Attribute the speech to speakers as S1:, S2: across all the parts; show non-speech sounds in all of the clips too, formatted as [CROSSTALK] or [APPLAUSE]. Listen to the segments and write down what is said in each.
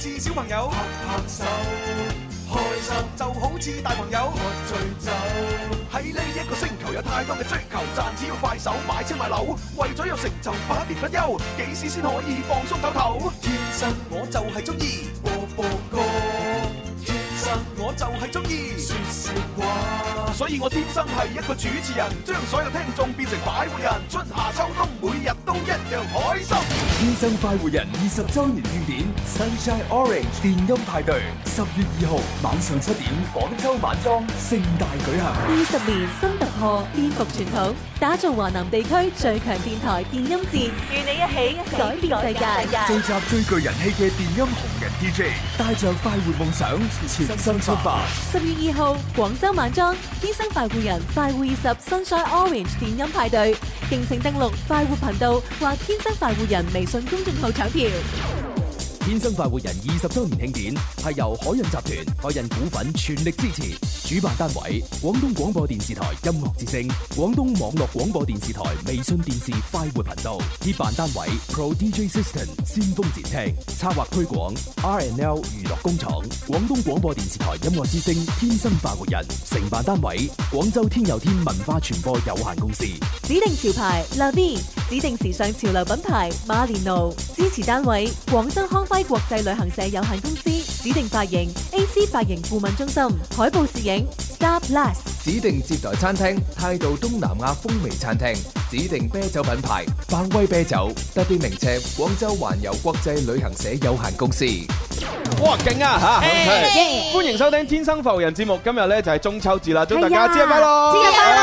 S1: 似小朋友拍拍手，開心就好似大朋友喝醉酒。喺呢一個星球有太多嘅追求，賺錢要快手，買車買樓，為咗有成就百年不休。幾時先可以放鬆唞唞？天生我就係中意播播歌，天生我就係中意説笑話，所以我天生係一個主持人，將所有聽眾變成擺渡人，春夏秋冬每日都一樣開心。
S2: 天生快活人二十周年慶典 Sunshine Orange 電音派對，十月二號晚上七點，廣州晚裝盛大舉行。
S3: 二十年新突破，顛覆傳統，打造華南地區最強電台電音節，與你一起改變世界。
S2: 聚集最具人氣嘅電音紅人 DJ，帶着快活夢想，全身出發。
S3: 十月二號，廣州晚裝天生快活人快活二十 Sunshine Orange 電音派對，敬請登錄快活頻道或天生快活人微信公眾號搶票。
S4: 天生快活人二十周年慶典係由海印集團、海印股份全力支持，主辦單位廣東廣播電視台音樂之聲、廣東網絡廣播電視台微信電視快活頻道，協辦單位 Pro DJ System 先鋒展廳，策劃推廣 RNL 娛樂工廠、廣東廣播電視台音樂之聲、天生快活人，承辦單位廣州天佑天文化傳播有限公司。
S3: 指定潮牌 l a v i 指定時尚潮流品牌馬連奴，支持單位廣州康輝國際旅行社有限公司，指定髮型 AC 髮型顧問中心，海報攝影 Star Plus。
S5: 指定接待餐廳態度東南亞風味餐廳，指定啤酒品牌百威啤酒，特別名車廣州環遊國際旅行社有限公司。
S6: 哇，勁啊嚇！
S5: 係
S6: 係歡迎收聽《天生浮人》節目，今日咧就係中秋節啦，祝大家節日快樂！
S7: 節日快
S6: À.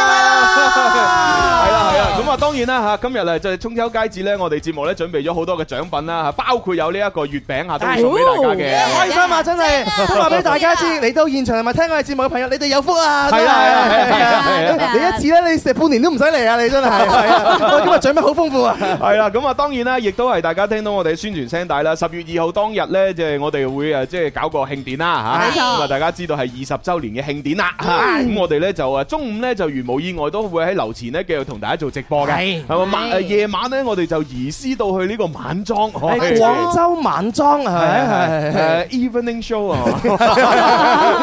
S6: 係
S7: 樂
S6: 啦係啦，咁啊當然啦嚇，今日啊就係中秋佳節咧，我哋節目咧準備咗好多嘅獎品啦，包括有呢一個月餅啊，都會送俾大家嘅。
S7: 開心啊！真係咁話俾大家知，嚟到現場係咪聽我哋節目嘅朋友，你哋有福啊！
S6: 係啊係啊係啊
S7: Dạ.
S6: 係啊係啊
S7: 你一次咧，你食半年都唔使嚟啊！你 [LAUGHS] 真係，
S6: à.
S7: 係
S6: [LAUGHS]
S7: 啊我今日獎品好豐富啊！
S6: 係啦，咁啊當然啦，亦都係大家聽到我哋嘅宣傳聲帶啦。十月二號當日咧，即係我哋會誒即係搞個慶典啦
S7: 冇
S6: 嚇。
S7: 錯
S6: 咁啊大家知道係二十週年嘅慶典啦
S7: 嗯
S6: 嚇。咁我哋咧就誒啊中午咧就如無意外都會喺樓前咧繼續同大家做直播嘅。
S7: 係
S6: 係嘛晚誒夜晚咧我哋就移師到去呢個晚哦裝。
S7: 係廣州晚裝啊！係係係
S6: 誒 Ờ, evening show à.
S7: [LAUGHS]
S6: 啊， [LAUGHS]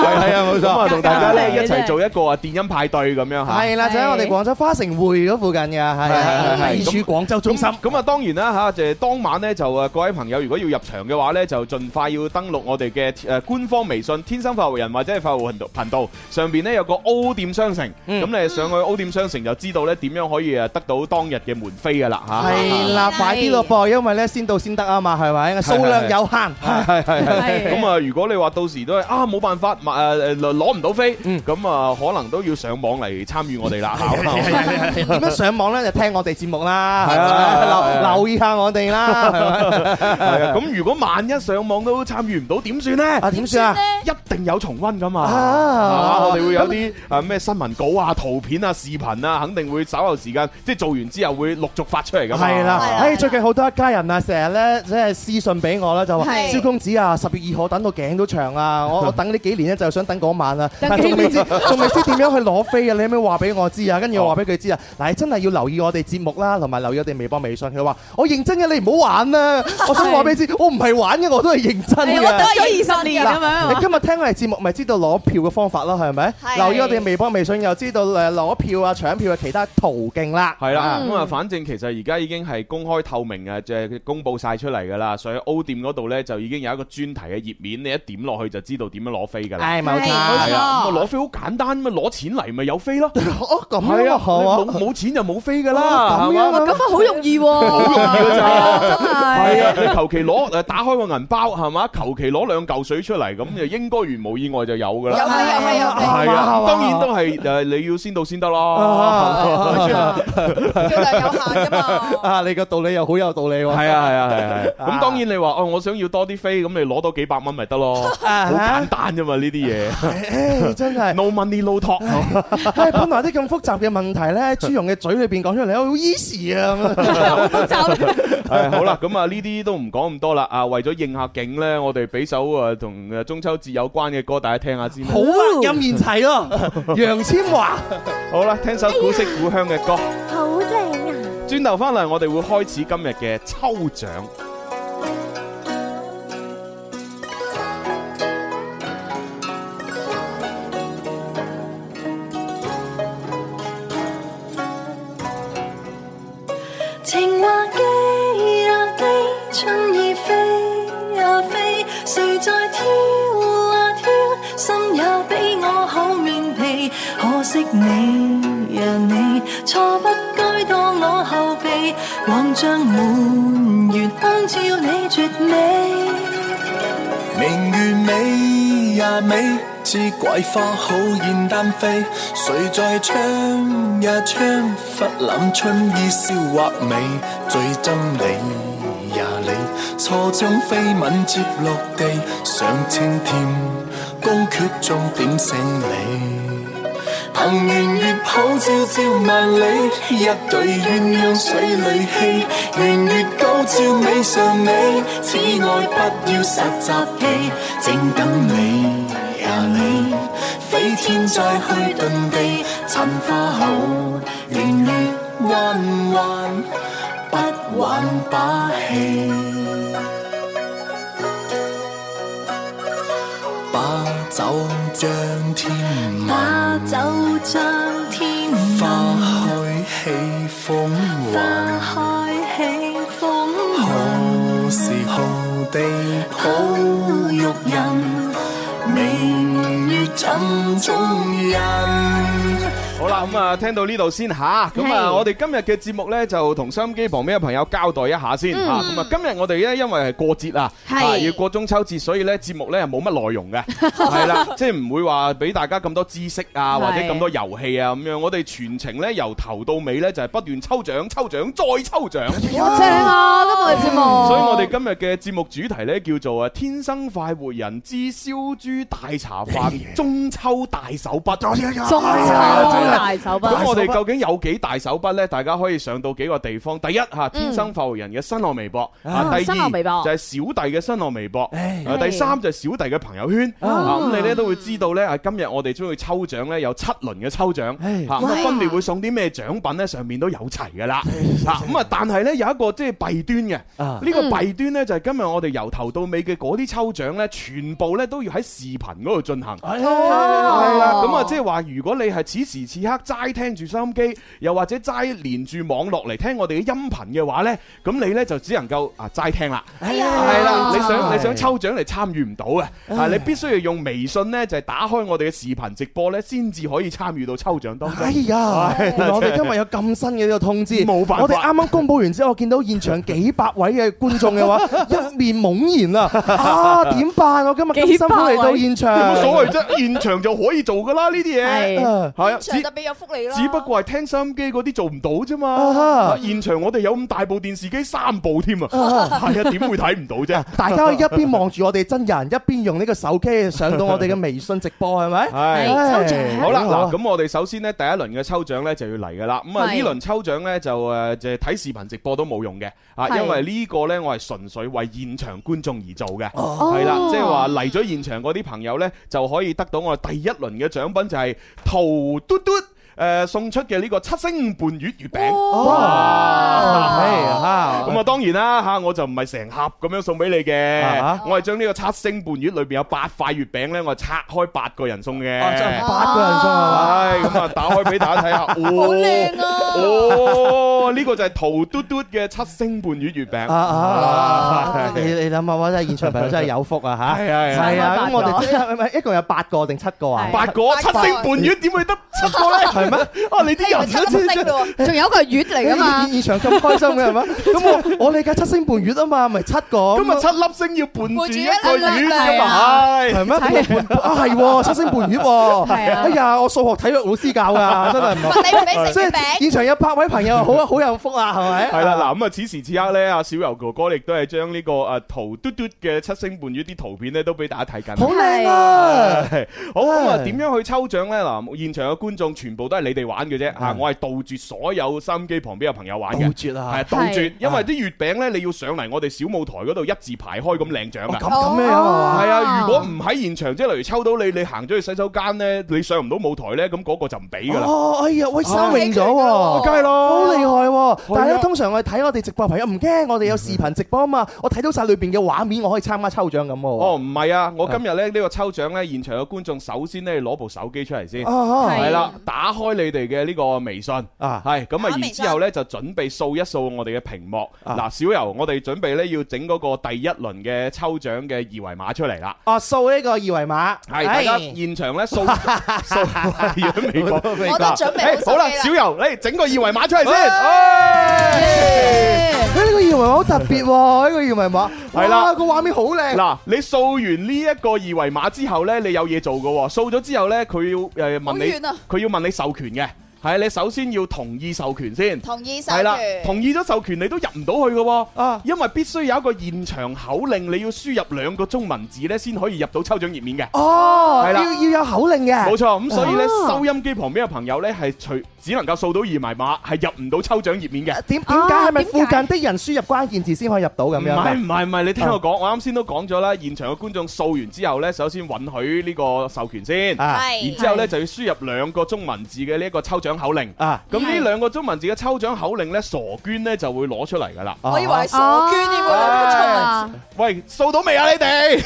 S6: 係係啊冇錯，咁啊同大家咧一齊做一個啊電音派對咁樣嚇。
S7: 係啦，就喺我哋廣州花城匯嗰附近嘅，係
S6: 係係係
S7: 係處廣州中心
S6: 咁。咁啊，當然啦嚇，就係當晚咧就誒各位朋友，如果要入場嘅話咧，就盡快要登錄我哋嘅誒官方微信《天生發育人》或者係發育頻道頻道上邊咧有個 O 店商城，咁你上去 O 店商城就知道咧點樣可以誒得到當日嘅門飛㗎啦嚇。
S7: 係啦，快啲咯噃，因為咧先到先得啊嘛，係咪？數量有限。
S6: 係係係，咁啊！如果你話到時都係啊冇辦法買誒誒攞唔到飛，咁啊可能都要上網嚟參與我哋啦。
S7: [LAUGHS] 點樣上網咧？就聽我哋節目啦，係
S6: 係啊係啊
S7: 咪？留留意下我哋
S6: [LAUGHS]
S7: 啦，係咪？
S6: 係啊，咁如果萬一上網都參與唔到，點算呢？
S7: 啊，點算啊？
S6: 一定有重温噶嘛，
S7: 啊
S6: 係嘛我哋會有啲啊咩新聞稿啊、圖片啊、視頻啊，肯定會稍後時間即係做完之後會陸續發出嚟噶嘛。
S7: 係啦，哎
S8: 係啦
S7: 唉，最近好多一家人啊，成日咧即係私信俾我啦，就話
S8: 係
S7: 蕭公子啊，十月二號等到頸都長啊，我我等呢幾年咧就想等嗰晚啊，
S8: 等
S7: 但係
S8: 幾
S7: 仲未知仲未知點樣去攞飛啊，你可唔可以話俾我知啊？跟住我話俾佢知啊，嗱，你真係要留意我哋節目啦，同埋留意我哋微博、微信。佢話我認真嘅，你唔好玩啦。 [LAUGHS] 我想話俾你知，我唔係玩嘅，我都係認真
S8: 係啊
S7: 嘅。
S8: 我等咗二十年咁樣係
S7: 嗱你
S8: 嘛
S7: 今日聽我哋節目，咪知道攞票嘅方法咯，係咪？
S8: 係
S7: 留意我哋微博、微信，又知道誒攞票啊、搶票嘅其他途徑啦。
S6: 係啦，
S7: 啊
S6: 咁啊，反正其實而家已經係公開透明啊，即係公佈晒出嚟㗎啦。所以 O 店嗰度呢，就已經有一個專題嘅頁面，你一點落去就知道點樣攞飛㗎啦。
S7: 唉，冇
S8: 係
S7: 錯。
S6: 係啊，咁啊攞飛好簡單，咁啊攞錢嚟咪有飛咯。
S7: [LAUGHS] 哦，咁
S6: 係啊，
S7: 啊，
S6: 冇
S7: 好啊，
S6: 冇錢就冇飛㗎啦，
S7: 哦咁
S6: 係嘛
S7: 樣啊
S8: 咁啊，好容易
S1: 哦
S8: 喎，好容
S6: 易㗎咋
S8: 咋
S6: 係
S8: 真係
S6: 啊，你求其攞誒打開個銀包係嘛，求其攞兩嚿水出嚟，咁就應該如無意外就有㗎啦。
S8: 係啊係啊
S6: 係啊，當然都係
S7: 係
S6: 誒，你要先到先得
S7: 啊
S6: 咯。
S8: 數量有限噶嘛。
S7: 啊，你個道理又好有道理喎。
S6: 係啊係啊係啊，係啊咁
S7: 啊
S6: 當然你話哦，我想要多啲飛，咁你攞多幾百蚊咪得咯，好簡單啫嘛呢啲嘢
S7: [LAUGHS] 唉真係，
S6: [LAUGHS] ，no money no talk。
S7: 唉，本來啲咁複雜嘅問題咧，朱容嘅嘴裏邊講出嚟，好 easy 啊 [LAUGHS] 咁樣。
S6: 係好啦，咁啊呢啲都唔講咁多啦，啊為咗應下景咧，我哋俾首誒同誒中秋節有關嘅歌大家聽下先啦。
S7: 好啊，任賢
S6: [LAUGHS]
S7: 齊咯，楊千嬅。
S6: 好啦，聽首古色古香嘅歌。
S3: 好靚啊！
S6: 轉頭翻嚟，我哋會開始今日嘅抽獎。
S9: Hãy subscribe cho kênh Ghiền Mì Gõ Để không bỏ lỡ
S1: à 惜你，讓你錯不該當我後備，望像滿月光照你絕美。
S9: 明月美呀美，知桂花好燕丹飛。誰在唱呀唱，忽覽春意笑或美。最憎你呀你，錯將飛吻接落地，上青天宮闕中點醒你。憑圓月普照照萬里，一對鴛鴦水裏戲，圓月高照美上美，此愛不要實習期，正等你呀你，飛天再去遁地，尋花後年月彎彎，不玩把戲，把酒將天問。
S1: 把酒將天
S9: 花
S1: 問，
S9: 開起風雲，
S1: 開起風雲，
S9: 好時好地抱玉人，明月枕中人。
S6: 好啦，咁啊，聽到呢度先吓，咁啊，
S1: 係
S6: 我哋今日嘅節目呢，就同收音機旁邊嘅朋友交代一下先吓，
S1: 嗯
S6: 咁啊，今日我哋呢，因為係過節啊，
S1: 係
S6: 啊要過中秋節，所以呢，節目呢，冇乜內
S1: [LAUGHS]
S6: 容嘅，係啦，即係唔會話俾大家咁多知識啊，
S1: 係
S6: 或者咁多遊戲啊咁樣，我哋全程呢，由頭到尾呢，就係不斷抽獎、抽獎再抽獎，
S10: 啊
S1: 嗯
S6: 所以我哋今日嘅節目主題呢，叫做啊天生快活人之燒豬大茶飯中秋大手筆。哎咁我哋究竟有幾大手筆呢？大家可以上到幾個地方。第一嚇，天生快活人嘅新浪微博；啊第
S10: 新浪微博
S6: 二就係小弟嘅新浪微博；啊第三就係小弟嘅朋友圈。啊咁你呢都會知道呢，啊今日我哋將會抽獎呢，有七輪嘅抽獎。嚇咁啊分別會送啲咩獎品呢？上面都有齊㗎啦。嚇咁啊，但係呢，啊有一個即係弊端嘅。呢個弊端呢，就係今日我哋由頭到尾嘅嗰啲抽獎呢，全部呢都要喺視頻嗰度進行。哎係啦，咁啊，即係話，如果你係此時此刻齋聽住收音機，又或者齋連住網絡嚟聽我哋嘅音頻嘅話呢，咁你呢就只能夠啊齋聽啦。係啦，你想你想抽獎嚟參與唔到嘅，啊，你必須要用微信呢，就係打開我哋嘅視頻直播呢，先至可以參與到抽獎當中。哎冇辦法。有乜所謂啫？現場就可以做噶啦，呢啲嘢係啊，只只不過係聽收音機嗰啲做唔到啫嘛。
S7: 啊
S6: 啊現場我哋有咁大部電視機三部添啊，係啊，點會睇唔到啫？ [LAUGHS]
S10: 哎
S6: 係。哎好啦，嗱，咁我哋首先呢，第一輪嘅抽獎呢就要嚟噶啦。咁啊，呢
S10: 係
S6: 輪抽獎呢，就誒，就係睇視頻直播都冇用嘅，啊，
S10: 係
S6: 因為呢個呢，我係純粹為現場觀眾而做嘅，
S10: 哦
S6: 係啦，即係話嚟咗現場嗰啲朋友呢，就可以得到我第一輪嘅獎品就係陶嘟嘟誒送出嘅呢個七星伴月月餅。
S10: 哦
S6: 咁啊，當然啦嚇，我就唔係成盒咁樣送俾你嘅
S7: 啊，
S6: 我係將呢個七星伴月裏邊有八塊月餅呢，我係拆開八個人送嘅。唉，咁啊，打開俾大家睇下，好
S10: 靚啊
S6: 哦，呢個就係陶嘟嘟嘅七星伴月月餅，
S7: 啊！你你諗下，哇！真係現場朋友真係有福啊嚇！
S6: 係係係
S7: 係啊，咁我哋即係咪咪一共有八個定七個啊？
S6: 八個七星伴月點會得七個咧？係咩？啊，你啲人真係
S1: [LAUGHS]
S7: [LAUGHS] 現場咁開心嘅 [LAUGHS] 係咪？咁我我理解七星伴月啊嘛，咪七個
S6: 今日七粒星要伴住一個
S10: 伴住一粒
S6: 月
S10: 係
S6: 㗎嘛，
S10: 啊
S6: 唉
S7: 係咩？啊係喎，七星伴月喎！
S10: 係啊
S7: 哎呀，我數學體育老師教㗎，真係唔好。即係現場有八位朋友，好啊，好有福啊，係咪？
S6: 係啦，嗱咁啊，此時此刻咧，阿小游哥哥亦都係將呢個誒陶嘟嘟嘅七星伴月啲圖片咧，都俾大家睇緊。
S7: 好靚啊！
S6: 係好咁啊，點樣去抽獎呢？嗱，現場嘅觀眾全部都係你哋玩嘅啫嚇，我係杜絕所有收音機旁邊嘅朋友玩嘅，
S7: 杜絕啊
S6: 係杜絕，因為啲月餅呢，你要上嚟我哋小舞台嗰度一字排開咁領獎
S7: 哦
S6: 㗎。
S7: 咁咁樣樣啊嘛？
S6: 係啊，如果唔喺現場，即係例如抽到你，你行咗去洗手間呢，你上唔到舞台呢，咁嗰個就唔俾㗎啦。
S7: 哦，哎呀，喂，生榮咗喎！
S6: 梗係
S7: 好
S6: 咯，
S7: 厲害喎！但
S6: 係
S7: 係咧
S6: 啊，
S7: 通常我哋睇我哋直播嘅朋友唔驚，我哋有視頻直播啊嘛，我睇到晒裏邊嘅畫面，我可以參加抽獎咁
S6: 哦，
S7: 喎。
S6: 唔係啊！我今日咧呢個抽獎呢，現場嘅觀眾首先呢，攞部手機出嚟先，
S7: 哦，
S6: 係
S10: 係
S6: 啦，打開你哋嘅呢個微信啊，係咁啊，
S8: 打微
S6: 然
S8: 信
S6: 之後呢，就準備掃一掃我哋嘅屏幕。嗱，小游，我哋準備呢要整嗰個第一輪嘅抽獎嘅二維碼出嚟啦。
S7: 哦，掃呢個二維碼，
S6: 係大家
S7: 係
S6: 現場咧掃掃係啊美國，我
S7: 我都準備好手機啦
S6: 好啦，小游，你整個二維碼出嚟先。
S7: 喂呢個二維碼好特別喎，呢個二維碼，
S6: 係啦
S7: 哇個畫面好靚。
S6: 嗱，你掃完呢一個二維碼之後呢，你有嘢做嘅喎。掃咗之後呢，佢要誒問你
S8: 好遠啊，
S6: 佢要問你授權嘅。係你首先要同意授權先。
S8: 同意授
S6: 係啦，
S8: 權。
S6: 同意咗授權你都入唔到去嘅喎。啊，因為必須有一個現場口令，你要輸入兩個中文字呢，先可以入到抽獎頁面嘅。
S7: 哦，
S6: 係
S7: 要
S6: 啦
S7: 要有口令嘅，
S6: 冇錯，咁所以呢，
S7: 哦
S6: 收音機旁邊嘅朋友呢，係除只能夠掃到二維碼，係入唔到抽獎頁面嘅。
S7: 啊點點解係咪附近的人輸入關鍵字先可以入到咁
S6: 唔
S7: 樣啊㗎？
S6: 係唔係唔係，你聽我講，我啱先都講咗啦。現場嘅觀眾掃完之後呢，首先允許呢個授權先，
S7: 啊
S8: 係
S6: 然之後呢就要輸入兩個中文字嘅呢一個抽獎口令。
S7: 啊，
S6: 咁呢兩個中文字嘅抽獎口令呢，傻娟呢就會攞出嚟㗎啦。
S7: 啊
S6: 啊
S8: 我以為係傻娟添喎，
S6: 喂，掃到未啊？你哋？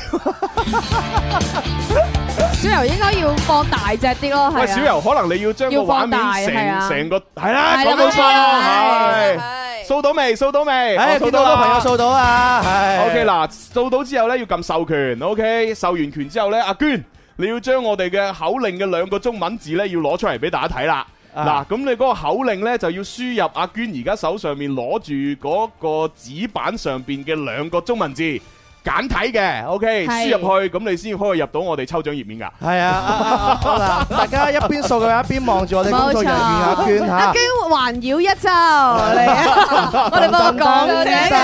S11: 小游應該要放大隻啲咯，係啊
S6: 喂，小柔，可能你要將個
S11: 要
S6: 畫
S11: 放大
S6: 面
S11: 係
S6: 成
S11: 啊
S6: 成個係啦，
S11: 係啦啊
S6: 講冇錯，
S11: 係
S6: 啊係
S8: 係
S6: 掃到未？掃到未？
S7: 唉，
S6: 我
S7: 見到好多朋友掃到啊，係
S6: O K，嗱，掃到之後咧要撳授權，O K，授完權之後咧，阿娟，你要將我哋嘅口令嘅兩個中文字咧要攞出嚟俾大家睇啦。嗱
S7: 啊，
S6: 咁你嗰個口令咧就要輸入阿娟而家手上面攞住嗰個紙板上邊嘅兩個中文字。簡體嘅，OK，
S11: 係
S6: 輸入去，咁你先可以入到我哋抽獎頁面㗎。
S7: 係啊啊，啊 [LAUGHS] 好啦，大家一邊掃嘅一邊望住我哋工作人員阿娟
S11: 阿
S7: 嚇
S11: 娟。環繞一周嚟啊！我哋幫佢講
S7: 噔
S11: 嘅。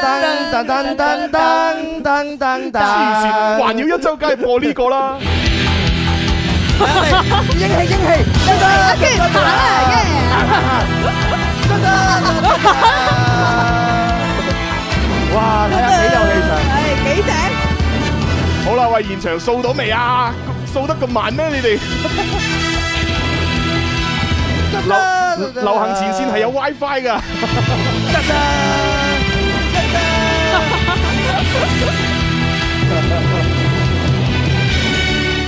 S7: 噔噔噔噔噔
S6: 黐線，
S7: 噔，
S6: 環
S7: [LAUGHS]
S6: 繞一周梗係播呢個啦。
S7: 英氣英氣，阿娟打哇，睇下幾有氣場。
S8: 係幾正？
S6: 好啦，喂，現場掃到未啊？掃得咁慢咩？你哋流流行前線係有 WiFi 㗎。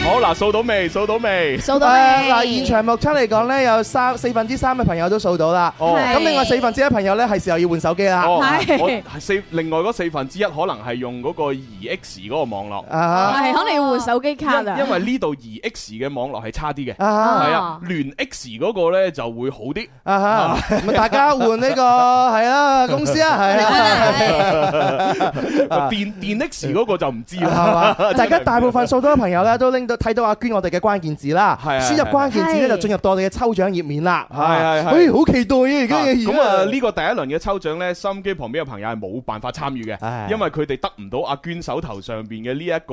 S6: 好嗱，掃到未？掃到未？
S11: 掃到
S7: 誒
S11: 未？
S7: 啊嗱，現場目測嚟講咧，有三四分之三嘅朋友都掃到啦。哦，咁另外四分之一朋友咧，係時候要換手機啦。
S6: 哦，
S11: 係
S6: 我係四另外嗰四分之一可能係用嗰個二 X 嗰個網絡，
S7: 啊
S11: 係可能要換手機卡啊！
S6: 因為呢度二 X 嘅網絡係差啲嘅，係
S7: 啊
S6: 啊，聯 X 嗰個咧就會好啲。
S7: 啊哈！咁大家換
S6: [LAUGHS]
S7: 呢個係啦，公司 [LAUGHS] 啊，係啊啦，
S6: [LAUGHS] 啊電電 X 嗰個就唔知
S7: 係
S6: [LAUGHS] 啦。
S7: 嘛？大家大部分掃到嘅朋友咧，都拎到睇到阿娟我哋嘅關鍵字啦，
S6: 係係
S7: 輸入關鍵字咧
S11: 係
S7: 就進入到我哋嘅抽獎頁面啦。
S6: 係係係
S7: 誒好期待啊！而家
S6: 啊
S7: 嘅
S6: 咁啊，呢個第一輪嘅抽獎呢，收音機旁邊嘅朋友係冇辦法參與
S7: 唉
S6: 嘅，因為佢哋得唔到阿娟手頭上邊嘅呢一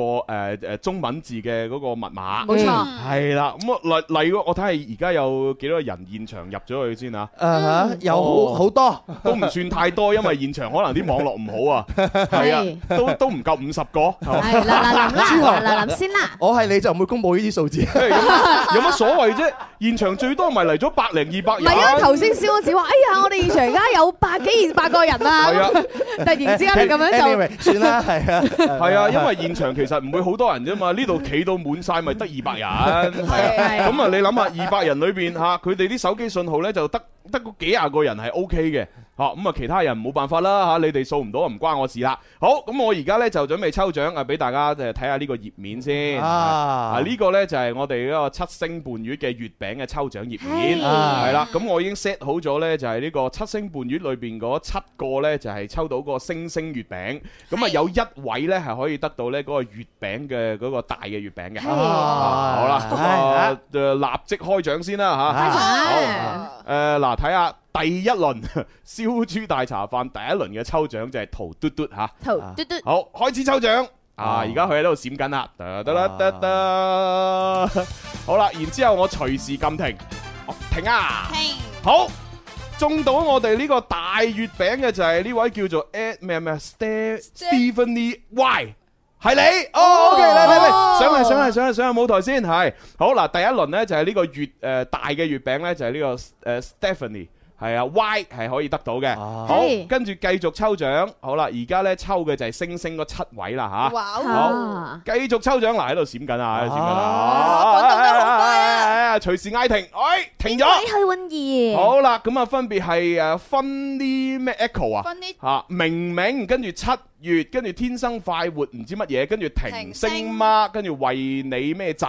S6: 個誒誒中文字嘅嗰個密碼。
S11: 冇錯，
S7: 嗯
S6: 係啦，咁啊嚟嚟個，我睇下而家有幾多人現場入咗去先啊，
S7: 啊
S11: 嗯
S7: 哈有好
S6: 哦
S7: 好多，
S6: 都唔算太多，因為現場可能啲網絡
S7: [LAUGHS]
S6: 唔好啊，係啊，都都唔夠五十個，係嘛
S11: 係嗱嗱
S7: [LAUGHS]
S11: 臨啦，嗱嗱臨先啦。
S7: 我係你就唔會公佈呢啲
S6: [LAUGHS]
S7: 數字。
S6: 有乜有乜所謂啫？現場最多咪嚟咗百零二百
S11: 唔
S6: 人，
S11: 係因為頭先
S7: [LAUGHS]
S11: 小公子話：哎呀，我哋現場而家有百幾二百個人啦。
S6: 係啊
S11: 突然之間你咁樣
S7: anyway，算啦，係啊，
S6: 係啊，因為現場其實唔會好多人啫嘛，呢度企到滿晒咪得二
S11: [LAUGHS]
S6: 百人，係啊，咁啊你諗下二百人裏邊嚇，佢哋啲手機信號咧就得得嗰幾廿個人係 O K 嘅。嚇咁啊！其他人冇辦法啦嚇，你哋掃唔到啊，唔關我事啦。好，咁我而家咧就準備抽獎啊，俾大家誒睇下呢個頁面先。
S7: 啊
S6: 啊呢個咧就係我哋嗰個七星伴月嘅月餅嘅抽獎頁面，
S11: 係
S6: 係啦。咁我已經 set 好咗咧，就係呢個七星伴月裏邊嗰七個咧，就係抽到個星星月餅。咁啊
S8: 係
S6: 有一位咧係可以得到咧嗰個月餅嘅嗰個大嘅月餅嘅。
S7: 啊
S6: 好啦，
S7: 唉啊
S6: 咁就立即開獎先啦嚇。
S7: 啊
S6: 誒
S11: 就
S6: 嗱，睇下第一輪 [LAUGHS] 燒豬大茶飯第一輪嘅抽獎就係陶嘟嘟嚇。
S11: 頭嘟嘟。
S6: 啊好，開始抽獎。啊！
S7: 啊
S6: 而家佢喺度閃緊啦，得得得得得， [LAUGHS] 好啦，然之後我隨時撳停，哦停啊！
S8: 聽
S6: 好，中到我哋呢個大月餅嘅就係呢位叫做 Ed 咩咩 Ste Stephanie Y。係你哦，OK，嚟嚟嚟，上嚟上嚟上嚟上嚟舞台先，係好嗱，第一輪呢就係呢個月誒大嘅月餅呢，就係呢個誒 Stephanie 係啊，Y 係可以得到嘅。好
S11: 係，
S6: 跟住繼續抽獎。好啦，而家呢抽嘅就係星星嗰七位啦吓。
S11: 哇哦
S6: 好，繼續抽獎嗱，喺度閃緊啊，喺度閃緊啊。
S11: 哇
S6: 滾得好快啊！隨時嗌停，哎，停咗。
S12: 去揾兒。
S6: 好啦，咁啊，分別係誒分啲咩 à, echo à? 啊，
S12: 分啲
S6: 嚇明明，跟住七月，跟住天生快活，唔知乜嘢，跟住停星媽，跟住為你咩仔。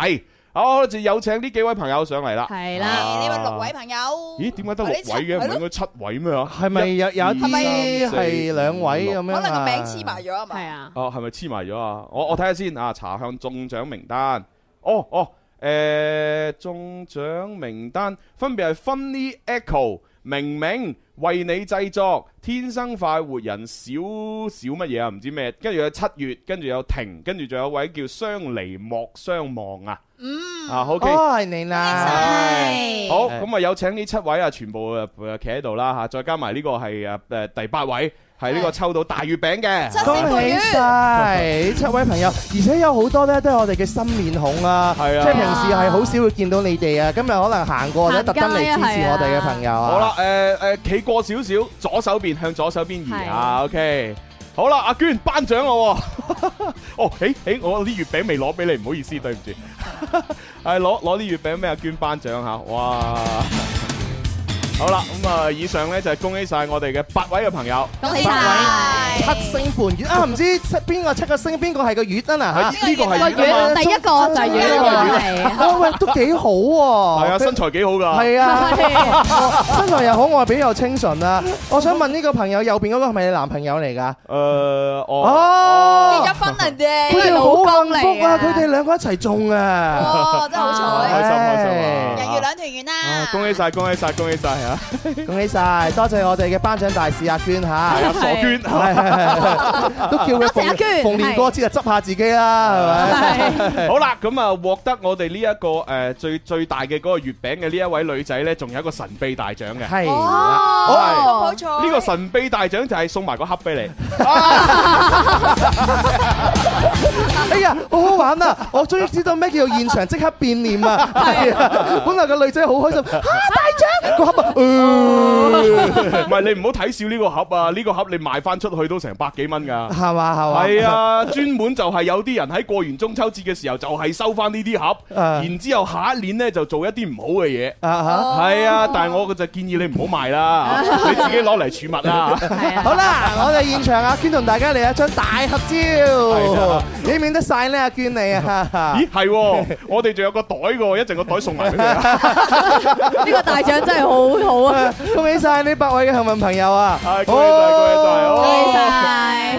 S6: 好，就有請呢幾位朋友上嚟啦。À.
S12: 係
S11: 啦
S6: 啊
S12: 呢位六位朋友，
S6: 咦？點解得六位嘅？唔係應該七位咩啊？
S7: 係咪有有一
S6: 一
S7: 啲係兩位咁樣
S12: 可能個
S7: 啊
S12: 名黐埋咗啊嘛。係啊，
S6: 哦，係咪黐埋咗啊？我我睇下先啊，查向中獎名單。哦哦，誒中獎名單分別係 Funny Echo、明明、為你製作、天生快活人、少少乜嘢啊？唔知咩，跟住有七月，跟住有停，跟住仲有位叫相離莫相忘啊。嗯。啊，OK。
S7: 哦，係你啦，
S6: 好，咁啊有請呢七位啊，全部誒誒企喺度啦嚇，再加埋呢個係誒誒第八位，係呢個抽到大月餅嘅。
S7: 恭喜晒七位朋友，而且有好多咧都係我哋嘅新面孔啊，
S6: 係啊
S7: 即係平時係好少會見到你哋啊，今日可能行過或者特登嚟支持我哋嘅朋友啊。
S6: 好啦，誒誒，企過少少，左手邊向左手邊移啊，OK。好啦，阿娟頒獎咯喎！ [LAUGHS] 哦，誒誒，我啲月餅未攞俾你，唔好意思，對唔住。 [LAUGHS] 係攞攞啲月餅俾阿娟頒獎嚇，哇！好啦，咁啊，以上咧就係恭喜晒我哋嘅八位嘅朋友。
S7: 恭喜晒七星伴月啊！唔知七邊個七個星，邊個係個月啊？嗱，
S6: 係呢個係
S11: 月啊嘛個月第一個就係月
S7: [LAUGHS]
S11: 啊嘛係
S7: 喂喂，都幾好
S6: 係
S7: 喎！
S6: 啊，身材幾好㗎。
S7: 哦
S11: [LAUGHS]
S7: 係啊，身材又可愛，比又清純啊！我想問呢個朋友右邊嗰個係咪你男朋友嚟㗎？
S6: 誒，我
S7: 哦，
S12: 結咗婚啦人哋，
S7: 佢哋
S12: 老公
S7: 好幸
S12: 嚟
S7: 福啊！佢哋兩個一齊中啊！
S12: 哇真係好彩
S6: 開心開心啊！
S12: 人月兩團圓啦。
S6: 啊恭喜晒，恭喜晒，恭喜晒啊！
S7: 恭喜晒，多謝我哋嘅頒獎大使阿娟嚇，
S6: 啊傻娟
S7: 係係係係都叫佢
S6: 多謝阿娟
S7: 逢逢年過節就執下自己啦，
S12: [LAUGHS]
S7: 係咪？
S6: 好啦，咁啊，獲得我哋呢一個誒最最大嘅嗰個月餅嘅呢一位女仔呢，仲有一個神秘大獎嘅。
S7: 係
S12: 哦
S6: 係呢個神秘大獎就係送埋個盒俾
S7: [LAUGHS]
S6: 你。
S7: 哎呀，好好玩啊！我終於知道咩叫做現場即刻變
S12: [LAUGHS]
S7: 臉啊！係啊，本來個女仔好開心，嚇大獎個
S12: 哦
S7: 盒啊！
S6: 唔係你唔好睇少呢個盒啊！呢個盒你賣翻出去都成百幾蚊㗎。
S7: 係嘛係嘛，
S6: 係啊，專門就係有啲人喺過完中秋節嘅時候，就係收翻呢啲盒，
S7: 啊
S6: 然之後下一年呢就做一啲唔好嘅嘢。
S7: 啊哈啊
S6: 係啊，但係我就建議你唔好賣啦，你自己攞嚟儲物啦。
S7: 好啦，我哋現場阿娟同大家嚟一張大合
S6: 啊
S7: 照，你免得晒呢？阿娟你啊！
S6: 咦，係喎，我哋仲有個袋嘅喎，一陣個袋送埋俾你啊。
S7: [LAUGHS] 呢個大獎真 [LAUGHS] 係
S6: [LAUGHS]
S7: 好好啊！恭喜晒呢八位嘅幸運朋友啊！
S6: 係恭喜晒，恭喜晒，哦
S7: 恭喜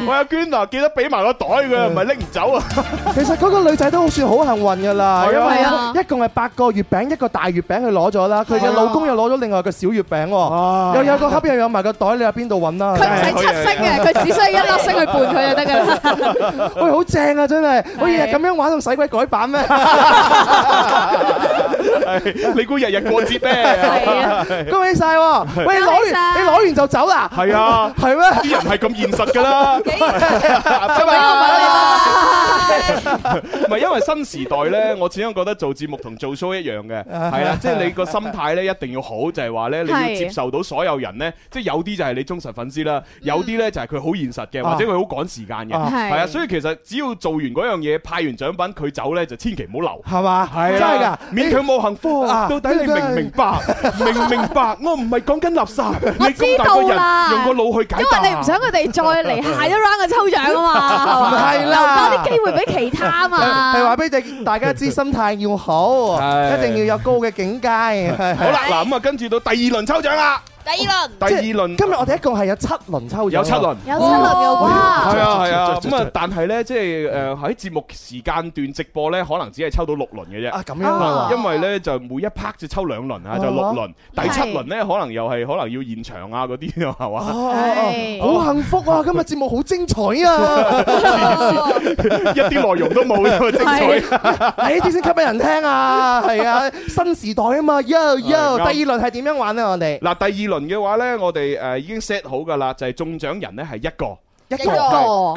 S6: 喂，阿娟啊，記得俾埋個袋佢，
S7: 嗯
S6: 唔係拎唔走啊！ [LAUGHS]
S7: 其實嗰個女仔都好算好幸運㗎啦，因
S6: 係啊
S7: 為一共係八個月餅，一個大月餅佢攞咗啦，佢嘅老公又攞咗另外個小月餅喎，又有個盒又有埋個袋，你話邊度揾啊？
S11: 佢唔使七星嘅，佢只需要一
S6: [LAUGHS]
S11: 粒星去伴佢就得㗎啦。
S7: 喂，好正啊！真係，我日日咁樣玩同使鬼改版咩？
S6: 係你估日日過節 [LAUGHS] 咩？
S7: 啊恭喜晒喎！喂，你攞完你攞完就走啦？
S6: 係啊，
S7: 係咩？
S6: 啲人係咁現實㗎啦，
S7: 啊拜
S6: [LAUGHS]
S7: 拜。
S6: 唔係因為新時代咧，我始終覺得做節目同做 show 一樣嘅，係啦，即係你個心態咧一定要好，就係話咧你要
S11: 啊係
S6: 接受到所有人咧，即係有啲就係你忠實粉絲啦，有啲咧就係佢好現實嘅，
S11: 嗯啊
S6: 或者佢好趕時間嘅，
S11: 啊
S6: 係啊，
S11: 係
S6: 所以其實只要做完嗰樣嘢，派完獎品佢走咧，就千祈唔好留。
S7: 係嘛？
S6: 係
S7: 真係
S6: 啦
S7: 㗎，
S6: 勉強冇幸福，
S1: À,
S7: 啊
S6: 到底你明唔明白？
S11: [LAUGHS]
S6: 明唔明白？我唔係講緊垃圾，你
S11: 我
S6: 咁
S11: 知
S6: 大個
S11: 道
S6: 人
S11: 啦，
S6: 用個腦去解答。
S11: 因為你唔想佢哋再嚟下一 round 嘅抽獎啊嘛，
S7: 唔係啦
S11: 留多啲機會俾其他嘛。
S7: 係話俾你大家知，心態要好，
S6: 係
S7: 一定要有高嘅境界。
S6: 好啦，嗱咁啊，跟住到第二輪抽獎啦。
S12: 第二輪，
S6: 第二輪
S7: 今日我哋一共係有七輪抽獎，
S6: 有七輪
S11: 有七輪嘅話
S6: 係啊係啊，咁啊，但係咧，即係誒喺節目時間段直播咧，可能只係抽到六輪嘅啫。
S7: 啊咁樣啊
S6: 因為咧就每一 part 就抽兩輪啊，就六輪。第七輪咧，可能又係可能要現場啊嗰啲啊，係嘛？
S7: 哦哦好幸福啊！今日節目好精彩啊！
S6: 一啲內容都冇，咁啊精彩。
S7: 係呢啲先吸引人聽啊！係啊，新時代啊嘛，yo yo，
S6: 啱
S7: 第二輪係點樣玩啊？我哋
S6: 嗱，第二輪嘅話咧，我哋誒已經 set 好㗎啦，就係中獎人咧係一個。
S7: 一
S6: 係
S7: 個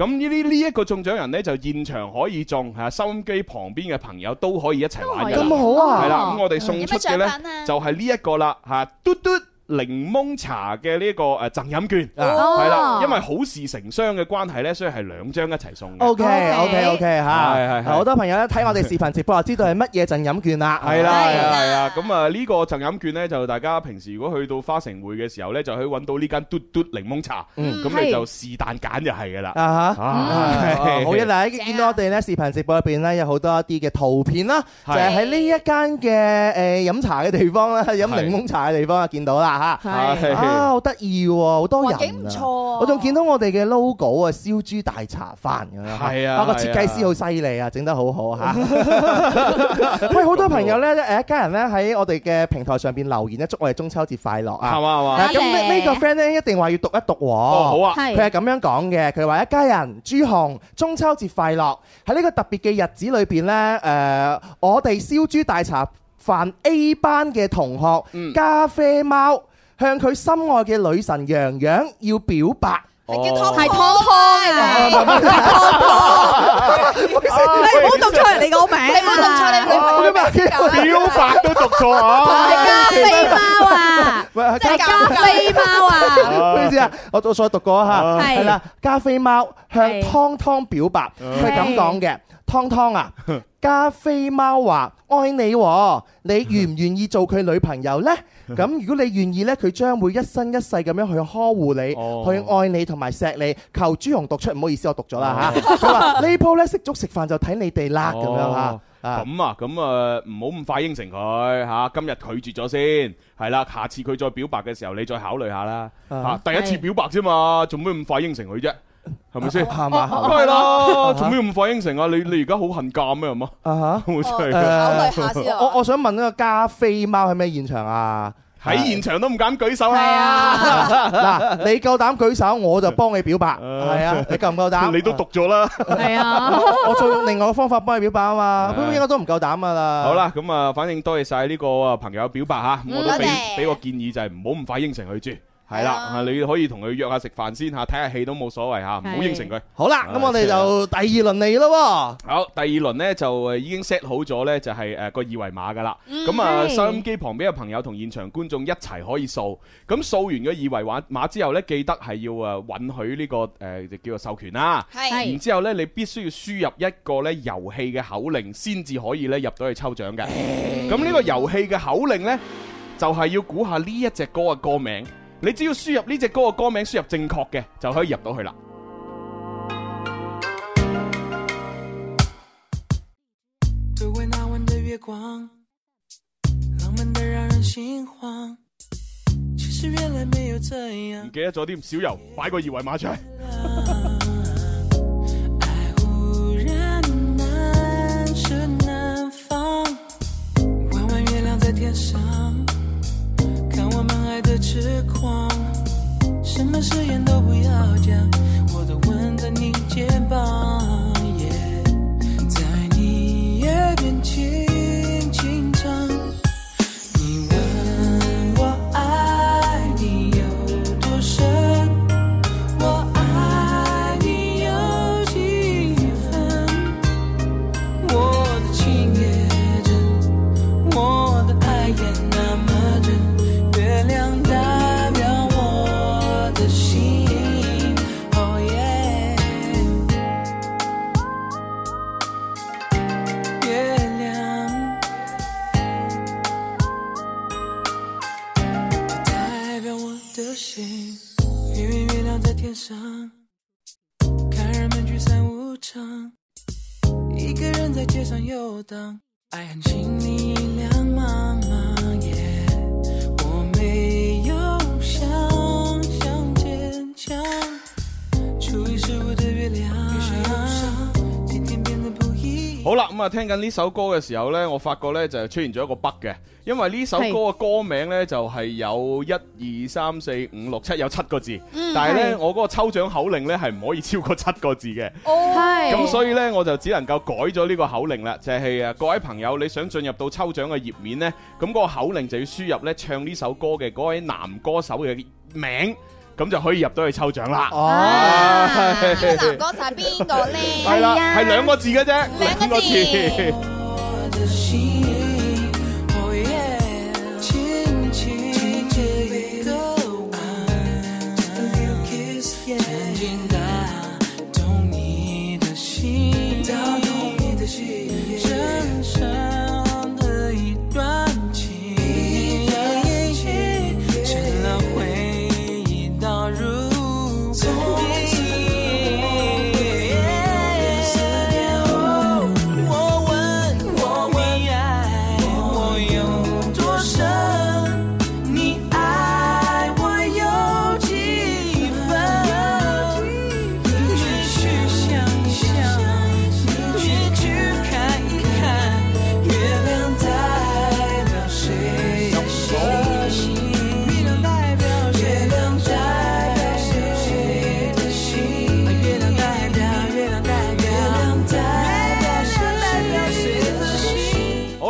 S6: 咁呢啲呢一個中獎人呢，就現場可以中嚇，收音機旁邊嘅朋友都可以一齊玩嘅啦。
S7: 咁好啊
S6: 係啦，咁我哋送出嘅
S12: 有
S6: 呢
S12: 咩獎品，啊
S6: 就係呢一個啦嚇，嘟嘟檸檬茶嘅呢個誒贈飲券，
S7: 哦
S6: 係啦，因為好事成雙嘅關係咧，所以係兩張一齊送嘅。
S7: OK OK OK
S6: 係
S7: 嚇，
S6: 係係
S7: 好多朋友咧睇我哋視頻直播就知道係乜嘢贈飲券啦。
S6: 係啦，係啦，係啦。咁啊，呢個贈飲券咧，就大家平時如果去到花城匯嘅時候咧，就去揾到呢間嘟嘟檸檬茶，
S7: 嗯
S6: 咁
S7: 係
S6: 你就是但揀就係噶啦。[LAUGHS]
S7: 啊
S6: 啊
S7: 嚇！好嘅，嗱，見到我哋咧視頻直播入邊咧有好多一啲嘅圖片啦，就
S6: 係
S7: 係喺呢一間嘅誒飲茶嘅地方啦，飲檸檬茶嘅地方啊，見到啦嚇。
S6: 係
S7: 啊，好得意喎，好多人
S6: 環境唔錯
S7: 啊！我仲見到我哋嘅 logo 啊，燒豬大茶飯咁樣。
S6: 係啊
S7: 個設計師好犀利啊，整得好好
S6: [LAUGHS]
S7: 嚇。喂，好多朋友咧誒一家人咧喺我哋嘅平台上邊留言咧，祝我哋中秋節快樂啊！
S6: 係嘛係嘛
S7: 啊咁呢呢個 friend 咧一定話要讀一讀喎。
S6: 好啊係
S7: 佢係咁樣講嘅，佢話一家人朱紅中秋節快樂。喺呢個特別嘅日子裏邊呢，誒、呃我哋燒豬大茶飯 A 班嘅同學、咖啡貓向佢心愛嘅女神洋洋要表白。
S1: 哦
S11: 係湯湯啊你，係湯湯，你唔好讀出嚟你個名啊，
S12: 你唔好讀出嚟你唔好讀出嚟
S6: 表白都讀錯啊！
S11: 係咖啡貓啊，
S7: 喂
S1: Vâng,
S7: 係
S11: 係咖啡貓
S7: à.
S11: 啊，
S7: 咩意思
S6: [LAUGHS]
S1: à?
S7: 啊？我我再讀過嚇，
S11: 係
S7: 係啦，加菲貓向湯湯表
S6: 啊
S7: 白，佢係咁講嘅，湯湯
S6: [LAUGHS]
S7: 啊，加菲貓話愛你喎，你願唔願意做佢女朋
S6: [LAUGHS]
S7: 友呢？咁如果你願意呢，佢將會一生一世咁樣去呵護你，
S6: 哦
S7: 去愛你同埋錫你。求朱紅讀出，唔好意思，我讀咗啦嚇。佢話呢鋪呢，食粥食飯就睇你哋啦咁樣嚇
S6: 哦哦。咁啊，咁啊，唔好咁快應承佢吓，今日拒絕咗先，係啦，下次佢再表白嘅時候，你再考慮下啦。吓
S7: 啊，
S6: 第一次表白啫嘛，做咩咁快應承佢啫？係咪
S7: [LAUGHS]
S6: 先？[LAUGHS]
S7: 係嘛
S6: 梗係啦，做咩咁快應承啊？你你而家好恨嫁咩？係嘛？
S7: 啊
S6: [LAUGHS] 好
S7: 誒
S6: 真
S11: 啊
S7: 我我想問呢個加菲貓喺咩現場啊？
S6: 喺現場都唔敢舉手啦。
S7: [LAUGHS] 嗱，你夠膽舉手，我就幫你表白。
S6: [LAUGHS]
S7: 係啊，你夠唔夠膽？
S6: 你都讀咗啦。
S11: 係啊
S7: 我我再用另外嘅方法幫你表白啊嘛，
S6: 係
S7: 咁應該都唔夠膽噶啦。
S6: [LAUGHS] 好啦，咁啊，反正多謝晒呢個啊朋友表白吓，
S7: 嗯
S6: 我都俾
S7: 多謝
S6: 俾個建議就係唔好咁快應承佢住。係啦，啊你可以同佢約下食飯先吓，睇下戲都冇所謂吓，唔好應承佢。
S7: 好啦，咁我哋就第二輪嚟咯
S6: 好，第二輪呢就呃誒已經 set 好咗呢，就係呃誒個二維碼噶啦。
S7: 嗯
S6: 咁啊，
S7: 係
S6: 收音機旁邊嘅朋友同現場觀眾一齊可以掃。咁掃完個二維碼碼之後呢，記得係要誒允許呢個誒就叫做授權啦。
S12: 係
S6: 然之後呢，你必須要輸入一個呢遊戲嘅口令，先至可以呢入到去抽獎嘅。咁呢個遊戲嘅口令呢，就係要估下呢一隻歌嘅歌名。你只要輸入呢隻歌嘅歌名，輸入正確嘅就可以入到去啦。
S13: 对位那晚的月光，浪漫的让人心慌。其实原来没有这样
S6: 唔。記得咗添，小游擺個二維碼出嚟。
S13: 突然难舍难放，弯弯月亮在天上，看我们爱的痴狂，什么誓言都不要讲，我都吻在你肩膀，yeah，在你耳边轻轻唱，你问我爱你有多深，我爱你有几分。我的情也真，我的爱也那么真，月亮代表我的心。哦耶，月亮代表我的心。明明月亮在天上，看人们聚散无常。一个人在街上游荡，爱恨情你两茫茫耶。我没有想象坚强，初一十五的月亮，于是忧伤，今天变得不一样。
S6: 好啦，咁啊，聽緊呢首歌嘅時候呢，我發覺呢就出現咗一個 bug 嘅，因為呢首歌嘅歌名呢就係有一二三四五六七有七個字，
S1: 嗯
S6: 但係呢
S1: 係，
S6: 我嗰個抽獎口令呢係唔可以超過七個字嘅。
S1: 係
S6: 咁所以呢，我就只能夠改咗呢個口令啦，就係啊，各位朋友，你想進入到抽獎嘅頁面呢，咁嗰個口令就要輸入呢唱呢首歌嘅嗰位男歌手嘅名，咁就可以入到去抽獎啦。
S7: 哦，
S6: [LAUGHS]
S11: À,
S6: 男
S12: 歌手係邊個咧？
S6: 係啦，係兩個字嘅啫，兩個字。
S13: 我的心，哦耶，轻轻的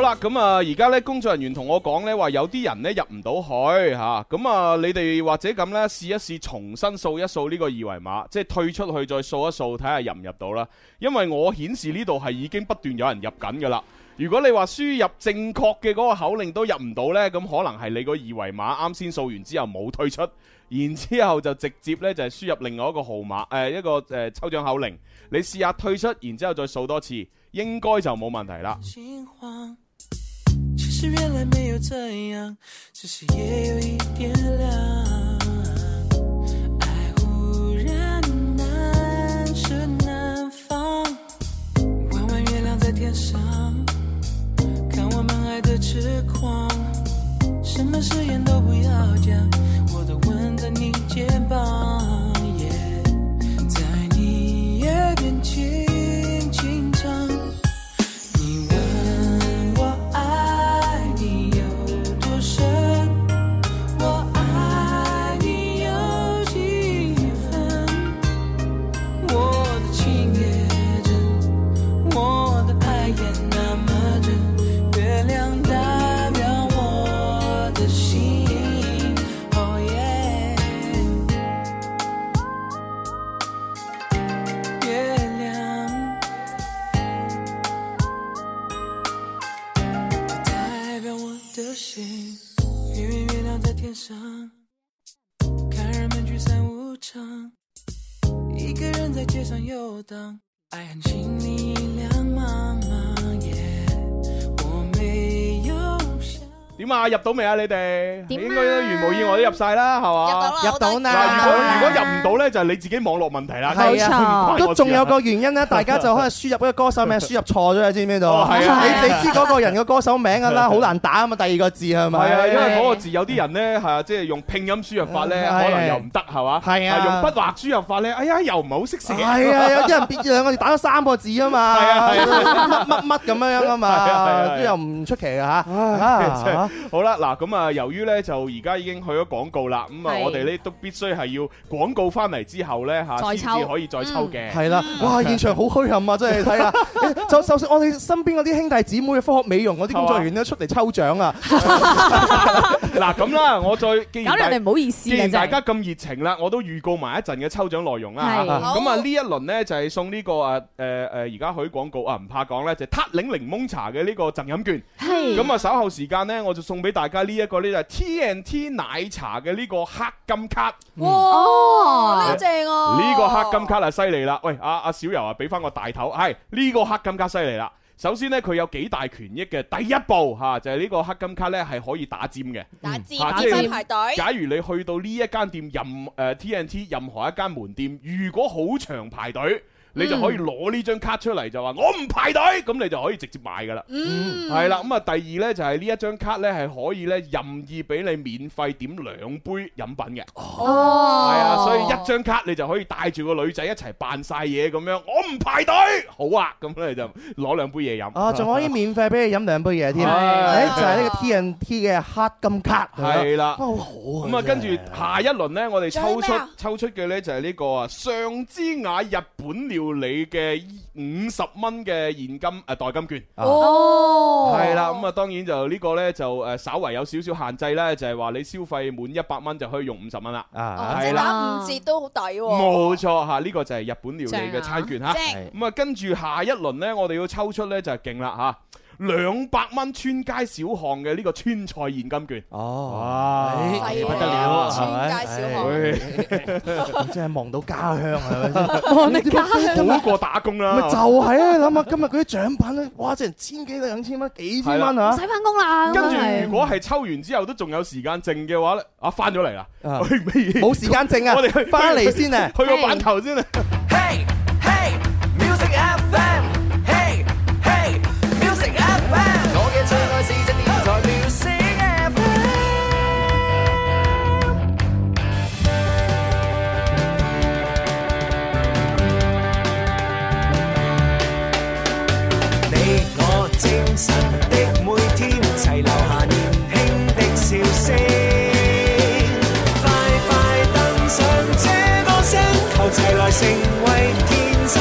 S6: 啦，咁啊，而家咧工作人員同我講咧話，有啲人咧入唔到去吓，咁啊，你哋或者咁咧試一試重新掃一掃呢個二維碼，即係退出去再掃一掃，睇下入唔入到啦。因為我顯示呢度係已經不斷有人入緊噶啦。如果你話輸入正確嘅嗰個口令都入唔到呢，咁可能係你個二維碼啱先掃完之後冇退出，然之後就直接呢就係輸入另外一個號碼，誒、一個誒、抽獎口令，你試下退出，然之後再掃多次，應該就冇問題啦。
S13: 心慌。其实原来没有这样，只是也有一点凉。爱忽然难舍难放，弯弯月亮在天上，看我们爱的痴狂，什么誓言都不要讲，我都吻在你肩膀。耶在你耳边轻轻唱。我爱你有多深？我爱你有几分？我的情也真，我的爱也那么真。月亮代表我的心，哦耶，月亮。代表我的心。明明月亮在天上，看人们聚散无常，一个人在街上游荡，爱恨情你两茫茫。耶，我没有想。
S6: 點啊？入到未啊？你哋應該如無意外都入晒啦，係嘛？
S7: 入到啦
S6: 嗱如果
S7: 入到啦
S6: 如果入唔到呢，就係你自己網絡問題啦。
S7: 係啊，
S6: 唔關我
S7: 都
S6: 事啊
S7: 仲有個原因咧，大家就可能輸入嗰個歌手名輸入錯咗，你知唔知道？
S6: 係啊
S7: 你你知嗰個人嘅歌手名㗎啦，好難打啊嘛，第二個字係咪？
S6: 係啊，因為嗰個字有啲人咧係啊即係用拼音輸入法咧，
S7: 係
S6: 可能又唔得係嘛？
S7: 係啊
S6: 用筆畫輸入法咧，哎呀又唔係好識寫。
S7: 係啊，有啲
S6: [LAUGHS]
S7: 人別兩個字打咗三個字啊嘛，
S6: 係啊係啊
S7: 乜乜乜咁樣樣啊
S6: 係啊係啊係
S7: 嘛，
S6: 啊
S7: 都
S6: [LAUGHS]
S7: 又唔出奇㗎嚇。
S6: 真係
S7: 啊
S6: 好啦，嗱咁啊，由於咧就而家已經去咗廣告啦，咁啊
S7: 係
S6: 我哋咧都必須係要廣告翻嚟之後咧嚇，
S7: 再
S6: 啊先
S7: 抽嗯
S6: 至可以再抽嘅。
S7: 係啦，哇！現場好虛冚啊，真係
S6: [LAUGHS]
S7: 睇下，就就算我哋身邊嗰啲兄弟姊妹嘅科學美容嗰啲工作人員都出嚟抽
S6: [LAUGHS]
S7: 獎啊！
S6: 嗱咁啦，我再既然
S7: 搞到
S6: 大
S7: 人哋唔好意思啊
S6: 既然
S7: 真
S6: 大
S7: 係
S6: 家咁熱情啦，我都預告埋一陣嘅抽獎內容啦
S7: 係
S6: 嚇
S7: 好
S6: 咁啊呢一輪呢，就係送呢個啊誒誒而家許廣告啊唔怕講咧，就係撻檸檸檬茶嘅呢個贈飲券。
S14: 係
S6: 咁啊稍後時間呢，我就送俾大家呢一個呢就係 TNT 奶茶嘅呢個黑金卡。
S11: 哇，
S7: 哦
S11: 呢個正啊！
S6: 呢個黑金卡啊犀利啦！喂，阿阿小柔啊，俾翻個大頭，係呢個黑金卡犀利啦。首先呢，佢有幾大權益嘅。第一步嚇、就係、呢個黑金卡呢係可以打尖嘅，
S12: 打尖
S6: 嚇
S12: 打
S6: 即係
S12: 尖排隊
S6: 假如你去到呢一間店任誒、呃 TNT 任何一間門店，如果好長排
S12: 嗯
S6: 隊。你就可以攞呢張卡出嚟就話我唔排隊，咁你就可以直接買噶啦。
S12: 嗯
S6: 係啦，咁啊第二呢，就係呢一張卡呢係可以呢任意俾你免費點兩杯飲品嘅。
S12: 哦
S6: 係啊，所以一張卡你就可以帶住個女仔一齊扮晒嘢咁樣，我唔排隊，好啊，咁你就攞兩杯嘢飲。
S7: 啊，仲
S6: [LAUGHS]
S7: 可以免費俾你飲兩杯嘢添，
S6: 係啊
S7: 誒就係呢個 TNT 嘅黑金卡，
S6: 係啦，
S7: 哇
S6: 咁啊，跟住下一輪呢，我哋抽出抽出嘅呢就係呢個啊上之雅日本料理嘅五十蚊嘅現金誒代金券。
S7: 啊
S11: 哦
S6: 係啦，咁啊當然就呢個呢，就誒稍為有少少限制啦，就係話你消費滿一百蚊就可以用五十蚊啦。
S12: 哦即
S7: 啊
S6: 係
S12: 係打
S6: 啦
S12: 五。折都好抵
S11: à.
S12: 喎。
S6: 冇錯嚇，呢個就係日本料理嘅餐券嚇。
S12: 正啊
S6: 咁啊，跟住下一輪呢，我哋要抽出呢就係勁啦嚇，兩百蚊村街小巷嘅呢個川菜現金券。哦，哇，
S7: 哎
S6: 不得了，啊
S7: 係咪
S12: 哎
S7: 真係望到家
S6: [LAUGHS]
S7: 鄉啊！係
S6: 望
S7: 咪先
S6: 到家鄉
S7: 咪
S6: 哎好過打工啦
S7: 咪就係啊！你諗下今日嗰啲獎品咧，哇！真係千幾兩千蚊，幾千蚊啊！
S11: 唔使翻工啦，
S6: 跟
S11: 咁係
S6: 住如果係抽完之後都仲有時間剩嘅話咧，啊翻咗嚟啦，
S7: 冇時間剩啊
S6: 我哋去
S7: 返嚟先啊
S6: 去個版頭先啊。
S15: Music FM, hey hey, Music FM，我嘅最愛是只電台 Music FM。
S16: 你我精神的每天，齊留下年輕的笑聲。快快登上這歌聲，求齊來成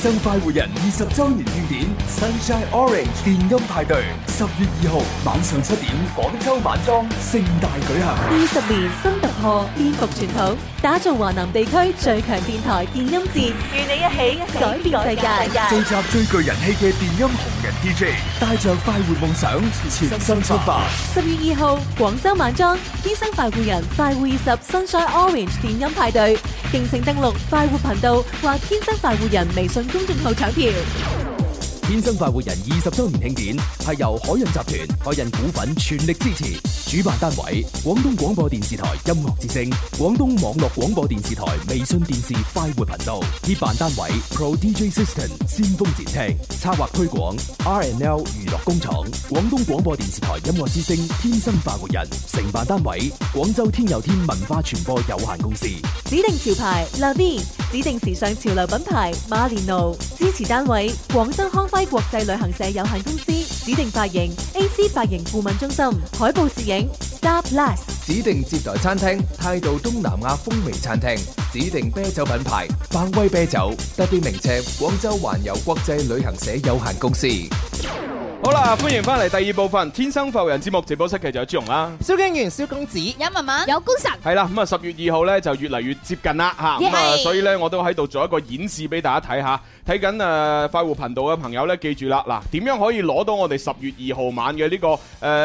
S2: 生快活人二十周年庆典 Sunshine Orange 电音派对，十月二號晚上七點，廣州晚裝盛大舉行。
S3: 二十年新突破，颠覆傳統，打造華南地區最強電台電音節，與你一起改變世界。
S2: 聚集最具人氣嘅電音紅人 DJ，帶着快活夢想，全身出發。
S3: 十月二號，廣州晚裝天生快活人快活二十 Sunshine Orange 電音派對，敬請登錄快活頻道或天生快活人微信公眾號搶票。
S4: 天生快活人二十周年慶典係由海印集團、海印股份全力支持，主辦單位廣東廣播電視台音樂之聲、廣東網絡廣播電視台微信電視快活頻道，協辦單位 Pro DJ System 先鋒展廳，策劃推廣 RNL 娛樂工廠、廣東廣播電視台音樂之聲、天生快活人，承辦單位廣州天佑天文化傳播有限公司。
S3: 指定潮牌 Lavi，指定時尚潮流品牌馬連奴，支持單位廣州康輝國際旅行社有限公司，指定髮型 AC 髮型顧問中心，海報攝影 Star Plus。
S5: 指定接待餐廳，態度東南亞風味餐廳；指定啤酒品牌，百威啤酒。特別名稱：廣州環遊國際旅行社有限公司。
S6: 好啦，歡啊迎翻嚟第二部分《天生浮人》節目直播室，繼續有朱容啦。
S7: 蕭敬元、蕭公子，有
S11: 文文，有高神，
S6: 系啦，咁啊十月二號咧就越嚟越接近啦吓，咁啊
S11: Yeah
S6: 所以咧我都喺度做一個演示俾大家睇下，睇緊誒快活頻道嘅朋友咧記住啦，嗱點樣可以攞到我哋十月二號晚嘅呢個誒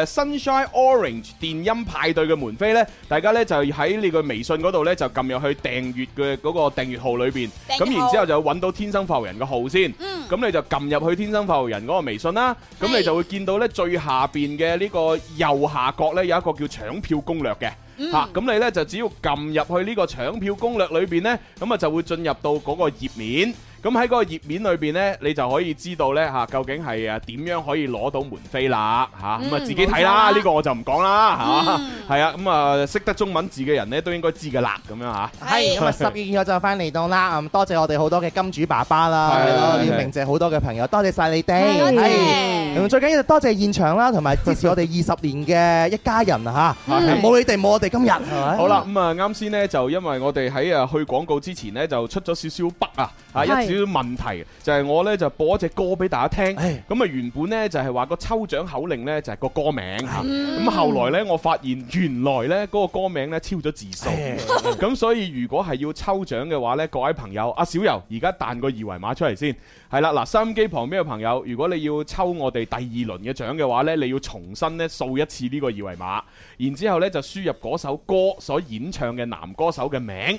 S6: Sunshine Orange 電音派對嘅門飛咧？大家咧就喺你個微信嗰度咧就撳入去訂閱嘅嗰個訂閱號裏邊，
S14: 訂閱號
S6: 咁然之後就揾到天生快活人嘅號先，
S14: 嗯
S6: 咁你就撳入去天生快活人嗰個微信啦，咁你就會見到咧最下邊嘅呢個右下角咧有一個叫搶票攻略嘅。
S14: 嗯
S6: 吓，咁你咧就只要撳入去呢個搶票攻略裏邊呢，咁啊就會進入到嗰個頁面。咁喺嗰個頁面裏邊呢，你就可以知道呢，吓究竟係啊點樣可以攞到門飛啦吓，咁啊
S14: 嗯
S6: 自己睇啦，
S14: 冇錯啦嗯
S6: 呢個我就唔講啦吓，係啊，咁啊識得中文字嘅人呢，都應該知㗎啦，咁樣吓。
S7: 係咁啊！十月二我就快嚟到啦，咁多謝我哋好多嘅金主爸爸啦，
S6: 係
S7: 我哋
S6: 係
S7: 要鳴謝好多嘅朋友，多謝晒你哋。
S11: 係多謝
S6: 嗯
S7: 咁最緊要就多謝現場啦，同埋支持我哋二十年嘅一家人啊嚇，
S6: 嗯
S7: 冇你哋冇我哋 [LAUGHS] 今日係咪？
S6: 好啦，咁啊，啱先呢，就因為我哋喺啊去廣告之前呢，就出咗少少北啊，啊一少
S7: 係
S6: 少問題，就係我呢，就播一隻歌俾大家聽。咁啊原本呢，就係話個抽獎口令呢，就係個歌名嚇，
S14: 嗯
S6: 咁後來呢，我發現原來呢嗰個歌名呢，超咗字數，咁所以如果係要抽獎嘅話呢，各位朋友，阿小柔而家彈個二維碼出嚟先，係啦，嗱收音機旁邊嘅朋友，如果你要抽我哋第二輪嘅獎嘅話呢，你要重新呢掃一次呢個二維碼，然之後呢，就輸入嗰首歌所演唱嘅男歌手嘅名。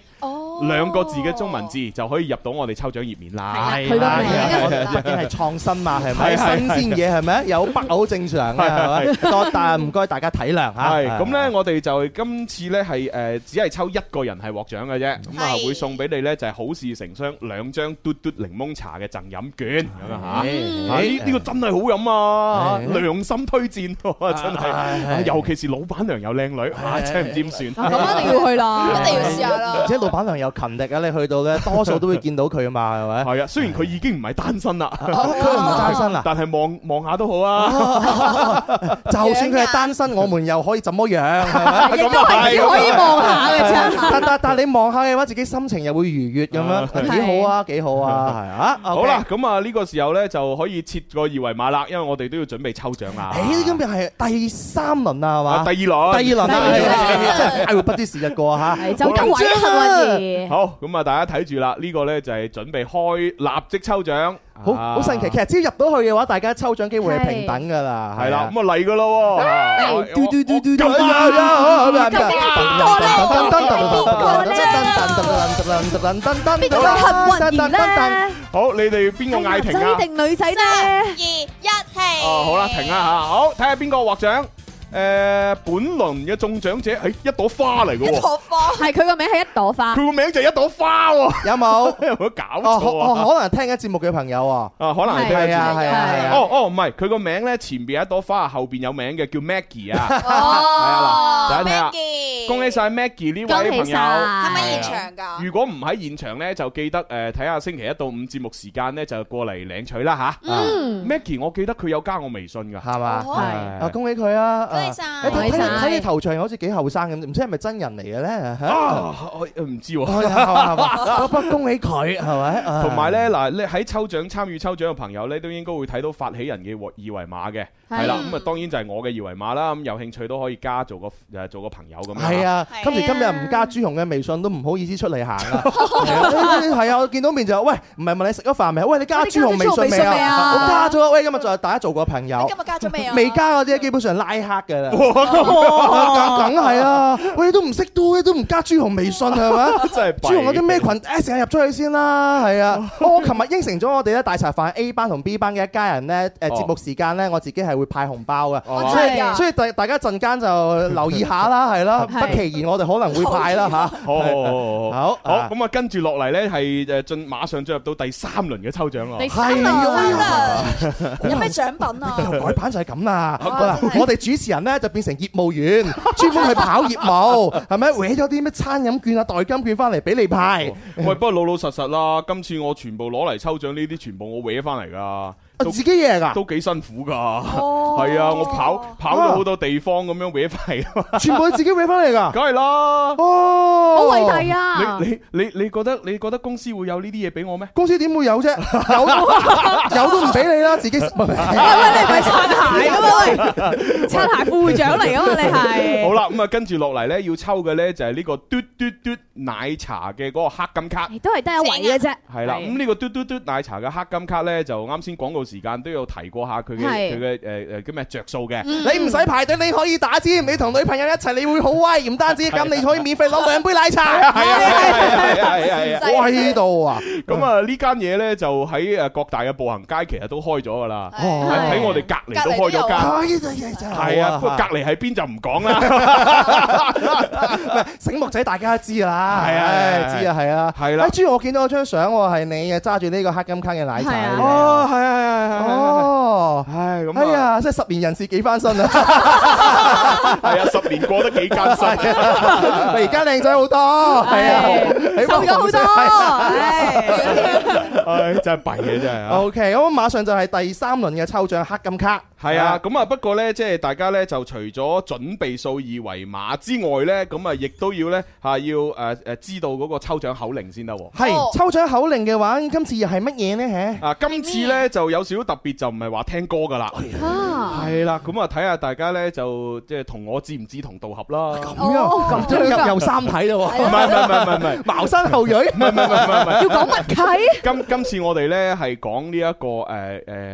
S6: 兩個字嘅中文字就可以入到我哋抽獎頁面啦。啊
S7: 係啦佢個名我哋畢竟係啊創新嘛，係咪？
S6: 係係
S7: 新鮮嘢係咪？有北好正常嘅係咪
S6: 係係
S7: 多但唔該大家體諒嚇。
S6: 係咁呢，我哋就今次呢係誒，只係抽一個人係獲獎嘅啫。咁啊，會送俾你呢就係好事成雙兩張嘟嘟檸檬茶嘅贈飲券咁啊嚇。
S14: 嗯
S6: 啊呢呢個真係好
S1: à.
S6: 飲啊！
S14: 係
S6: 良心推薦喎，真係，啊尤其是老闆娘又靚女，啊真係唔知點算。
S11: 咁一定要去啦，一定要試下啦
S7: 而。且老闆娘又勤力啊！你去到咧，多數都會見到佢啊嘛，係咪？
S6: 係啊，雖然佢已經唔係單身啦，
S7: [LAUGHS] 佢唔單身啦，啊
S6: [LAUGHS] 但係望望下都好啊。
S7: [LAUGHS] 就算佢係單身，我們又可以怎麼樣？
S6: [LAUGHS]
S7: 係咪
S6: 亦都啊係只可以望下嘅啫
S7: [LAUGHS] 但但但你望下嘅話，自己心情又會愉悅咁 [LAUGHS] 樣，幾好啊，幾好啊，
S6: [LAUGHS]
S7: 係啊。
S6: 好啦，咁啊呢個時候呢就可以設個二維碼啦，因為我哋都要準備抽
S7: [LAUGHS]
S6: 獎啦。
S7: 誒，今日係第三輪啦，
S6: 啊
S7: 係嘛？
S6: 第二輪，
S7: 第二輪
S6: 第
S7: 啊
S6: 二輪，
S7: 真係快活不知時日過嚇。
S11: 就咁偉幸運兒
S6: 好，咁啊，大家睇住啦，呢個呢就係準備開立即抽獎，
S7: 好好神奇，其實只要入到去嘅話，大家抽獎機會係平等㗎啦。
S6: 啊係啦，
S7: 啊
S6: 咁啊嚟噶咯喎，
S7: 哎嘟嘟嘟嘟嘟，
S6: 好，你哋邊個嗌停啊？
S11: 女仔呢？
S12: 三二一，停！
S6: 哦，好啦，停啦吓，好，睇下邊個獲獎。誒，本輪嘅中獎者係一朵花嚟嘅喎，
S11: 花，係佢個名係一朵花
S6: 佢。個名就一朵花喎，
S7: 有 [LAUGHS] 冇？
S6: 有冇搞
S7: 哦，
S6: 錯啊？
S7: 可可能聽緊節目嘅朋友啊，
S6: 啊，可能係聽得
S7: 係啊
S6: 出
S7: 係啊係啊
S6: 哦哦，唔係，佢個名咧前邊有一朵花，後邊有名嘅叫 Maggie 啊，係
S12: 哦
S6: 啊嗱，大家睇下，恭喜晒 Maggie 呢位
S12: 恭
S6: 朋
S12: 喜
S6: 友，
S12: 晒係咪
S6: 係
S12: 現
S6: 啊
S12: 場㗎
S6: 如果唔喺現場咧，就記得誒睇下星期一到五節目時間咧，就過嚟領取啦吓。
S7: 嗯
S6: Maggie，我記得佢有加我微信㗎，
S12: 哦
S7: 係嘛？
S6: 係
S7: 哦啊，恭喜佢啊！啊！你睇睇睇你頭像好似幾後生咁，唔知係咪真人嚟嘅咧？嚇
S6: 啊，我我唔知
S7: 係啊係啊係
S6: [LAUGHS]
S7: 啊
S6: 喎。
S7: 不不恭喜佢係咪？啊
S6: 同埋咧，嗱，你喺抽獎參與抽獎嘅朋友咧，都應該會睇到發起人嘅二維碼嘅，
S7: 係
S6: 係啦。咁啊，當然就係我嘅二維碼啦。咁有興趣都可以加做個誒做個朋友咁樣。
S7: 係啊，今時今日唔加朱紅嘅微信都唔好意思出嚟行 [LAUGHS] 啦。係啊，我見到面就話喂，唔係問你食咗飯未？喂，你加朱紅微信未啊？我加咗啦，喂，今日就大家做個朋友。今日加咗未啊？未加嗰啲基本上拉黑㗎啦。
S6: [LAUGHS]
S7: 梗梗係啊！喂，你都唔識 do，你都唔加朱紅微信係咪？
S6: [LAUGHS] 真係弊
S7: 朱紅嗰啲咩群 S 入咗去先啦，係
S6: [LAUGHS]
S7: 啊！我琴日應承咗我哋咧大茶飯 A 班同 B 班嘅一家人咧，誒
S6: 哦
S7: 節目時間咧，我自己係會派紅包嘅。
S6: 哦
S7: 所以
S6: 真係㗎
S7: 所以大大家陣間就留意
S6: [LAUGHS]
S7: 下啦，係啦，
S6: 係
S7: 不其然我哋可能會派啦吓。
S6: 好好好
S7: 好
S6: 好
S7: 啊
S6: 咁啊，跟住落嚟咧係誒進馬上進入到第三輪嘅抽獎咯。
S7: 第三輪係啊真
S8: 有咩獎品啊？
S7: 改版就係
S6: [LAUGHS]
S7: 咁啦，嗱，我哋主持人咧就變成業務員，專門去跑業務，係咪？搲咗啲咩餐飲券啊、代金券翻嚟俾你派， [LAUGHS]
S6: 喂，不過老老實實啦，今次我全部攞嚟抽獎呢啲，全部我搲翻嚟噶。都
S7: 啊自己嘢㗎
S6: 都幾辛苦㗎，
S11: 哦
S6: 係啊！我跑跑咗好多地方咁樣搲翻嚟㗎嘛，
S7: 全部你自己搲翻嚟㗎，
S6: 梗係啦。
S7: 哦，
S11: 啊
S6: 你你你你覺得你覺得公司會有呢啲嘢俾我咩？
S7: 公司點會有啫？有有都唔俾
S6: [LAUGHS]
S7: 你啦，自己。喂喂，你
S11: 唔係擦鞋㗎嘛
S6: [LAUGHS] 喂
S11: 擦鞋副會長嚟㗎嘛你係
S6: 好啦，咁啊，跟住落嚟咧，要抽嘅咧就係呢個嘟嘟嘟奶茶嘅嗰個黑金卡。
S11: 都係得一位嘅啫。
S6: 係啦，咁呢個嘟嘟嘟奶茶嘅黑金卡咧，就啱先廣告時間都有提過下佢嘅
S7: 係
S6: 佢嘅誒誒叫咩着數嘅。
S7: 你唔使排隊，你可以打尖，你同女朋友一齊，你會好威，唔單止咁，你可以免費攞兩杯奶茶。
S6: 係啊係啊係啊係啊係啊 [LAUGHS]
S7: 威到啊！
S6: 咁啊，呢間嘢咧就喺呃誒各大嘅步行街其實都開咗噶啦，
S7: 哦
S6: 喺我哋隔離都開咗間。係
S1: à,
S6: 啊，不過隔離喺邊就唔講 [LAUGHS] 啦。
S7: 醒目仔大家都知啦，
S6: 係啊
S7: 唉
S6: 係啊
S7: 知啊，係啊，
S6: 係啦
S7: 哎。朱，我見到有張相喎，係你啊揸住呢個黑金卡嘅奶茶。
S6: 係啊
S7: 哦，
S6: 係啊係啊
S7: 係哦，
S6: 唉咁啊
S7: 哎呀，真係十年人事幾翻身啊！
S6: 係啊，十年過得幾艱
S7: [LAUGHS]
S6: 辛。
S7: 啊喂而家靚仔好多，係啊，你
S11: 瘦咗好多
S6: [LAUGHS] 唉，哎真係弊嘅真係啊。
S7: O K，咁馬上就係第三輪嘅抽獎黑金卡。
S6: 係啊，咁啊，不過呢，即係大家呢，就除咗準備掃二維碼之外呢，咁啊，亦都要呢，嚇要誒誒知道嗰個抽獎口令先得喎。
S7: 係
S11: 哦
S7: 抽獎口令嘅話，今次又係乜嘢呢？嚇？
S6: 啊，今次呢，就有少少特別，就唔係話聽歌噶啦。係啦，咁啊睇下大家咧就即係同我志唔志同道合啦。咁
S7: 樣哦咁樣咁入又三體咯喎
S6: 唔係唔係唔係唔係，
S7: [LAUGHS] 茅山後裔
S6: 唔係唔係唔係唔係，
S7: 要講默契
S6: 今今次我哋咧係講呢一個誒誒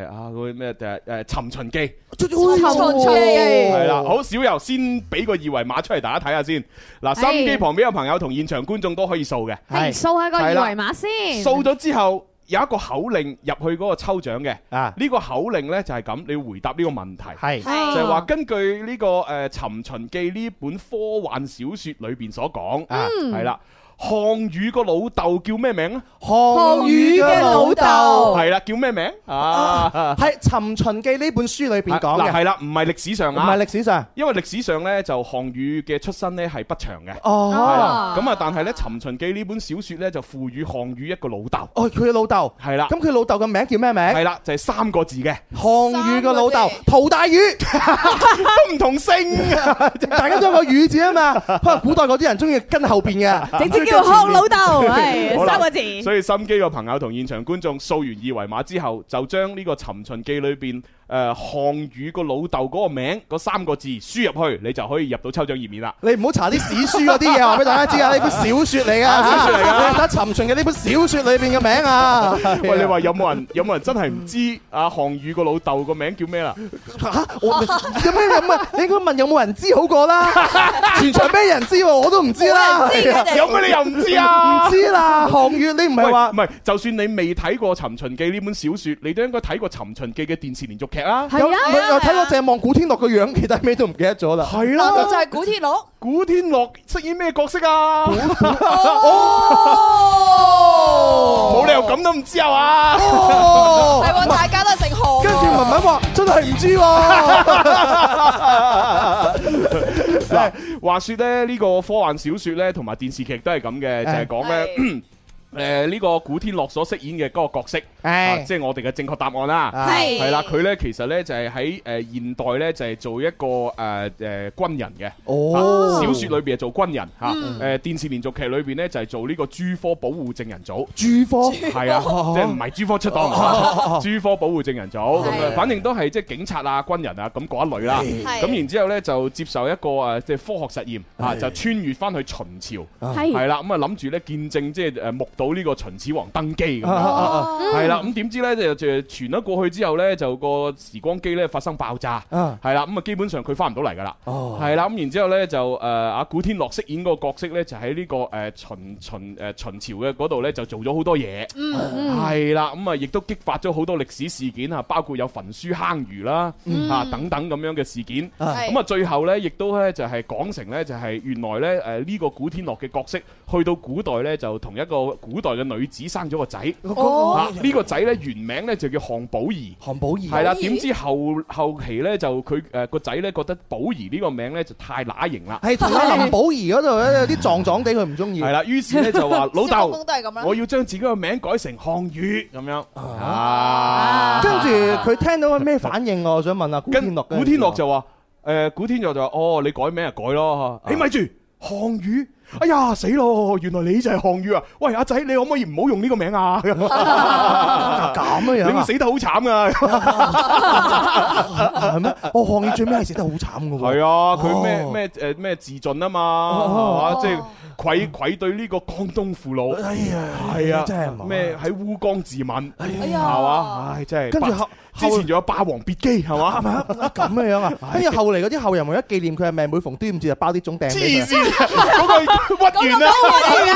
S6: 啊嗰啲咩誒誒《尋秦記》。係啦，好小游先俾個二維碼出嚟，大家睇下先。嗱，
S11: 係
S6: 收音機旁邊嘅朋友同現場觀眾都可以掃嘅。
S11: 係掃下個二
S6: 係啦
S11: 維碼先。
S6: 掃咗之後有一個口令入去嗰個抽獎嘅，呢個口令呢就係咁，你要回答呢個問題，
S7: 啊係
S11: 係
S6: 就係話根據呢個誒《尋秦記》呢本科幻小説裏邊所講，
S7: 嗯
S6: 係啦。項羽個老豆叫咩名啊？
S7: 項羽嘅老豆
S6: 係啦，叫咩名啊？
S7: 喺《尋秦記》呢本書裏邊講
S6: 嗱
S7: 嘅，
S6: 係啦，唔係歷史上
S7: 唔
S6: 啊，
S7: 係歷史上。
S6: 因為歷史上咧就項羽嘅出身咧係不詳嘅，
S7: 哦
S6: 係啦咁啊，但係咧《尋秦記》呢本小説咧就賦予項羽一個老豆，
S7: 哦，佢嘅老豆
S6: 係啦
S7: 咁佢老豆嘅名叫咩名？
S6: 啊係啦，就係三個字嘅，
S7: 項羽嘅老豆陶大宇， [LAUGHS]
S6: 都唔同姓， [LAUGHS]
S7: 大家都有個羽字啊嘛。可能古代嗰啲人中意跟後邊嘅，
S11: [LAUGHS] 直接叫項老豆
S6: [LAUGHS]
S11: 係
S6: 好啦
S11: 三個字
S6: 所以心機嘅朋友同現場觀眾掃完二維碼之後，就將呢個《尋秦記》裏邊誒項羽個老豆嗰個名嗰三個字輸入去，你就可以入到抽獎頁面啦。
S7: 你唔好查啲史書嗰啲嘢，話俾大家
S6: [LAUGHS]
S7: 知啊！呢本小説嚟
S6: 啊小
S7: 噶，
S6: 說嚟㗎
S7: 你睇《尋秦》嘅呢本小説裏邊嘅名啊。
S6: [LAUGHS] 喂，你話有冇人有冇人真係唔知阿項羽個老豆個名叫咩啊啦？
S7: 嚇我有咩咁啊？你應該問有冇人知好
S6: [LAUGHS]
S7: 過啦。全場咩人知喎？我都唔知啦。
S6: 冇人知佢 [LAUGHS] 哋有咩理由唔知啊
S7: 唔知啦，項羽你唔係話
S6: 唔係，就算你未睇過《尋秦記》呢本小説，你都應該睇過《尋秦記》嘅電視連續劇啊。
S7: 有有有睇過鄭望古天樂個樣，其實咩都唔記得咗啦。
S6: 係
S8: 我
S1: 哦
S8: 就係古天樂。
S6: 古天樂飾演咩角色啊？
S8: 哦
S6: 冇理由咁都唔知啊嘛。 [LAUGHS]
S8: 哦，係喎，大家都係姓何。
S7: 跟住文文話：真係唔知
S6: [LAUGHS]
S7: 喎。 [LAUGHS]
S6: 嗱，
S7: 哎
S6: 話說咧，呢個科幻小說咧，同埋電視劇都係咁嘅，就係講咧。 [CLEARS THROAT] 誒呢個古天樂所飾演嘅嗰個角色，
S7: 哎
S6: 啊即係我哋嘅正確答案啦。
S7: 係
S6: 係啦，佢呢其實呢就係喺誒現代呢，就係做一個誒誒軍人嘅。
S7: 哦
S6: 啊小説裏邊係做軍人嚇，
S7: 嗯
S6: 誒電視連續劇裏邊呢，就係做呢個珠科保護證人組。
S7: 珠科
S6: 係啊，即係唔係珠科出
S7: 哦
S6: 檔， [LAUGHS] 珠科保護證人組咁樣，反正都係即係警察啊、軍人啊咁嗰一
S14: 哎
S6: 類啦。
S14: 係
S6: 咁然之後呢，就接受一個誒即係科學實驗啊，
S14: 係
S6: 就穿越翻去秦朝，
S14: 係
S6: 係啦。咁啊諗住咧見證即係誒目睹呢個秦始皇登基咁
S14: 啊啊啊
S6: 樣，係
S14: 嗯
S6: 啦。咁點知咧就就傳咗過去之後咧，就個時光機咧發生爆炸，
S14: 啊
S6: 係啦。咁啊基本上佢翻唔到嚟噶啦，
S14: 哦
S6: 係啦。咁然之後咧就誒呃阿古天樂飾演嗰個角色咧，就喺呢個誒秦秦誒秦朝嘅嗰度咧就做咗好多嘢，
S14: 嗯嗯
S6: 哎係啦。咁啊亦都激發咗好多歷史事件啊，包括有焚書坑儒啦
S14: 嗯
S6: 啊等等咁樣嘅事件。
S14: 係
S6: 咁啊最後咧亦都咧就係講成咧就係原來咧誒呢個古天樂嘅角色去到古代咧就同一個古代嘅女子生咗個仔，
S7: 哦
S6: 啊呢個仔咧原名咧就叫項寶儀，
S7: 項寶儀啊
S6: 係啦。點知後後期咧就佢誒個仔咧覺得寶儀呢個名咧就太乸型啦，
S7: 係同阿林寶儀嗰度咧有啲撞撞地，佢
S6: [LAUGHS]
S7: 唔中意。
S6: 係啦，於是咧就 [LAUGHS]
S7: [LAUGHS]
S6: 話老
S7: 小學
S6: 豆
S7: 公都係咁啦，
S6: 我要將自己個名改成項羽咁樣啊
S7: 跟住佢聽到佢咩反應啊？我想問啊，古天樂
S6: 古天樂就話：誒，古天樂就話：哦，你改名就改咯。
S7: 啊
S6: 哎誒，咪住，項羽。哎呀，死咯！原來你就係項羽啊！喂，阿仔，你可唔可以唔好用呢個名
S7: [LAUGHS]
S6: 啊？咁
S7: 咁樣啊
S6: 你會死得好慘
S7: [LAUGHS]
S6: 噶。
S7: 係咩？我項羽最尾係死得好慘嘅喎。
S6: 係啊，佢咩
S7: 哦
S6: 咩誒咩自盡啊
S7: 哦
S6: 嘛，係嘛？即係愧愧對呢個江東父老。哎呀，係啊，
S7: 真係忙啊哎
S6: 咩喺烏江自刎，係
S7: 呀
S6: 嘛？唉，真係。
S7: 跟住後
S6: 之前仲有《霸王別姬》係嘛？
S7: 咁
S6: [LAUGHS]
S7: 樣樣 [LAUGHS] 啊？跟住後嚟嗰啲後人為咗紀念佢，係咪每逢端午節就包啲粽訂俾
S6: 黐
S7: 佢？
S6: 線， [LAUGHS] 嗰個屈原啊，
S7: 屈原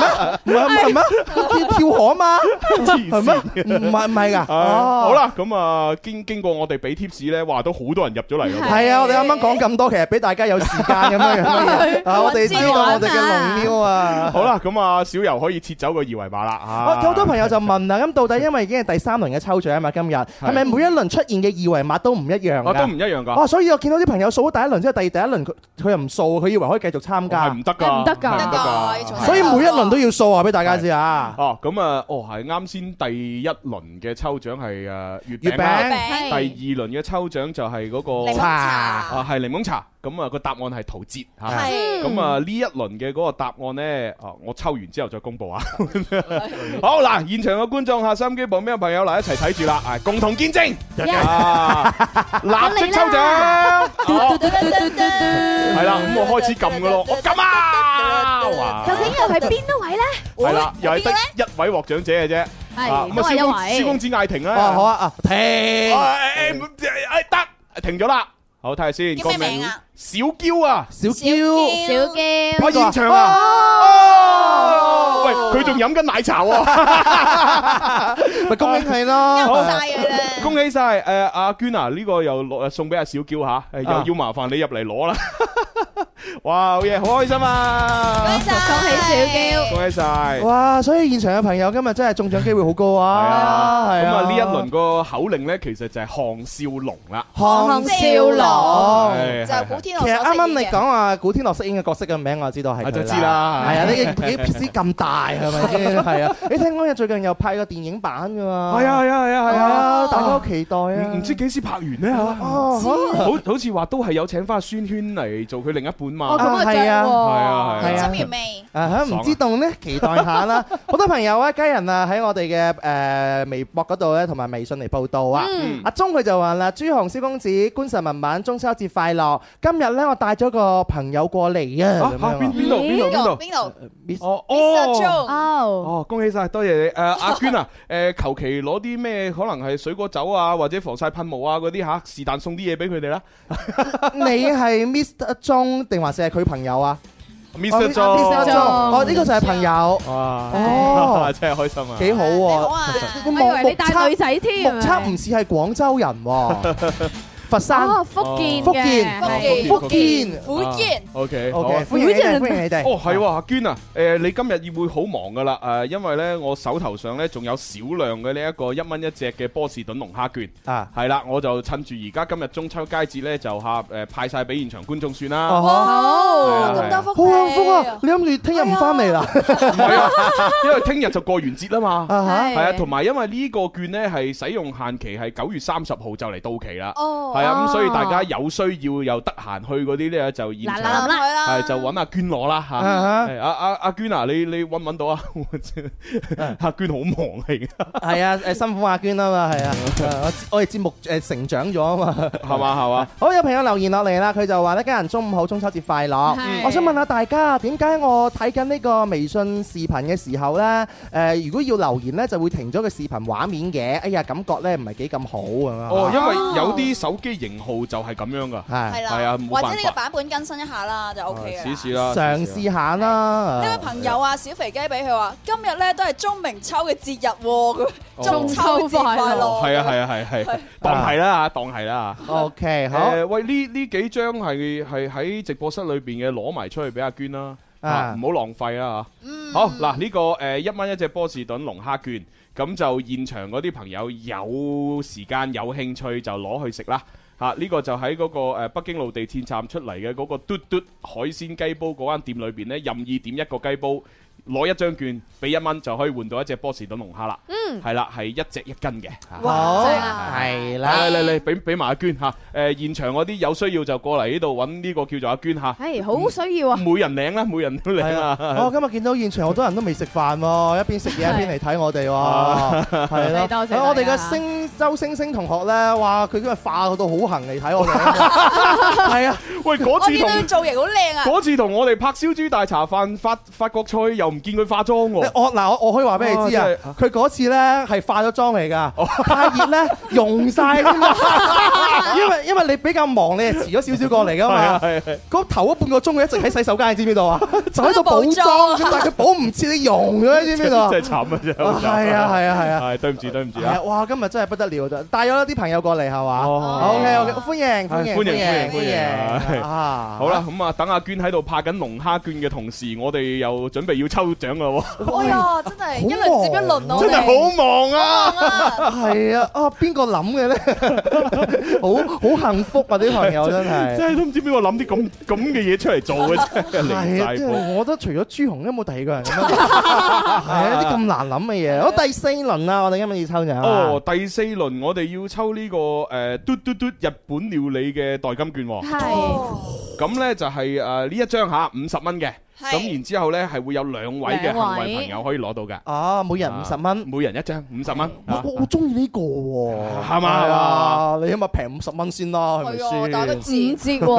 S7: 咩？唔係唔係
S6: [LAUGHS]
S7: 咩？跳跳河啊嘛？係咩？唔係唔 [LAUGHS] 係㗎？
S6: 唉
S7: 哦
S6: 好。啦，咁啊，經經過我哋俾 tips 咧，話都好多人入咗嚟咯。
S7: 係啊，我哋啱啱講咁多，其實俾大家有時間
S6: [LAUGHS]
S7: 咁樣 [LAUGHS] 樣。啊，我哋知道我哋嘅龍喵啊。
S6: 好啦，咁啊，小游可以切走個二維碼啦。
S7: 我
S6: 啊
S7: 有好多朋友就問啦，咁到底因為已經係第三輪嘅抽獎啊嘛，今日係咪每一輪出現嘅二維碼都唔一樣㗎
S6: 啊都唔一樣㗎
S7: 哦，所以我見到啲朋友數咗第一輪之後，第二第一輪佢佢又唔數，佢以為可以繼續參加，
S6: 唔得㗎，係唔得㗎。
S7: 所以每一輪都要數啊，俾大家知啊。
S6: 哦，咁啊，哦係啱先第一輪嘅抽獎係誒月餅
S7: 月
S6: 啦，
S7: 餅
S6: 第二輪嘅抽獎就係嗰個
S7: 檸檬茶
S6: 啊係檸檬茶，咁啊個答案係陶喆嚇，
S7: 係
S6: 咁啊呢一輪嘅嗰個答案呢，啊我抽完之後再公佈啊。 [LAUGHS] 好嗱，現場嘅觀眾嚇，收音機旁邊嘅朋友嗱一齊睇住啦，啊共同見證啊立即
S7: [LAUGHS]
S6: 抽獎。哦係啦，咁我開始撳噶咯，我撳啊！哇
S11: 究竟又係邊一位咧？
S6: 係啦，又係得一位獲獎者嘅啫。
S11: 係
S6: 啊咁
S11: 都係一
S6: 啊，
S11: 位
S6: 蕭公子嗌停啦。
S1: Ờ,
S7: 哦好啊啊停
S6: 哎哎得，停咗啦。好睇下先。
S7: 叫咩
S6: 個
S7: 名啊？
S6: 小嬌啊，
S7: 小嬌，
S11: 小嬌
S6: 喺現場啊！哦喂，佢仲飲緊奶茶喎。
S7: 咪恭喜佢咯
S6: 好
S7: 飲晒
S8: 佢啦！
S6: 恭喜晒！誒阿娟啊，呢個又攞送俾阿小嬌嚇，誒又
S14: 啊
S6: 要麻煩你入嚟攞 [LAUGHS] 啦。哇，好嘢，好開心啊！恭喜晒！
S7: 哇！所以現場嘅朋友今日真係中獎機會好高啊！係
S6: 咁
S7: 啊，
S6: 啊呢一輪個口令咧，其實就係項少龍啦。
S7: 項少龍
S6: 係係係
S7: 其實啱啱你講話古天樂飾演嘅角色嘅名，啊我知道係佢
S6: 就知啦
S7: 係啊，你
S6: [LAUGHS]
S7: 你你 P 咁大係咪先？係啊，你聽講有最近又拍個電影版㗎嘛？
S6: 係啊係啊係啊係啊
S7: 大家好期待啊！
S6: 唔知幾時拍完咧嚇？
S7: 哦
S6: 好好似話都係有請翻孫圈嚟做佢另一半嘛。
S7: 哦咁啊正喎
S6: 係啊係
S7: 係
S6: 啊。
S7: 啊
S6: 係啊
S8: 未？
S7: 啊哈
S6: 爽
S7: 唔
S6: 啊
S7: 知道呢，期待下啦！好多朋友啊，家人啊，喺我哋嘅誒微博嗰度咧，同埋微信嚟報道啊
S14: 嗯。
S7: 阿鐘佢就話啦：朱紅、蕭公子、官神文文，中秋節快樂！今日咧，我帶咗個朋友過嚟啊！
S6: 啊嚇邊邊度邊度邊度邊
S7: 度？
S6: 哦哦。
S11: 哦，
S6: 哦，恭喜晒，多謝你。誒、阿娟啊， [LAUGHS] 誒、求其攞啲咩，可能係水果酒啊，或者防曬噴霧啊嗰啲嚇，是但送啲嘢俾佢哋啦。
S7: [LAUGHS] 你係 Mr. 鐘定還是係佢朋友啊
S6: Mr.
S7: 哦
S6: 鐘
S7: ，Mr. 鐘哦，呢個就係朋友。
S6: 哇，
S7: 哦
S6: [LAUGHS] 真係開心啊！
S7: 幾好喎！
S11: 我以為你帶女仔添
S7: 目測唔似係廣州人喎。佛山、
S11: 哦福建嘅
S7: 福建、
S11: 係
S7: 福建、
S6: O K，
S7: OK，
S6: 好啊
S7: 歡迎你哋歡迎你哋
S6: 哦，係喎，阿娟啊，誒，你今日會好忙噶啦，誒，因為咧，我手頭上咧仲有少量嘅呢一個一蚊一隻嘅波士頓龍蝦券
S7: 啊，
S6: 係啦，我就趁住而家今日中秋佳節咧，就嚇誒派晒俾現場觀眾算啦。係
S7: 哦
S6: 啊
S7: 好幸福啊！你諗住聽日唔翻
S6: [LAUGHS]
S7: 嚟啦？
S6: 啊因為聽日就過完節啦嘛，
S7: 啊
S6: 係啊，同埋因為呢個券呢係使用限期係九月三十號就嚟到期啦，
S8: 哦
S6: 係啊，咁
S8: 哦
S6: 所以大家有需要又得閒去嗰啲呢，就現場
S8: 嗱嗱臨啦
S6: 係就揾阿娟攞啦嚇，
S7: 啊
S6: 係阿阿阿娟啊，你你揾唔揾到
S7: [LAUGHS]
S6: 啊？阿娟好忙嚟嘅，
S7: 係啊，誒辛苦阿娟啊嘛，係啊，
S1: Ờ,
S7: 我我哋節目誒成長咗啊嘛，
S6: 係嘛係嘛。
S7: 好有朋友留言落嚟啦，佢就話呢家人中午好，中秋節快樂
S6: 係。
S7: 我想問下大家，點解我睇緊呢個微信視頻嘅時候呢？誒，如果要留言呢，就會停咗個視頻畫面嘅。哎呀，感覺呢唔係幾咁好咁啊。
S6: 哦，因為有啲手機型號就係咁樣噶，
S7: 係
S6: 係啊，冇
S8: 或者
S6: 辦
S8: 呢個啊
S6: 法，
S8: 版本更新一下啦，
S11: Dạ,
S8: 就 O K 啦。
S6: 試試啦，試
S7: 嘗試下啦。
S8: 呢位朋友啊，小肥雞俾佢話：今日咧都係鐘明秋嘅節日喎，
S6: 哦
S8: 咁中秋節快樂。
S6: 係啊係啊係係，係當係啦當係啦
S7: OK，好
S6: 誒喂，呢呢幾張係係喺直播室裏邊嘅攞埋出去俾阿娟啦，
S7: 啊
S6: 啊唔好浪費啦嚇。好嗱，呢個誒一蚊一隻波士頓龍蝦券，咁就現場嗰啲朋友有時間有興趣就攞去食啦。嚇！呢個就喺嗰個誒北京路地鐵站出嚟嘅嗰個嘟嘟海鮮雞煲嗰間店裏邊呢，任意點一個雞煲，攞一張券，俾一蚊就可以換到一隻波士頓龍蝦啦。
S7: 嗯
S6: 係啦，係一隻一斤嘅。
S7: 好
S6: 係
S7: 係啦。
S6: 嚟嚟嚟，俾俾埋阿娟嚇，誒現場嗰啲有需要就過嚟呢度揾呢個叫做阿娟嚇，嗯
S11: 係好需要啊！
S6: 每人領啦，每人都領
S7: 我
S6: 啦。
S7: 啊哦今日見到現場好多人都未食飯喎，一邊食嘢一邊嚟睇我哋
S6: 啊
S7: 喎，
S6: [LAUGHS] 多謝
S7: 係咯。哎
S6: 多謝
S7: 我哋嘅星周星星同學咧，哇！佢今日化到好行嚟睇
S6: [LAUGHS]
S7: 我哋，係啊。
S6: 喂，嗰
S8: 我
S6: 次
S8: 見到
S6: 同
S8: 佢造型好靚啊！
S6: 嗰次同我哋拍燒豬大茶飯法法國菜，又唔見佢化妝喎。哦
S7: 我嗱，我我可以話俾你知啊
S6: 哇真係，
S7: 佢嗰次咧係化咗妝嚟㗎，太熱咧溶晒添
S6: [LAUGHS]
S7: 啊因為因為你比較忙，你係遲咗少少過嚟㗎
S6: 係啊
S7: 嘛。
S6: 係係
S7: 嗰頭嗰半個鐘佢一直喺洗手間，你知唔知道
S6: [LAUGHS]
S7: 啊？就喺度補
S8: 喺度補妝
S7: 妝，咁但係佢補唔切，你溶咗，你知唔知道
S6: [LAUGHS]
S7: 啊？
S6: 真係慘啊！真係好慘
S7: 係啊係啊係啊！
S6: 係對唔住對唔住
S7: 係啊！
S6: 啊！
S7: 哇，今日真係不得了，真係帶咗啲朋友過嚟係嘛？OK OK，歡迎哎歡
S6: 哦哎歡迎
S7: 迎
S6: 歡迎歡
S7: 歡
S6: 迎！
S7: 迎啊！
S6: 好啦，咁啊，等阿娟喺度拍緊龍蝦券嘅同時，我哋又準備要抽獎啦喎。
S8: 哎呀，真係一輪接一輪我哋
S6: 真係好忙啊！
S7: 係啊，啊邊個諗嘅 [LAUGHS] 咧？好好幸福啊！啲朋友真係，
S6: [LAUGHS] 真係都唔知邊個諗啲咁咁嘅嘢出嚟
S7: [LAUGHS]
S6: 做嘅，真係離
S7: 係啊，
S6: 晒
S7: 即係
S6: 譜。
S7: 我覺得除咗朱紅，都冇第二個人咁樣。 [LAUGHS] 係啊，啲咁難諗
S11: [LAUGHS]
S7: 嘅嘢。好，第四輪啦，我哋今日要抽獎啊。
S6: 哦，第四輪我哋要抽呢、個誒嘟嘟嘟日本料理嘅代金券喎。咁呢就係誒呃呢一張嚇五十蚊嘅，
S7: 係
S6: 咁然之後呢係會有兩位嘅
S7: 兩
S6: 幸
S7: 位
S6: 運朋友可以攞到嘅。
S7: 啊，每人五十蚊，
S6: 每人一張五十蚊。啊
S7: 我我中意呢個喎，
S6: 係嘛
S7: 係啊，你起碼平五十蚊先啦，係咪先？
S11: 係啊打個折五折
S7: [LAUGHS]
S11: 喎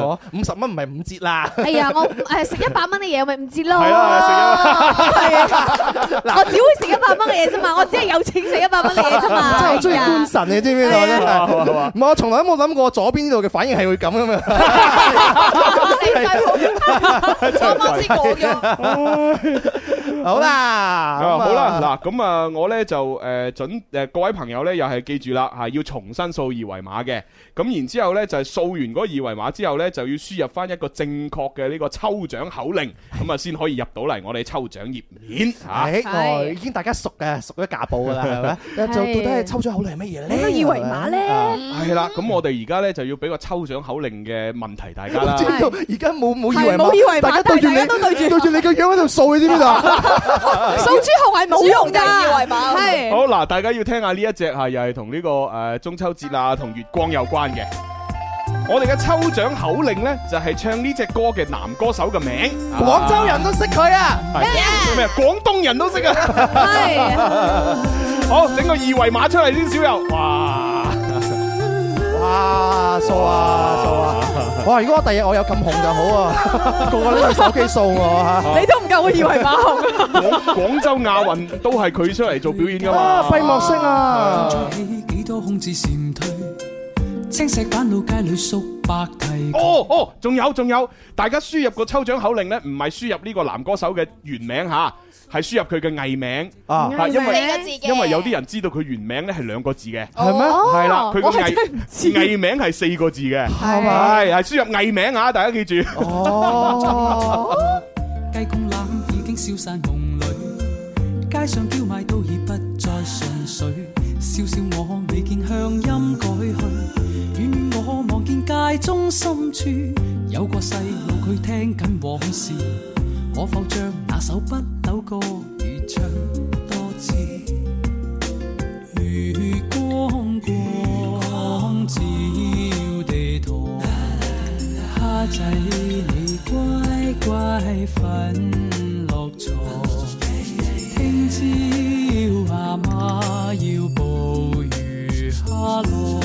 S7: 好啊，五十蚊唔係五折啦。
S11: 哎呀，我誒食一百蚊嘅嘢，我咪唔知咯。
S7: 係啊
S11: 係啊，我只會食一百蚊嘅嘢啫嘛，我只係有錢食一百蚊嘅嘢啫嘛。
S7: [LAUGHS] 真係好中意官神，你知唔知道真
S11: 係啊
S6: 好啊好
S7: 係
S6: 啊？
S7: 唔係，我從來都冇諗過左邊呢度嘅反應係會
S11: [LAUGHS]
S7: 咁噶嘛。
S6: 啱
S7: [LAUGHS] 啱先講嘅。好啦，
S6: 啊
S7: 咁啊
S6: 好啦，嗱咁啊，我呢就誒準誒各位朋友呢，又係記住啦嚇，啊要重新掃二維碼嘅。咁然之後呢，就係掃完嗰個二維碼之後呢，就要輸入翻一個正確嘅呢個抽獎口令，咁啊先可以入到嚟我哋抽獎頁面啊嚇。
S7: 誒，哎哦我已經大家熟嘅，熟咗架步噶啦，係咪？就到底係抽獎口令係乜嘢咧？
S11: 二維碼咧
S7: 啊
S6: 系啦，咁我哋而家咧就要俾個抽獎口令嘅問題大家
S7: 我
S6: 啦
S7: 知。道而家冇冇
S11: 係
S7: 二維
S11: 冇二維
S7: 碼，
S11: 碼
S7: 家對住你，
S11: 但係大家都對住
S7: 對住你個樣
S11: [LAUGHS]
S7: 喺度掃，你知唔知道啊？
S11: 掃朱紅係冇用㗎，
S8: 二維碼
S11: 係
S6: 好嗱，大家要聽下呢一隻吓，啊又係同呢個诶中秋節啊，同月光有關嘅。我哋嘅抽獎口令咧，就係唱呢只歌嘅男歌手嘅名。
S11: 啊
S7: 廣州人都識佢啊！
S6: 係咩？廣東人都識啊！ [LAUGHS] 好，整個二維碼出嚟先，小友。哇！
S7: 哇，掃啊掃啊！哇，如果我第日我有咁紅就好啊，個
S6: [LAUGHS]
S7: 個都用手機掃我啊嚇。
S11: 你都唔夠我二維碼紅。啊
S6: 廣廣州亞運都係佢出嚟做表演噶
S7: 啊
S6: 嘛？
S7: 閉幕式啊！
S14: 起幾多空置閃退，
S17: 青石板老街里叔伯提。
S6: 哦哦，仲有仲有，大家輸入個抽獎口令呢，唔係輸入呢個男歌手嘅原名吓，係輸入佢嘅藝名
S7: 啊
S6: 係因
S7: 藝
S6: 為
S7: 名
S6: 因為有啲人知道佢原名呢係兩個字嘅，
S7: 係咩哦
S6: 係啦，佢個
S7: 我係
S6: 藝
S7: 真係唔知
S6: 藝名係四個字嘅，
S7: 係嘛
S6: 係係輸入藝名啊，大家記住。
S17: 哦，雞公欖已經消散夢裏，街上叫賣都已不再純粹，笑笑我未見鄉音改去，遠遠我望見街中深處有個細路佢聽緊往事，可否將那首不朽歌如唱多次？如光光照地堂。蝦仔，你乖乖瞓落床。聽朝阿媽要捕魚蝦浪，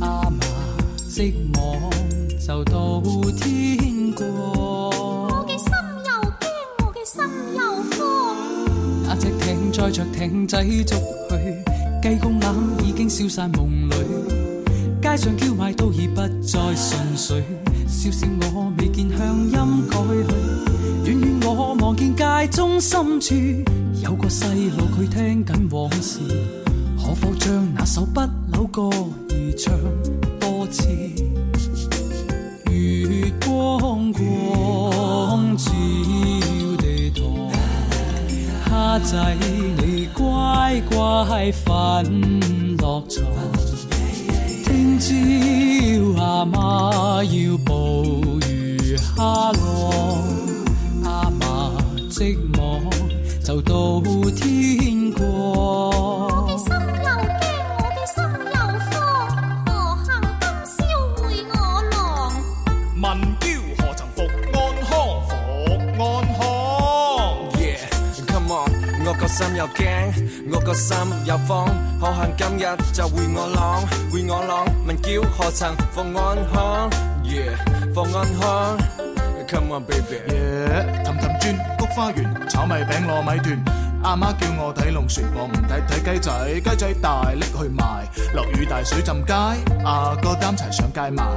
S17: 阿嫲織網就到天光。那隻艇載着艇仔捉去，雞公欖已經消散夢裏。街上叫賣都已不再純粹，笑笑我未見鄉音改去，遠遠我望見街中深處有個細路佢聽緊往事，可否將那首不朽歌兒唱多次？月光光照地堂，蝦仔你乖乖瞓落床。聽朝阿媽要捕魚蝦浪，阿嫲織網就到天光。
S18: 問嬌何曾復安康？復安康。
S1: Yeah, come on，我個心又驚，我個心又慌，可幸今日就會我朗，會我朗，問叫何曾放安康？Yeah，放安康，come on baby。
S19: 耶！氹氹轉菊花園，炒米餅糯米團。阿媽叫我睇龍船，我唔睇睇雞仔，雞仔大拎去賣。落雨大水浸街，
S1: à,
S19: 阿哥擔柴上街賣。
S6: [LAUGHS]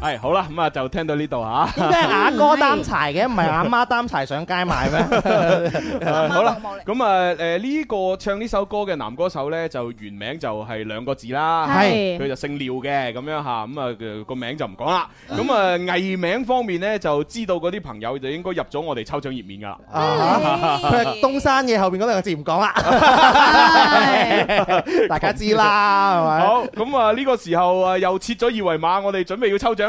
S6: 係好啦，咁啊就聽到呢度吓。
S7: 點解阿哥擔柴嘅，唔係阿媽擔柴上街
S6: [LAUGHS]
S7: [LAUGHS] 賣咩？
S6: 好啦，咁啊，誒呢個唱呢首歌嘅男歌手呢，就原名就係兩個字啦，
S7: 係
S6: 佢就姓廖嘅咁樣嚇，咁啊佢個名就唔講啦。
S7: 嗯
S6: 咁啊藝名方面呢，就知道嗰啲朋友就應該入咗我哋抽獎頁面噶啦。
S7: 佢
S6: [LAUGHS]
S7: 係東山嘅後邊嗰兩個字唔講啦， [LAUGHS] 大家知啦，係咪？
S6: 好，咁啊呢個時候啊又切咗二維碼，我哋準備要抽獎啦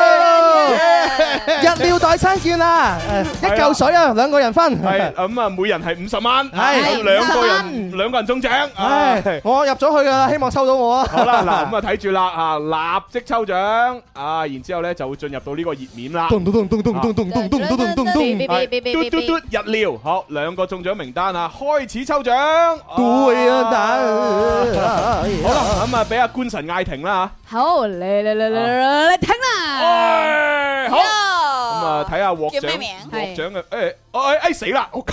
S6: 喎。
S7: 日料代餐券啦，一嚿水啊，兩個人分。
S6: 係咁啊，每人係五十蚊，咁兩個人兩個人中獎。啊
S7: 唉，我入咗去噶啦，希望抽到我啊！
S6: 好啦，嗱
S7: [LAUGHS]
S6: 咁啊睇住啦啊，立即抽獎啊，然之後咧就會進入到呢個熱面啦。
S7: 咚咚咚咚咚咚咚
S6: Ừ.
S7: 咚咚咚咚咚咚
S6: 係嘟嘟嘟日料，好兩個中獎名單啊，開始抽獎。
S7: 對啊打
S6: 好啦，咁啊俾阿官神嗌停啦
S11: 好嚟嚟嚟嚟嚟嚟聽啦！
S6: 好嚇，咁啊睇下獲
S11: 叫咩
S6: 獎
S11: 名
S6: 獲獎嘅誒，哎哎死啦，我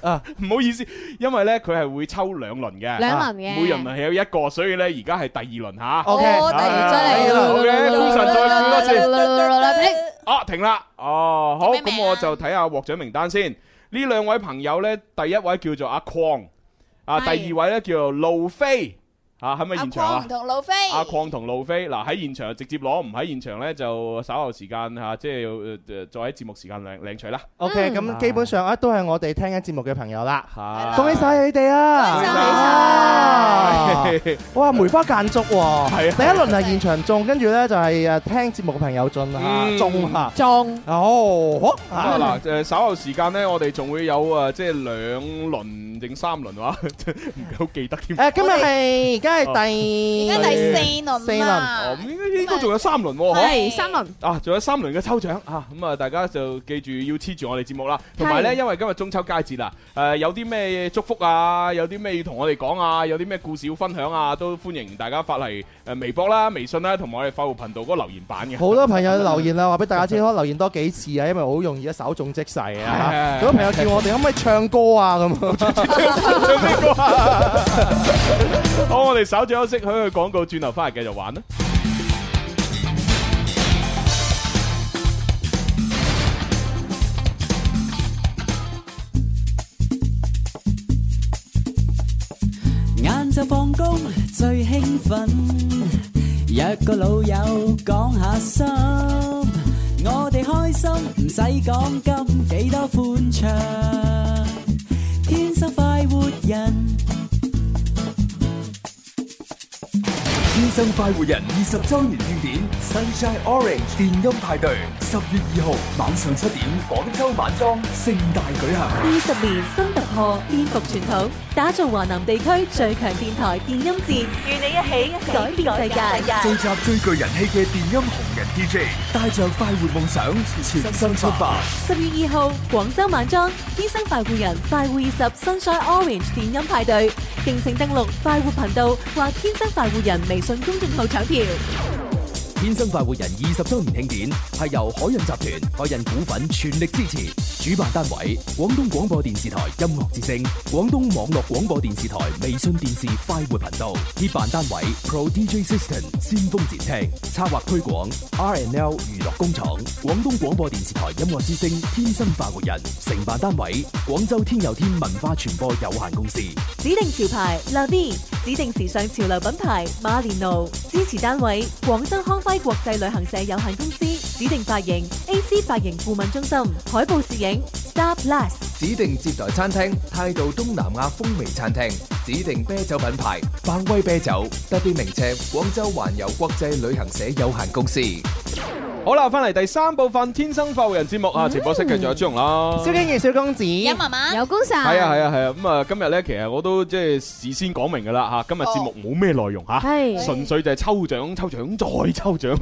S6: 啊， [LAUGHS] 唔好意思，因為咧佢係會抽兩輪嘅，啊
S11: 兩輪嘅
S6: 每人係有一個，所以咧而家係第二輪吓。
S11: 哦第二
S6: 係
S11: 真
S6: 啦
S11: 係
S6: 好嘅，官神再估多次。
S11: 次。
S6: 啊，停啦！哦，好，咁我就睇下獲獎名單先。呢兩位朋友呢，第一位叫做阿邝，啊，
S20: 係
S6: 第二位呢叫做路飛，啊，喺咪現場
S20: 邝
S6: 啊？
S20: 同路飛，
S6: 阿邝同路飛，嗱喺現場就直接攞，唔喺現場呢，就稍後時間嚇，即係要呃再喺節目時間領領取啦。
S7: OK，咁基本上啊，都係我哋聽緊節目嘅朋友啦。
S6: 係 [LAUGHS]
S7: 恭喜晒你哋啊！恭喜晒！哇，梅花間竹喎，
S6: 係啊
S7: 第一輪係現場中，跟住咧就係誒聽節目嘅朋友進啊，
S6: 嗯
S7: 中啊，
S11: 中
S7: 哦，
S6: 咁啊嗱，誒稍後時間呢，我哋仲會有誒即係兩輪定三輪 [LAUGHS] 話，唔好記得添。
S7: 誒今日係而家係第
S6: 而家第四
S20: 輪
S7: 四輪，
S6: 哦，咁應該應該仲有三輪喎，嗬
S11: 係三輪。
S6: 啊，仲有三輪嘅抽獎啊！咁啊，大家就記住要黐住我哋節目啦。同埋呢，
S11: 係
S6: 因為今日中秋佳節啦，誒有啲咩祝福啊，有啲咩要同我哋講啊，有啲咩故事要分享啊，都歡迎大家發嚟誒微博啦、微信啦，同埋我哋快活頻道嗰個留言版嘅。
S7: 好多朋友留言啦，話俾大家知，可以留言多幾次啊，因為好容易一手中即逝啊。
S6: 係
S7: 好多朋友叫我哋可唔可以唱歌啊咁。
S6: 唱咩歌啊？ [LAUGHS] 好，我哋稍作休息，去去廣告，轉頭翻嚟繼續玩啦。
S17: 晏晝放工最興奮，約個老友講下心，我哋開心唔使講金，幾多歡暢，天生快活人。
S2: 天生快活人二十周年庆典 Sunshine Orange 电音派对，十月二號晚上七點，廣州晚裝盛大舉行。
S3: 二十年新突破，颠覆傳統，打造華南地區最強電台電音節，與你一起改變世
S2: 聚
S3: 界。
S2: 集最具人氣嘅電音紅人 DJ，帶着快活夢想，全身出發。
S3: 十月二號，廣州晚裝天生快活人快活二十 Sunshine Orange 電音派對，敬請登錄快活頻道或天生快活人微信公眾號搶票。
S4: 天生快活人二十周年慶典係由海印集團、海印股份全力支持，主辦單位廣東廣播電視台音樂之聲、廣東網絡廣播電視台微信電視快活頻道，協辦單位 Pro DJ System 先鋒展廳，策劃推廣 RNL 娛樂工廠、廣東廣播電視台音樂之聲、天生快活人，承辦單位廣州天佑天文化傳播有限公司。
S3: 指定潮牌 l a v i 指定時尚潮流品牌馬連奴，支持單位廣州康輝國際旅行社有限公司，指定髮型 AC 髮型顧問中心，海報攝影 Star Plus。
S5: 指定接待餐廳，態度東南亞風味餐廳，指定啤酒品牌，百威啤酒，特別名車，廣州環遊國際旅行社有限公司。
S6: 好啦，翻嚟第三部分《天生快活人》節目啊，直播室繼續有朱紅啦。
S7: 蕭敬如、嗯小公子，有
S11: 媽媽，有高神，
S6: 係啊係啊係啊，咁啊今日咧其實我都即係事先講明㗎啦嚇，今日節目冇咩內容嚇，
S11: 係
S6: 純粹就係抽獎、抽獎再抽獎。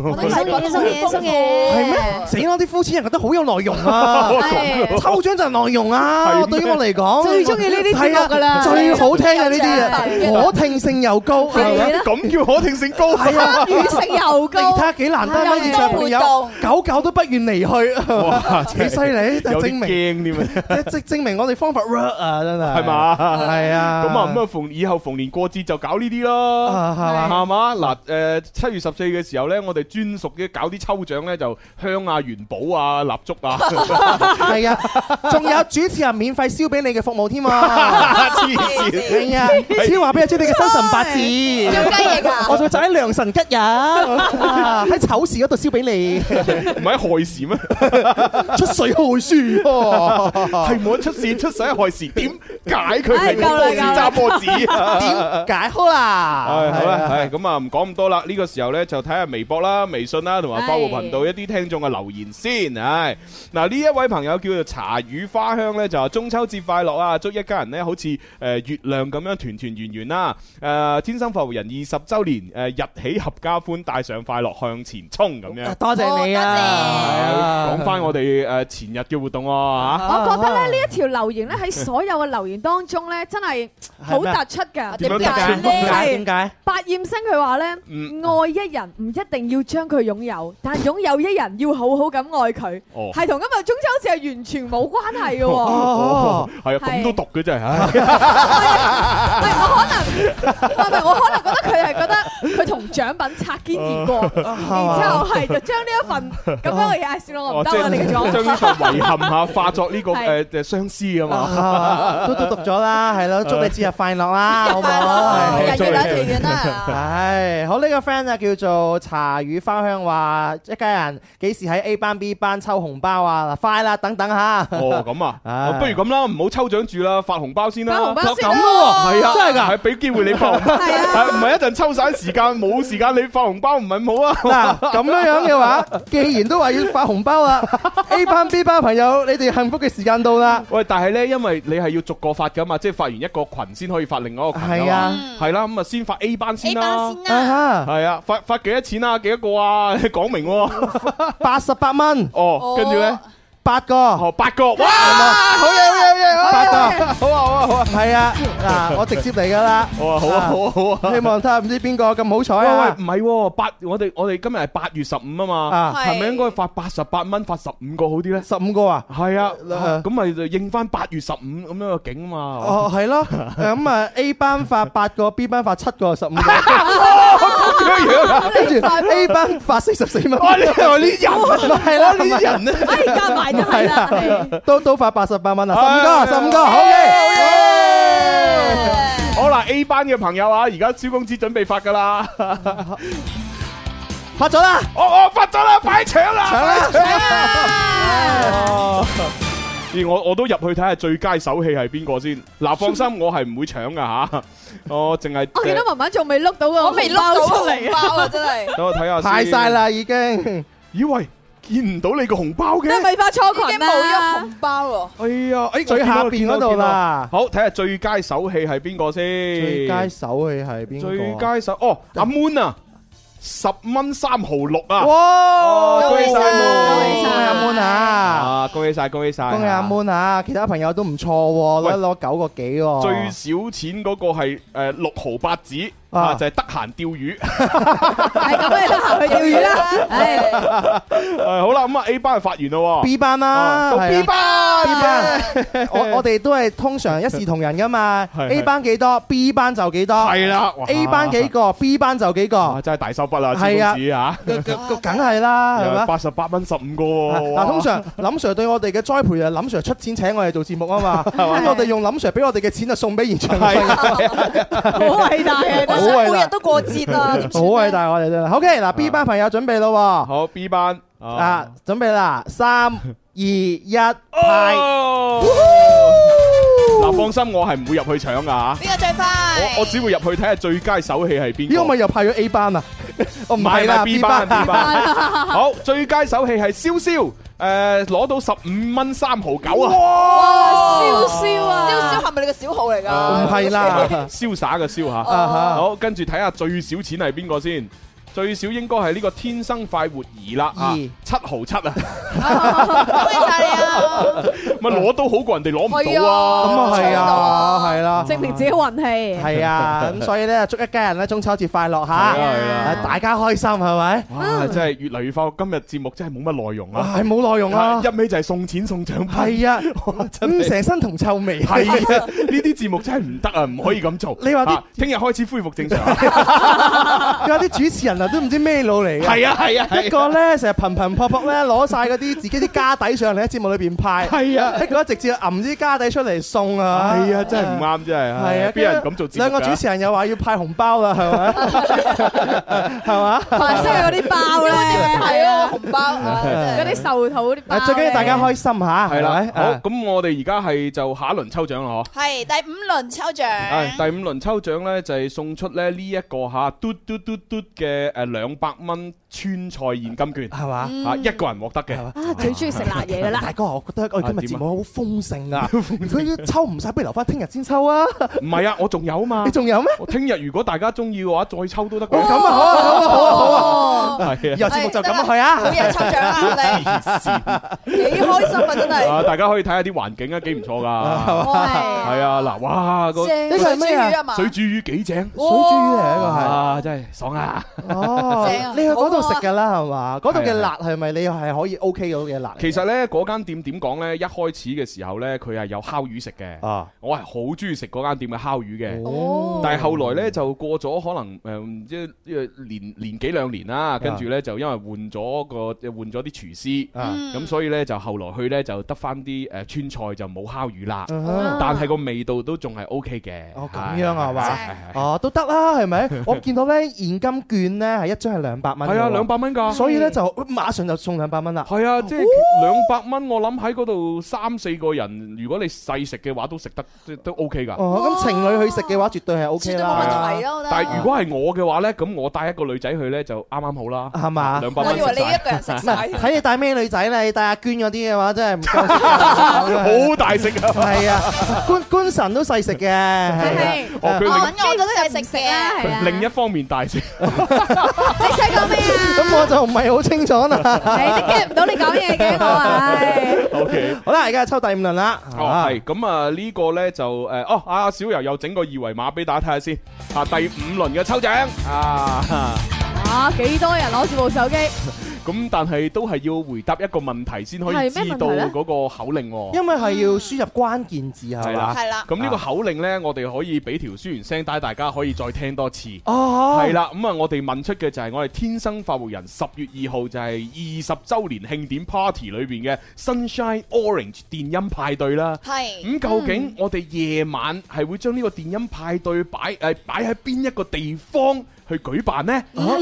S7: 係咩？死啦！啲膚淺人覺得好有內容啊
S6: 係，
S7: 抽獎就係內容啊！
S6: 係
S7: 對於我嚟講，
S11: 最中意呢啲節目㗎啦
S7: 係啊最好聽嘅呢
S11: 係
S7: 啲
S11: 啊
S7: 嘢，可聽性又高，
S11: 係啊
S6: 咁叫可聽性高
S7: 係啊，
S11: 語性又高
S7: 你睇下幾難得啦，
S11: 係啊
S7: 現場朋友
S11: 有互動，
S7: 久久都不願離 [LAUGHS]
S6: 哇
S7: 去，
S6: 真係
S7: 幾犀利！
S6: 有啲
S7: 證明
S6: 驚添啊！
S7: 即證明我
S6: [LAUGHS]
S7: 哋方法 work 啊，真係
S6: 係嘛？
S7: 係啊，
S6: 咁啊，咁啊，逢以後逢年過節就搞呢啲咯，
S7: 啊係嘛
S6: 係嘛？嗱，誒七月十四嘅時候咧，我哋專屬嘅搞啲抽獎咧，就香啊、元寶啊、蠟燭
S7: [LAUGHS]
S6: 啊，
S7: 係啊，仲有主持人免費燒俾你嘅服務添啊！
S6: [LAUGHS] 黐線
S7: 係啊，
S6: 哎
S7: 先話俾你知你嘅生辰八字，
S6: 有雞翼啊
S7: 我就就喺良辰吉
S6: [LAUGHS]
S7: 日啊喺丑時嗰度燒俾你，
S6: 唔係害事咩？
S7: 出水害 [LAUGHS] 書喎，
S6: 係冇得出事出世害事，點解佢係
S7: 夠啦
S6: 波子揸波子啊？
S7: [LAUGHS] 點解好啦？
S6: 係好
S7: 係
S6: 啦，
S7: 啊
S6: 係咁啊，唔講咁多啦。呢個時候咧，就睇下微博啦、微信啦，同埋快活頻道一啲聽眾嘅留言先。唉，嗱呢一位朋友叫做茶語花香咧，就話中秋節快樂啊！祝一家人咧好似誒月亮咁樣團團圓圓啦。誒天生快活人二十週年誒日起合家歡，帶上快樂向前衝咁樣。
S7: 哦多謝你啊！哦
S6: 講翻我哋誒前日嘅活動喎嚇。
S11: 我覺得咧呢一條留言咧喺所有嘅留言當中
S8: [LAUGHS]
S11: 咧，真係好突出㗎。解
S7: 點解？點解？點解？
S11: 白燕星佢話咧，
S7: 嗯
S11: 愛一人唔一定要將佢擁有，但擁有一人要好好咁愛佢，
S6: 哦
S11: 係同今日中秋節係完全冇關係嘅
S6: [LAUGHS]
S11: 喎。
S6: 哦，係啊，咁都讀嘅真係，唉。
S11: 唔係我可能覺得佢 [LAUGHS] 係覺得佢同獎品擦肩而過，然之後係就將呢一份咁樣嘅嘢，唉算啦，我唔
S6: 哦，
S11: 得
S6: 即
S11: 啦，你
S6: 係
S11: 講。
S6: 將呢份遺憾嚇化作呢個
S11: 係
S6: 誒誒相思啊嘛
S7: 啊，都都讀咗啦，
S11: [LAUGHS]
S7: 係
S11: 呃
S7: 咯，祝你節日快樂啦，好唔好？
S6: 日
S11: 快樂日月兩團
S6: 圓
S11: 啦
S7: [LAUGHS] 唉，好呢個 friend 啊，叫做茶語花香話，一家人幾時喺 A 班 B 班抽紅包啊？嗱，快啦，等等嚇。
S6: 哦，咁啊，
S7: 唉
S6: 哦不如咁啦，唔好抽獎住啦，發紅包先啦。
S7: 發紅包先啦
S6: 咁咯喎，係啊，
S7: 真係㗎
S6: 係俾機會你發紅包，係唔係一陣抽晒時間，冇時間你發紅包唔係唔好
S7: [LAUGHS] 嗱
S6: 啊。
S7: 咁樣樣嘅話，既然都話要發紅包啦，A 班 B 班朋友，你哋幸福嘅時間到啦。
S6: 喂，但係咧，因為你係要逐個發噶嘛，即係發完一個群先可以發另外一個群㗎嘛
S7: 係啊，
S6: 係啦，咁啊先發 A 班先啦，
S7: 啊
S6: 係啊，發發幾多錢啊？幾多個啊？講明喎，
S7: 哈， [LAUGHS] 八十八蚊，
S6: 哦，跟住咧
S7: 八個，
S6: 哦八個，哇，
S7: 好嘢好嘢好嘢，
S6: 八好啊，好啊，好啊，
S7: 系啊，嗱，我直接嚟噶啦，
S6: 好啊好啊好啊好啊
S7: 希望睇下唔知邊個咁好彩
S6: 喂
S7: 啊
S6: 喂，唔，係喎，八我哋我哋今日係八月十五啊嘛
S7: 啊，
S6: 係咪
S7: 係
S6: 應該發八十八蚊發十五個好啲咧？
S7: 十五個啊，
S6: 係啊，咁咪就應翻八月十五咁樣個景嘛。
S7: 哦，係
S6: [LAUGHS]
S7: 咯，咁啊 A 班發八個，B 班發七個，十五
S6: [LAUGHS]
S7: 個，跟住 A 班發四十四蚊，
S6: 哇你係呢人啊
S7: 係啦，
S6: 哇呢人啊
S7: 係咪
S6: 哎夾埋就係啦
S7: 係啦，都都發八十八蚊啊，
S6: 哎
S7: 十五個，十五個，好嘅。
S6: 好啦，A 班嘅朋友啊，而家蕭公子準備發噶啦，
S7: [LAUGHS] 發咗啦！
S6: 我我發咗啦，快搶啦！
S7: 搶啦
S6: 快搶啦！而我我都入去睇下最佳手氣係邊個先。嗱，放心，我係唔會
S7: [LAUGHS]
S6: 搶噶吓，我淨係
S11: [LAUGHS] 我見到文文仲未碌到個
S8: 我未
S11: 紅包
S8: 碌到
S11: 出嚟
S8: 紅包啊，真係
S6: 等我睇下先
S7: 派晒啦已經。
S6: 咦喂，見唔到你個紅包嘅？
S11: 你係咪發錯
S8: 已經
S11: 群
S8: 冇咗
S11: 啊？
S8: 紅包喎。
S6: 哎呀，哎，
S7: 最下邊嗰
S6: 我見到。我
S7: 度啦
S6: 見到好，睇下最佳手氣係邊個先。
S7: 最佳手氣係邊個啊？
S6: 最佳手哦，阿 Moon 啊，十蚊三毫六啊。
S7: 哇！
S6: 哦恭喜晒
S7: 恭喜晒阿 Moon 啊！
S6: 啊！恭喜晒，恭喜晒！
S7: 恭喜阿 Moon 啊！其他朋友都唔錯喎，攞攞九個幾喎。
S6: 最少錢嗰個係誒六毫八子
S7: 啊
S6: 啊，就係得閒釣魚。
S11: [LAUGHS] 係咁，你得閒去釣魚啦。唉，
S6: [LAUGHS] 誒好啦，咁啊 A 班就發完咯喎
S7: B 班
S6: 啊
S7: 啦
S6: 到
S7: 係
S6: B 班
S7: B 班， [LAUGHS] 我我哋都係通常一視同仁噶嘛。
S6: 啊係
S7: A 班幾多，B 班就幾多。
S6: 係啦哇
S7: ，A 班幾個，B 班就幾個
S6: 啊，。真係大手筆啦，
S7: 係啊
S6: 小公子啊！
S7: 梗梗梗係啦，係咪？
S6: 八十八蚊十五個喎。
S7: 嗱，通常林 Sir 對我哋嘅栽培啊，林 Sir 出錢請我哋做節目啊
S6: [LAUGHS]
S7: 嘛，咁我哋用林 Sir 俾我哋嘅錢就送俾現場嘅
S6: 啊
S7: 朋友
S11: 好偉大嘅，
S8: 我
S7: 好
S8: 想啊
S7: 偉
S8: 每
S7: 大
S8: 日都過節啊，點
S7: [LAUGHS] 好
S8: 算
S7: 偉大我哋真係。OK，嗱
S6: 啊
S7: B 班朋友準備咯
S6: 好 B 班
S7: 喎，啊，準備啦，三二一，派！
S6: 哦嗱，放心，我係唔會入去搶噶嚇。
S8: 邊個最快？
S6: 我我只會入去睇下最佳手氣係邊
S7: 咦，我
S6: 個。
S7: 咪又派咗 A 班啊？ [LAUGHS] 我唔
S6: 唔
S7: 係啦
S6: 係 B 班 B 班。
S7: [LAUGHS] 好，
S6: 好，最佳手氣係瀟瀟，誒攞到十五蚊三毫九啊！
S7: 哇
S11: 蕭蕭啊，
S8: 蕭蕭係咪你個小號嚟
S7: 唔
S8: 㗎？
S7: 係啦，
S6: 瀟灑嘅瀟嚇。
S7: 啊
S6: 好，跟住睇下最少錢係邊個先。最少應該係呢個天生快活兒啦，啊
S7: 二
S6: 七毫七啊，
S8: 恭喜晒你啊！
S6: 咪攞到好過人哋攞唔到
S7: 嚇，
S6: 啊！
S7: 咁啊係啊，係啦，
S11: 證哦明自己運氣。
S7: 係啊，咁所以咧，祝一家人咧中秋節快樂嚇
S6: 係啊係啊，
S7: 大家開心係咪？
S6: 哇，真係越嚟越快，今日節目真係冇乜內容
S7: 哇
S6: 啊！
S7: 係冇內容啊
S6: 一！味就係送錢送獎品，
S7: 係啊，
S6: 真係
S7: 咁成身同臭味。
S6: 係啊，呢啲節目真係唔得啊，唔可以咁做。
S7: 你話啲
S6: 啊聽日開始恢復正常。
S7: 有啲主持人啊，都唔知咩路嚟嘅。
S6: 係啊係啊係啊
S7: 一個咧成日頻頻撲撲咧攞晒嗰啲自己啲家底上嚟喺節目裏邊派。
S6: 係啊
S7: 一個直接揞啲家底出嚟送啊。
S6: 係啊，真係唔啱，真係。
S7: 係啊，
S6: 邊有人咁做節目㗎？
S7: 兩個主持人又話要派紅包啦，係咪？
S6: [LAUGHS]
S7: 係嘛？
S11: 係即係嗰啲包咧，
S8: 係啊，紅包啊，
S11: 嗰
S8: 真係
S11: 啲壽桃嗰啲包
S7: 啊
S11: 呢。
S7: 最緊要大家開心嚇，
S6: 係啦
S7: 係。
S6: 好，
S7: 咪？
S6: 咁我哋而家係就下一輪抽獎啦，嗬。
S8: 係第五輪抽
S6: 係
S8: 獎，
S6: 第五輪抽獎咧，就係送出咧呢一個吓嘟嘟嘟嘟嘅誒兩百蚊川菜現金券，
S7: 係嘛？
S6: 啊一個人獲得嘅。
S11: 啊，最中意食辣嘢噶啦。
S7: 大哥，我覺得我哋今日節
S6: 啊點啊
S7: 目好豐盛啊！如果要抽唔晒，不如留翻聽日先抽啊！
S6: 唔係啊，我仲有嘛
S7: 你。仲有咩？
S6: 我聽日如果大家中意嘅話，再抽都得
S7: 哦
S6: 㗎。
S7: 咁啊，好啊，好啊，好啊，好啊！
S8: 哦，
S6: 係啊
S7: 以後節目就咁啊去
S8: 每
S7: 啊！
S8: 日抽獎
S6: [LAUGHS]
S8: 啊，我哋
S6: 黐線
S8: 幾開心啊，真
S6: 啊！
S8: 係。
S6: 大家可以睇下啲環境啊，幾唔錯
S7: [LAUGHS]
S6: 㗎。係啊，嗱，哇個
S8: 正
S6: 水
S7: 呢個係咩啊
S8: 水煮魚嘛？
S6: 煮魚幾正，
S7: 水煮魚嚟啊呢個係。
S6: 啊真係爽啊！
S7: 哦，
S8: 正啊
S7: 你去嗰度食㗎啦，係嘛？嗰度
S6: 係
S7: 嘅
S6: 啊
S7: 辣係咪你係可以 OK 嗰度嘅辣嚟㗎？
S6: 其實呢，嗰間店點講呢？一開始嘅時候呢，佢係有烤魚食嘅，
S7: 啊，
S6: 我係好中意食嗰間店嘅烤魚嘅。
S7: 哦
S6: 但係後來呢，就過咗可能誒唔知呢個年年幾兩年啦，跟住呢，就因為換咗個換咗啲廚師，
S7: 啊
S8: 嗯
S6: 咁所以呢，就後來去呢，就得翻啲誒川菜就冇烤魚啦，
S7: 啊
S6: 但係個味道都仲係 O K 嘅。
S7: 哦咁樣啊係嘛
S6: 係係係
S7: 哦都得啦，係咪？我見到咧現金券咧係一張係兩百蚊，
S6: 係啊，兩，百蚊㗎。
S7: 所以咧就馬上就送兩百蚊啦。
S6: 係啊，即係兩百蚊，我諗喺嗰度三四個人，如果你細食嘅話，都食得都都 OK 㗎。
S7: 哦，咁情侶去食嘅話絕對係 OK
S8: 絕對冇問
S7: 啦。
S8: 題咯，我覺得。
S6: 但係如果係我嘅話呢，咁我帶一個女仔去呢，就啱啱好啦，
S7: 係嘛
S6: 兩百
S8: 我
S6: 蚊
S8: 以為
S6: 食
S8: 你一
S6: 晒，
S8: 個人食
S7: 唔係
S8: 晒，
S7: 睇你 [LAUGHS] 帶咩女仔啦，你帶阿娟嗰啲嘅話真係
S6: [LAUGHS]
S7: 唔夠。
S6: [LAUGHS] 好大食啊！
S7: 係啊，官官神都細食嘅，係
S6: 哦，
S8: 我
S6: 佢另
S8: 揾我都係食嘅。
S11: 係啊
S6: 另一方面大食， [LAUGHS]
S11: 你細個咩啊？
S7: 咁我就唔係好清楚啦。
S11: 你都 get 唔到你講嘢嘅我唉。
S6: O K。
S7: 好啦，而家抽第五輪啦。
S6: 哦，系咁啊！呢個呢就诶，哦，阿小柔又整個二維碼俾大家睇下先。啊，第五輪嘅抽獎啊，
S11: 啊，幾多人攞住部手機？
S6: 咁但係都係要回答一個問題先可以
S11: 係
S6: 知
S11: 咩
S6: 道
S11: 問題呢
S6: 嗰個口令喎。
S7: 因為係要輸入關鍵字係
S6: 係
S7: 嘛？
S6: 啦，咁呢個口令呢，我哋可以俾條書完聲帶，大家可以再聽多次。
S7: 哦
S6: 係啦，咁啊，我哋問出嘅就係我哋天生發活人十月二號就係二十週年慶典 party 裏邊嘅 Sunshine Orange 電音派對啦。
S12: 係
S6: 咁究
S7: 嗯
S6: 竟我哋夜晚係會將呢個電音派對擺誒擺喺邊一個地方去舉辦呢？
S8: 嗯，
S7: 啊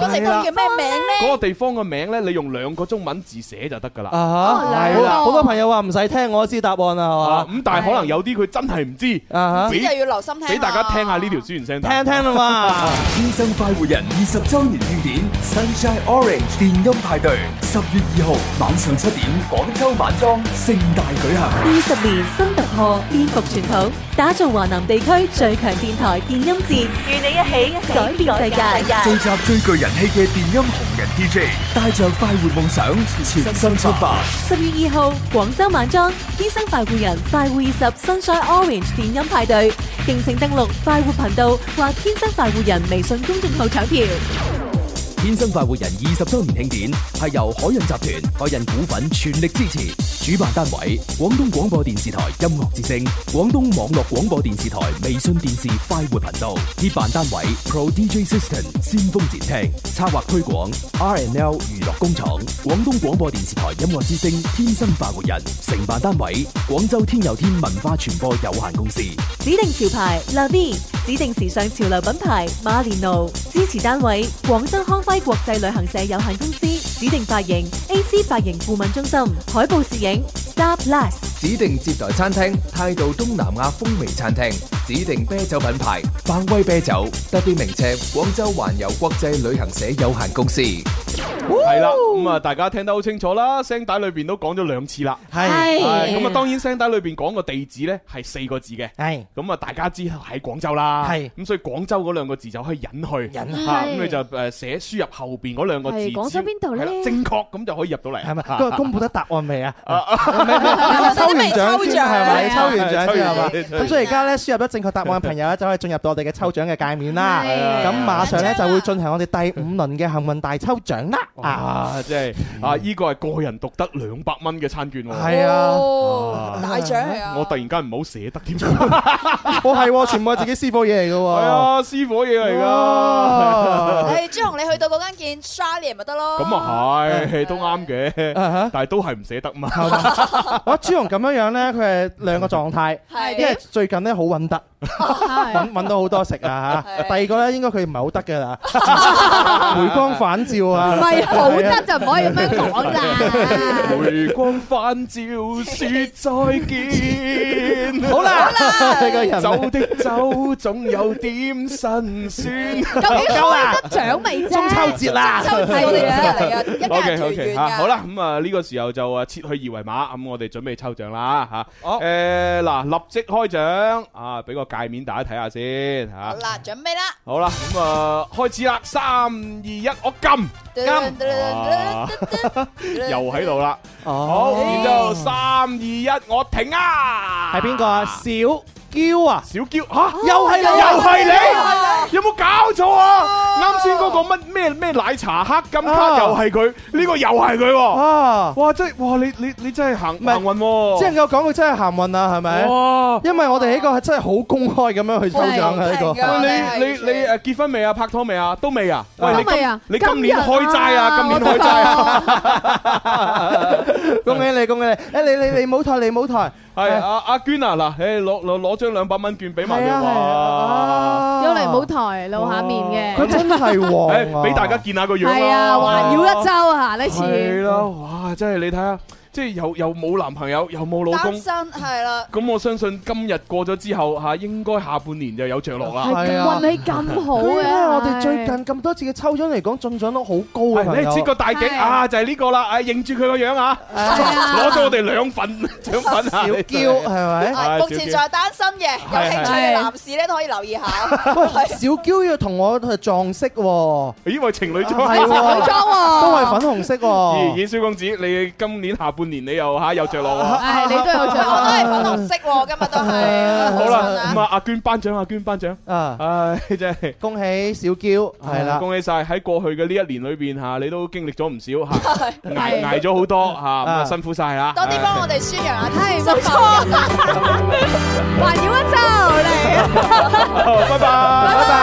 S8: 嗰地方叫咩名咧？
S6: 嗰個地方嘅名呢，你用兩個中文字寫就得㗎啦。
S7: 啊
S8: 哦
S7: 哈，係啦，好多朋友話唔使聽，我知答案啦，係
S6: 啊
S7: 嘛？
S6: 咁但係可能有啲佢真係唔知，
S7: 啊
S6: 哈
S8: 知就要留心聽啦
S6: 俾大家聽下呢條宣傳聲帶，
S7: 聽聽啦嘛。
S2: 天生快活人二十周年庆典 Sunshine Orange 电音派对，十月二号晚上七点，广州晚装盛大举行。
S3: 二十年新突破，颠覆傳統，打造華南地區最強電台電音節，與你一起改變世
S2: 聚
S3: 界。
S2: 集最具人氣嘅電音紅人 DJ，帶着快活夢想，全身出發。
S3: 十月二號，廣州晚裝天生快活人快活二十 Sunshine Orange 電音派對，敬請登錄快活頻道或天生快活人微信公眾號搶票。
S4: 天生快活人二十周年慶典係由海印集團、海印股份全力支持，主辦單位廣東廣播電視台音樂之聲、廣東網絡廣播電視台微信電視快活頻道，協辦單位 Pro DJ System 先鋒節廳，策劃推廣 RNL 娛樂工廠、廣東廣播電視台音樂之聲天生快活人，承辦單位廣州天佑天文化傳播有限公司。
S3: 指定潮牌 l a v i 指定時尚潮流品牌馬連奴，支持單位廣州康輝國際旅行社有限公司，指定髮型 AC 髮型顧問中心，海報攝影 Star Plus。
S5: 指定接待餐廳，態度東南亞風味餐廳，指定啤酒品牌，百威啤酒，特別名車，廣州環遊國際旅行社有限公司。
S6: 係啦，咁啊大家聽得好清楚啦，聲帶裏邊都講咗兩次啦，
S7: 係
S6: 係咁啊，當然聲帶裏邊講個地址呢係四個字嘅，
S7: 係
S6: 咁啊，大家知喺廣州啦，
S7: 係
S6: 咁所以廣州嗰兩個字就可以隱去，隱
S7: 去
S6: 咁你就誒寫輸入後邊嗰兩個字，
S7: 係廣州邊度呢
S6: 係啦正確咁就可以入到嚟，係咪
S7: 今日公佈得答案未啊？
S6: 抽
S11: [LAUGHS]
S7: 抽完獎先係咪？抽完獎
S6: 係
S7: 先係
S6: 啊
S7: 嘛？
S6: 抽完獎
S7: 咁所以而家咧輸入咗正確答案嘅朋友咧，就可以進入到我哋嘅抽獎嘅界面啦。咁馬上咧就會進行我哋第五輪嘅幸運大抽獎啦。啊！
S6: 啊，即係啊，依個係個人獨得兩百蚊嘅餐券喎，
S7: 係啊
S6: 啊
S8: 大獎嚟啊！
S6: 我突然間唔好捨
S7: [LAUGHS]
S6: 得添。
S7: 我係喎全部係自己私貨嘢嚟嘅喎。
S6: 係啊，私伙嘢嚟
S7: 哇
S6: 噶。
S8: 誒朱紅，你去到嗰間見 Shirley 咪得咯？
S6: 咁啊係，都啱嘅，
S7: Uh-huh。
S6: 但係都係唔捨得嘛。
S7: [LAUGHS] 我覺得朱紅咁樣樣咧，佢係兩個狀態
S8: 係，
S7: 因為最近咧好揾得，
S11: 哦
S7: 揾揾到好多食啊嚇。第二個咧應該佢唔係好得嘅啦，
S11: [LAUGHS]
S7: 回光返照啊，
S11: 唔係好得
S7: 係啊
S11: 就唔可以咁樣講啦。
S6: 回光返照，説再見。
S7: 好啦好啦你個人
S6: 走的走，總有點辛酸。
S7: 夠
S1: à?
S7: 啦
S11: 獎未啫？
S7: 中秋節啦中秋節我哋
S6: [LAUGHS]
S11: 哋一
S6: O
S11: 家
S6: K
S11: 人
S6: O
S11: 團
S6: K
S11: 圓
S6: 吓，
S11: 㗎。
S6: 好啦，咁啊呢個時候就啊切去二維碼，咁我哋準備抽獎啦吓。誒嗱，立即開獎啊！俾個界面大家睇下先吓。
S8: 好啦，準備啦！
S6: 好啦，咁啊開始啦，三二一，我撳啊 [LAUGHS] 又喺度啦。好，然之後三二一，我停啊！
S7: 係邊個啊？小嬌啊，
S6: 小嬌吓，
S7: 又係你，
S6: 又係你，有冇搞錯啊？啱先嗰個乜咩咩奶茶黑金卡
S7: 啊
S6: 又係哦佢，呢個又係佢喎。
S7: 啊！
S6: 哇！真係哇！你你你真係行行運喎，
S7: 只能夠講佢真係行運啊，係咪？
S6: 哇！
S7: 因為我哋呢個係真係好公開咁樣去抽獎嘅呢個。
S6: 喂，你你你誒結婚未啊？拍拖未啊？都未啊？喂，你
S11: 都未
S6: 今
S11: 啊
S6: 你今年
S11: 今日啊
S6: 開齋啊？今年開齋啊？
S7: 恭喜你，恭喜你！誒，你你你舞台，你舞台，
S6: 係阿阿娟啊！嗱，誒攞攞攞張兩百蚊券俾埋你
S7: 係啊係
S6: 哇！
S11: 要嚟舞台露下面嘅。
S7: 佢真
S6: [LAUGHS]
S7: 係
S6: 誒
S7: 旺啊！
S6: 俾大家見下個樣啦。
S11: 係啊，環繞一周啊，呢次。
S6: 係啦，哇！真係你睇下。即即係又又冇男朋友，又冇老
S8: 單
S6: 公。
S8: 身係啦，
S6: 咁我相信今日過咗之後嚇，應該下半年就有着落啦。
S7: 佢咧我哋
S8: 係
S7: 最近咁多次嘅抽獎嚟講，中獎率好高嘅朋
S6: 係
S7: 友
S6: 你知個大景
S7: 係
S6: 啊，就係呢個啦，啊認住佢個樣啊，攞咗我哋兩份獎品啊，
S7: 小嬌係咪
S6: 係
S8: 目前仲係單身嘅，有興趣嘅男士咧都可以留意下。
S7: 喂，小嬌要同我去撞色喎，
S6: 因為情侶裝，
S7: 係喎都係粉紅色
S6: 咦
S7: 喎。
S6: 演蕭公子，你今年下半年你又嚇有着落喎。
S11: 係你都有獎，
S8: 我都係粉紅色喎，今日都係。
S6: 好啦，咁啊，阿娟頒獎，阿娟頒獎，啊，唉， [LAUGHS] 真係
S7: 恭喜小嬌，係啦。
S6: 恭喜晒！喺過去嘅呢一年裏邊嚇，你都經歷咗唔少
S7: [LAUGHS]
S6: 嚇， [LAUGHS] 捱捱咗好多嚇，咁啊辛苦晒啊！
S8: 多啲幫我哋宣揚下天
S11: 冇
S8: 生 [LAUGHS]
S11: 錯
S8: 發育，
S11: 環繞一周嚟。
S6: 拜拜，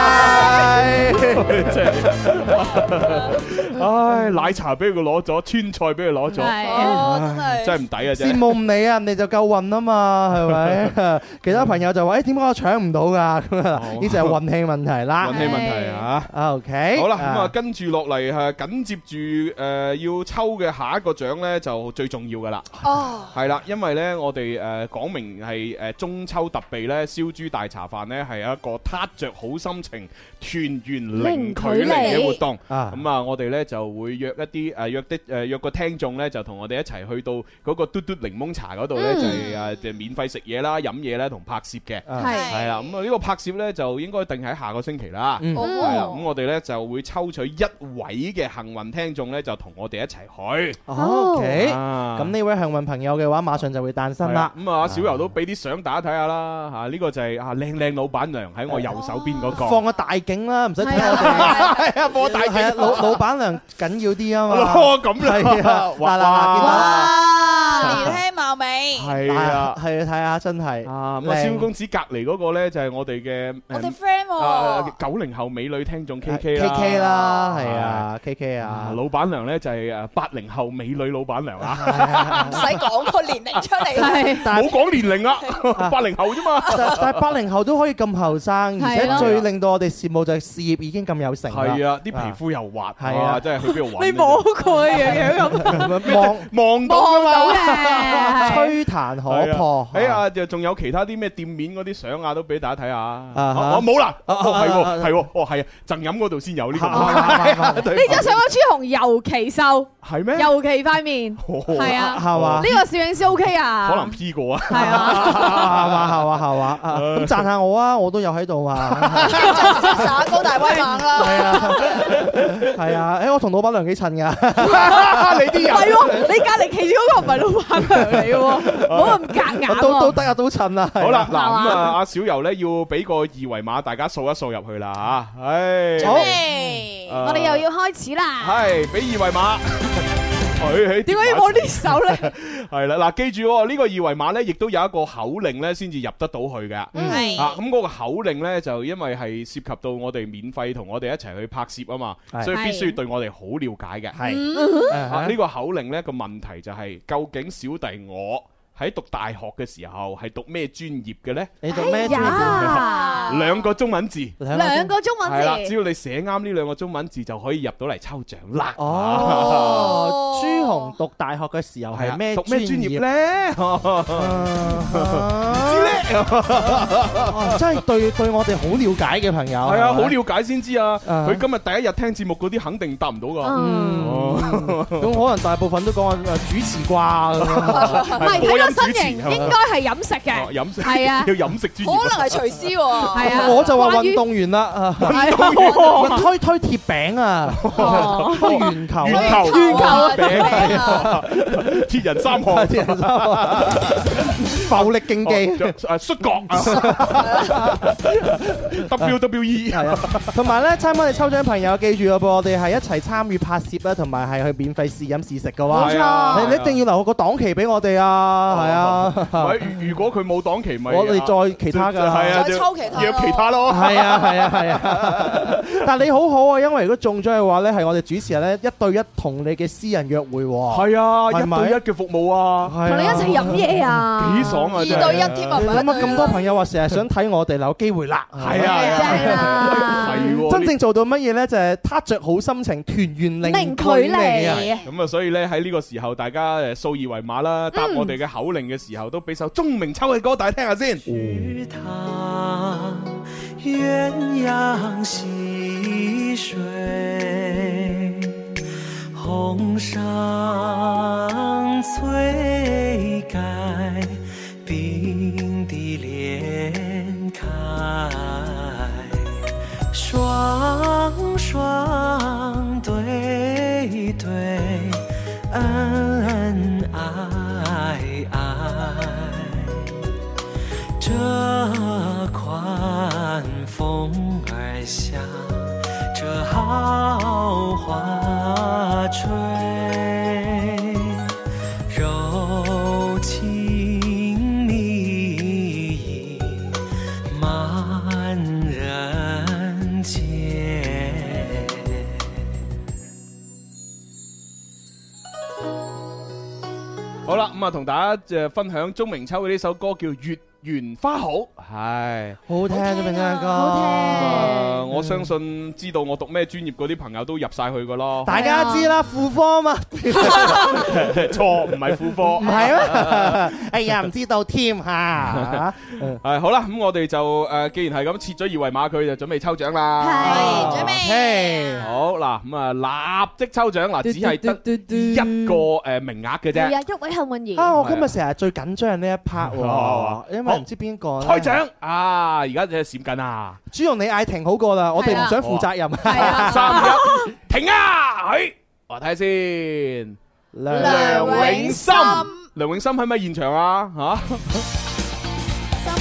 S6: 拜拜， [LAUGHS] 真係，唉，奶茶俾佢攞咗，川菜俾佢攞咗，
S7: 係啊
S6: 唉真係唔抵啊！真
S7: 羨
S6: 係。
S7: 慕唔你啊，人哋就夠運啊嘛，
S6: [LAUGHS]
S7: 係咪？其他朋友就話：誒點解我搶唔到㗎？咁啊，呢就係運氣問題啦。
S6: 運氣問題啊
S7: ！OK，
S6: 好啦，咁啊，跟住落嚟係緊接住誒呃要抽嘅下一個獎呢，就最重要噶啦，
S8: 哦，
S6: 係啦，因為呢，我哋誒講明係誒中秋特備呢，燒豬大茶飯呢，係一個撻着好心情團圓零距離嘅活動，
S7: 啊
S6: 咁啊，我哋呢就會約一啲誒約啲誒約個聽眾呢，就同我哋一齊去到嗰個嘟嘟檸檬茶嗰度呢，
S7: 嗯
S6: 就係誒就免費食嘢啦、飲嘢啦同拍攝嘅，
S7: 係
S6: 係啦，咁啊呢個拍攝呢，就應該定喺下個星期啦。
S7: 嗯
S6: 係
S7: 哦
S6: 啦，咁我哋呢就會抽取一位嘅幸運聽眾呢，就同我哋一齊去。
S7: OK，
S6: 啊
S7: 咁呢位幸運朋友嘅話，馬上就會誕生
S6: 係
S7: 啦
S6: 啦，。咁啊，小柔都俾啲相大家睇下啦，吓呢個就係啊靚靚老闆娘喺我右手邊嗰個，
S7: 放個大景啦，唔使睇我哋。係啊，放大景。老老闆娘緊要啲啊嘛。
S6: 哦咁啦
S7: 係啊，嗱嗱嗱，見到啦。
S8: 哇，年輕貌美，
S6: 係啊，
S7: 係啊，睇下真係。
S6: 啊咁啊，
S7: 靚
S6: 蕭公子隔離嗰個呢，就係我哋嘅
S8: 我哋
S6: 誒
S8: friend 喎
S6: 啊。九零後美女聽眾 K K 啦
S7: K K 啦，係啊，K K 啊
S6: 啊，。老闆娘呢，就係誒八零後美女老闆娘啊。
S8: 唔使講個年齡出
S6: 係
S8: 嚟，
S6: 冇講年齡啊，八零後啫嘛。
S7: 但但係八零後都可以咁後生，而
S6: 係
S7: 且
S6: 咯
S7: 最令到我哋羨慕就係事業已經咁有成啦。
S6: 係啊，啲皮膚又滑，
S7: 係
S6: 哇
S7: 啊
S6: 真係去邊度揾？
S7: 你
S6: 冇
S11: 佢樣樣
S1: Ờ,
S7: 望
S6: 望到啊
S11: 望到
S6: 嘛，
S11: 嘅
S7: [LAUGHS] 吹彈可破。啊
S6: 哎呀，就仲有其他啲咩店面嗰啲相啊，都俾大家睇下。
S7: 哈
S6: 我冇啦，
S7: 啊
S6: 哦係喎，係喎，哦係啊，贈飲嗰度先有呢個。
S11: 呢張相嗰朱紅尤其瘦，
S6: 係咩
S11: 尤其塊面，係啊，
S7: 係嘛
S11: 呢個攝影師 OK 啊，
S6: 可能 P 過啊，
S11: 係啊，
S7: 係嘛係嘛係嘛，啊咁讚下我啊，我都有
S6: [LAUGHS]
S7: 喺度啊，
S8: 瀟灑高大威猛啦。
S7: 係啊，誒我同老闆娘幾襯㗎，
S6: [LAUGHS] 你啲人
S11: 係喎，你隔離企住嗰個唔係老闆娘
S6: [LAUGHS]
S11: 嚟喎，唔好咁夾硬
S7: 都都
S11: 喎。
S7: 得啊，都襯啊，係啊
S6: 好啦，嗱咁啊，阿小柔咧要俾個二維碼大家掃一掃入去啦吓，唉，
S11: 準備，
S6: 好
S11: 我哋又要開始啦。
S6: 啊係俾二維
S11: [LAUGHS]
S6: 碼。 [LAUGHS] 佢
S11: 點解要我呢首咧？
S6: [LAUGHS] 係啦，嗱，記住喎呢個二維碼呢，亦都有一個口令呢，先至入得到去嘅。
S11: 嗯係
S6: 啊，咁嗰個口令呢，就因為係涉及到我哋免費同我哋一齊去拍攝啊嘛，
S7: 係
S6: 所以必須對我哋好了解嘅。
S7: 係
S6: 嗯
S7: 嗯
S6: 啊，呢個口令呢個問題就係，究竟小弟我喺讀大學嘅時候係讀咩專業嘅呢？
S7: 你讀咩專業
S11: 哎呀
S6: 兩個中文字，
S11: 兩個中文
S6: 係啦，
S11: 字
S6: 只要你寫啱呢兩個中文字就可以入到嚟抽獎啦。
S11: [LAUGHS]
S7: 哦，朱紅讀大學嘅時候
S6: 係啊
S7: 係咩
S6: 讀咩專業咧？
S7: 哦真係對對我哋好了解嘅朋友，
S6: 係啊，好
S7: 係咪
S6: 了解先知啊！
S7: 啊
S6: 佢今日第一日聽節目嗰啲肯定答唔到噶。哦
S7: 咁可能大部分都講話誒主持啩咁
S6: 啊
S7: 樣。
S11: 唔係
S6: [LAUGHS]
S11: 睇個身形，應該係飲食
S6: 哦
S11: 嘅，
S6: 飲食
S11: 係啊
S6: [LAUGHS] 要飲食專業，
S8: 可能係廚師喎，
S11: 係啊
S7: [LAUGHS] 我就話
S11: 關於
S7: 運動員啦，
S11: 運
S7: 運動員 [LAUGHS] 推推鐵餅啊， [LAUGHS] 推圓球啊，
S6: 圓球
S8: 圓球啊
S6: 圓
S8: 餅
S6: 鐵人三項，
S7: 鐵人三項浮力競技。
S6: 哦誒摔角
S7: [LAUGHS]
S6: 啊 WWE
S7: 係啊，同埋咧，參加我哋抽獎朋友記住啊噃，我哋係一齊參與拍攝啦，啊同埋係去免費試飲試食嘅話，
S6: 係啊
S7: 你你一定要留個檔期俾我哋啊，係啊，
S6: 喂如如果佢冇檔期，咪
S7: 我哋再其他㗎
S6: 係啊，
S8: 再
S6: 就
S8: 抽其他咯
S6: 約其他咯，
S7: 係啊，係啊，係啊！ [LAUGHS] 但你好好啊，因為如果中咗嘅話咧，係我哋主持人咧一對一同你嘅私人約會喎。
S6: 係啊，
S7: 係
S6: 一
S7: 咪
S6: 對一嘅服務啊，
S7: 係啊
S11: 同你一齊飲嘢啊，
S6: 幾爽啊！
S8: 二
S6: 真係
S8: 對一添啊，唔係一
S7: 啱咁多朋友話成日想睇我哋啦，有機會啦，
S6: 係啊係啊正啊係喎
S7: 真正做到乜嘢咧？就係撻着好心情，團圓令
S11: 零距離
S7: 啊！
S6: 咁啊，所以咧喺呢個時候，大家誒掃二維碼
S7: 嗯
S6: 啦，答我哋嘅口令嘅時候，都俾首鐘明秋嘅歌大家聽下先。
S7: 嗯
S16: 鸳鸯戏水，红裳翠盖冰滴莲开，双双对对，恩恩爱爱。这款风儿下，这好花吹，柔情蜜意满人间。
S6: 好啦，咁啊，同大家誒分享鐘明秋嘅呢首歌叫《月圓花好》，係。
S7: 好聽啊，明亮哥，
S6: 誒啊我相信知道我讀咩專業嗰啲朋友都入晒去噶咯。
S7: 大家知啦，副科嘛，
S6: [LAUGHS] 錯，唔係副科。
S7: 唔
S6: [LAUGHS]
S7: 係啊， [LAUGHS] 哎呀，唔知道添嚇。
S6: 係好啦，咁我哋就誒，既然係咁，切咗二維碼，佢就準備抽獎啦。
S11: 係準
S6: 備。好嗱，咁啊，立即抽獎嗱，只係得一個誒名額嘅
S11: 係啊，
S6: 啫。
S11: 一位幸運兒。
S7: 啊，我今日成日最緊張呢一 part
S6: 哦
S7: 喎，因為唔知邊個呢
S6: 開獎啊！而家就閃緊啊！
S7: 朱容你嗌停好過啦，我哋唔想負責任。
S6: 三一停啊！佢我睇下先。
S7: 梁
S6: 永
S7: 永
S6: 森
S7: 森，
S6: 梁永森喺咪現場啊？吓，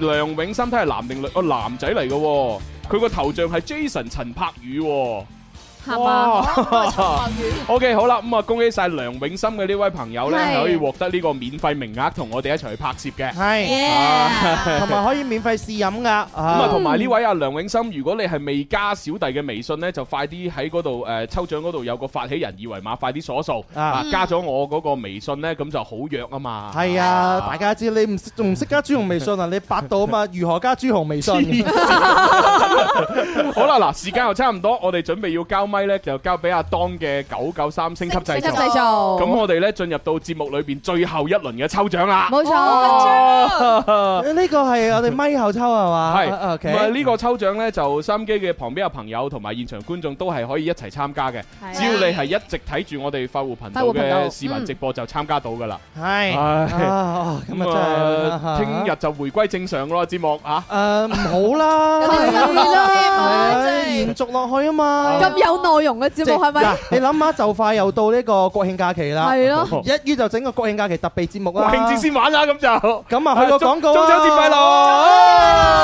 S6: 梁永森睇係男定女？哦，男仔嚟嘅喎，佢個頭像係 Jason 陳柏宇喎。
S3: 哦
S6: [LAUGHS]
S11: 係嘛？
S6: O K，好啦，咁啊，恭喜晒梁永森嘅呢位朋友咧，
S7: 係
S6: 係可以獲得呢個免費名額，同我哋一齊去拍攝嘅。
S7: 係
S6: 啊
S7: [LAUGHS] [LAUGHS] 同埋可以免費試飲噶。
S6: 咁
S7: 咁
S6: 啊，同埋呢位阿梁永森，如果你係未加小弟嘅微信呢，就快啲喺嗰度誒抽獎嗰度有個發起人二維碼，快啲鎖數啊！加咗我嗰個微信呢，咁就好約啊嘛。
S7: 係啊，大家知你唔識仲唔識加朱紅微信啊？你百度
S6: [LAUGHS]
S7: 啊嘛，如何加朱紅微信？
S6: [LAUGHS] 好啦，嗱，時間又差唔多，我哋準備要交咪呢，就交俾阿當嘅九九三星級製造。
S11: 星級製造
S6: 咁我哋呢，進入到節目裏邊最後一輪嘅抽獎啦。
S11: [LAUGHS] 冇錯
S7: 哦 [LAUGHS] 呢個係我哋咪後抽係嘛？
S6: 係，
S7: 啊
S6: 咁啊
S7: ，OK。
S6: 呢個抽獎呢，就收音機嘅旁邊嘅朋友同埋現場觀眾都係可以一齊參加嘅
S7: 係啊。
S6: 只要你係一直睇住我哋快活頻道嗯
S7: 快活頻道
S6: 嘅視頻直播，就參加到噶啦。
S7: 係
S6: 唉
S7: 啊咁啊真係啊
S6: 聽日就回歸正常咯，節目啊。
S7: 誒唔好
S11: [LAUGHS]
S7: 啦，
S11: 有啲失望添啊
S7: 係
S11: 真係
S7: 延續落去啊嘛。
S11: 咁有內容嘅節目係咪
S7: 嗱？你諗下，就快又到呢個國慶假期啦，
S11: 係咯
S7: 一於就整個國慶假期特備節目啦，
S6: 國慶節先玩啦，咁就
S7: 咁
S1: À,
S7: 啊，去個廣告
S6: 中中
S7: 啊
S6: 秋節快樂！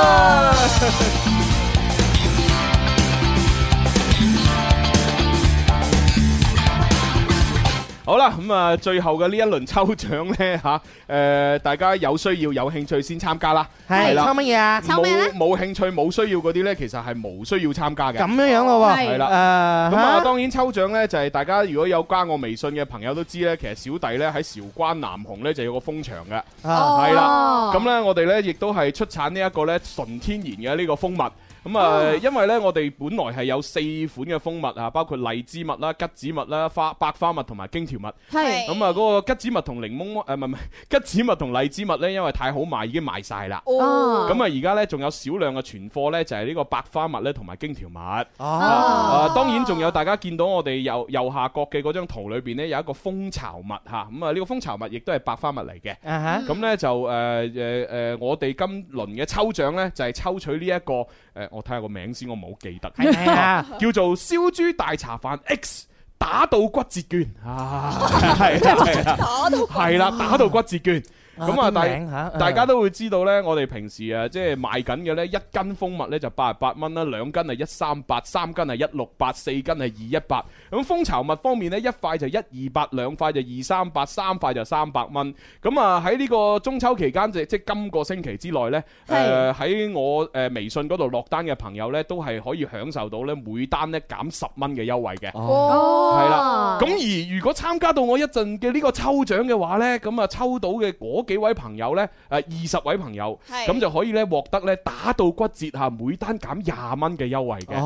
S6: 好啦，咁啊，最後嘅呢一輪抽獎呢，吓， [LAUGHS] 誒，大家有需要、有興趣先參加啦。
S7: 係
S6: 啦
S7: 抽乜嘢啊抽咩呢
S6: 冇冇興趣、冇需要嗰啲呢，其實係無需要參加嘅。
S7: 咁樣樣咯喎，
S6: 係
S7: 誒
S6: 啦。咁啊，
S7: 嚇
S6: 當然抽獎呢，就係、大家如果有加我微信嘅朋友都知呢，其實小弟呢喺韶關南紅呢就有個蜂場嘅，
S7: 哦
S6: 係啦。咁呢，我哋呢亦都係出產呢一個呢純天然嘅呢個蜂蜜。咁
S11: 哦
S6: 啊，因為呢，我哋本來係有四款嘅蜂蜜啊，包括荔枝蜜啦、桔子蜜啦、花百花蜜同埋荊條蜜。
S11: 係
S6: 咁啊，嗰個桔子蜜同檸檬呃誒唔係 [LAUGHS] 唔係桔子蜜同荔枝蜜呢，因為太好賣已經賣晒啦。
S11: 哦
S6: 咁啊，而家呢，仲有少量嘅存貨呢，就係呢個百花蜜呢同埋荊條蜜。
S7: 哦
S6: 啊，當然仲有大家見到我哋右右下角嘅嗰張圖裏邊呢，有一個蜂巢蜜嚇，咁啊呢個蜂巢蜜亦都係白花蜜嚟嘅。
S7: 啊
S6: 咁呢就誒誒誒，我哋今輪嘅抽獎呢，就係抽取呢一個誒，我睇下個名先，我冇記得，
S7: 係咪啊
S6: 叫做燒豬大茶飯 X。打到骨折券啊，係係係啊
S7: 打到骨折
S6: 係啦，打到骨折券。
S7: 啊
S6: 咁啊，
S7: 啲名嚇
S6: 大
S7: 啊
S6: 大家都會知道呢，我哋平時啊，即係賣緊嘅呢，一斤蜂蜜呢就八十八蚊啦，兩斤係一三八，三斤係一六八，四斤係二一八。咁蜂巢蜜方面呢，一塊就一二八，兩塊就二三八，三塊就三百蚊。咁啊喺呢個中秋期間，即即係今個星期之內呢，誒、
S11: 係
S6: 喺我誒、微信嗰度落單嘅朋友呢，都係可以享受到呢每單呢減十蚊嘅優惠嘅。
S11: 哦
S6: 係啦，咁而如果參加到我一陣嘅呢個抽獎嘅話呢，咁啊抽到嘅嗰幾位朋友呢，誒二十位朋友，
S8: 係
S6: 咁就可以呢獲得呢打到骨折嚇，每單減廿蚊嘅優惠嘅。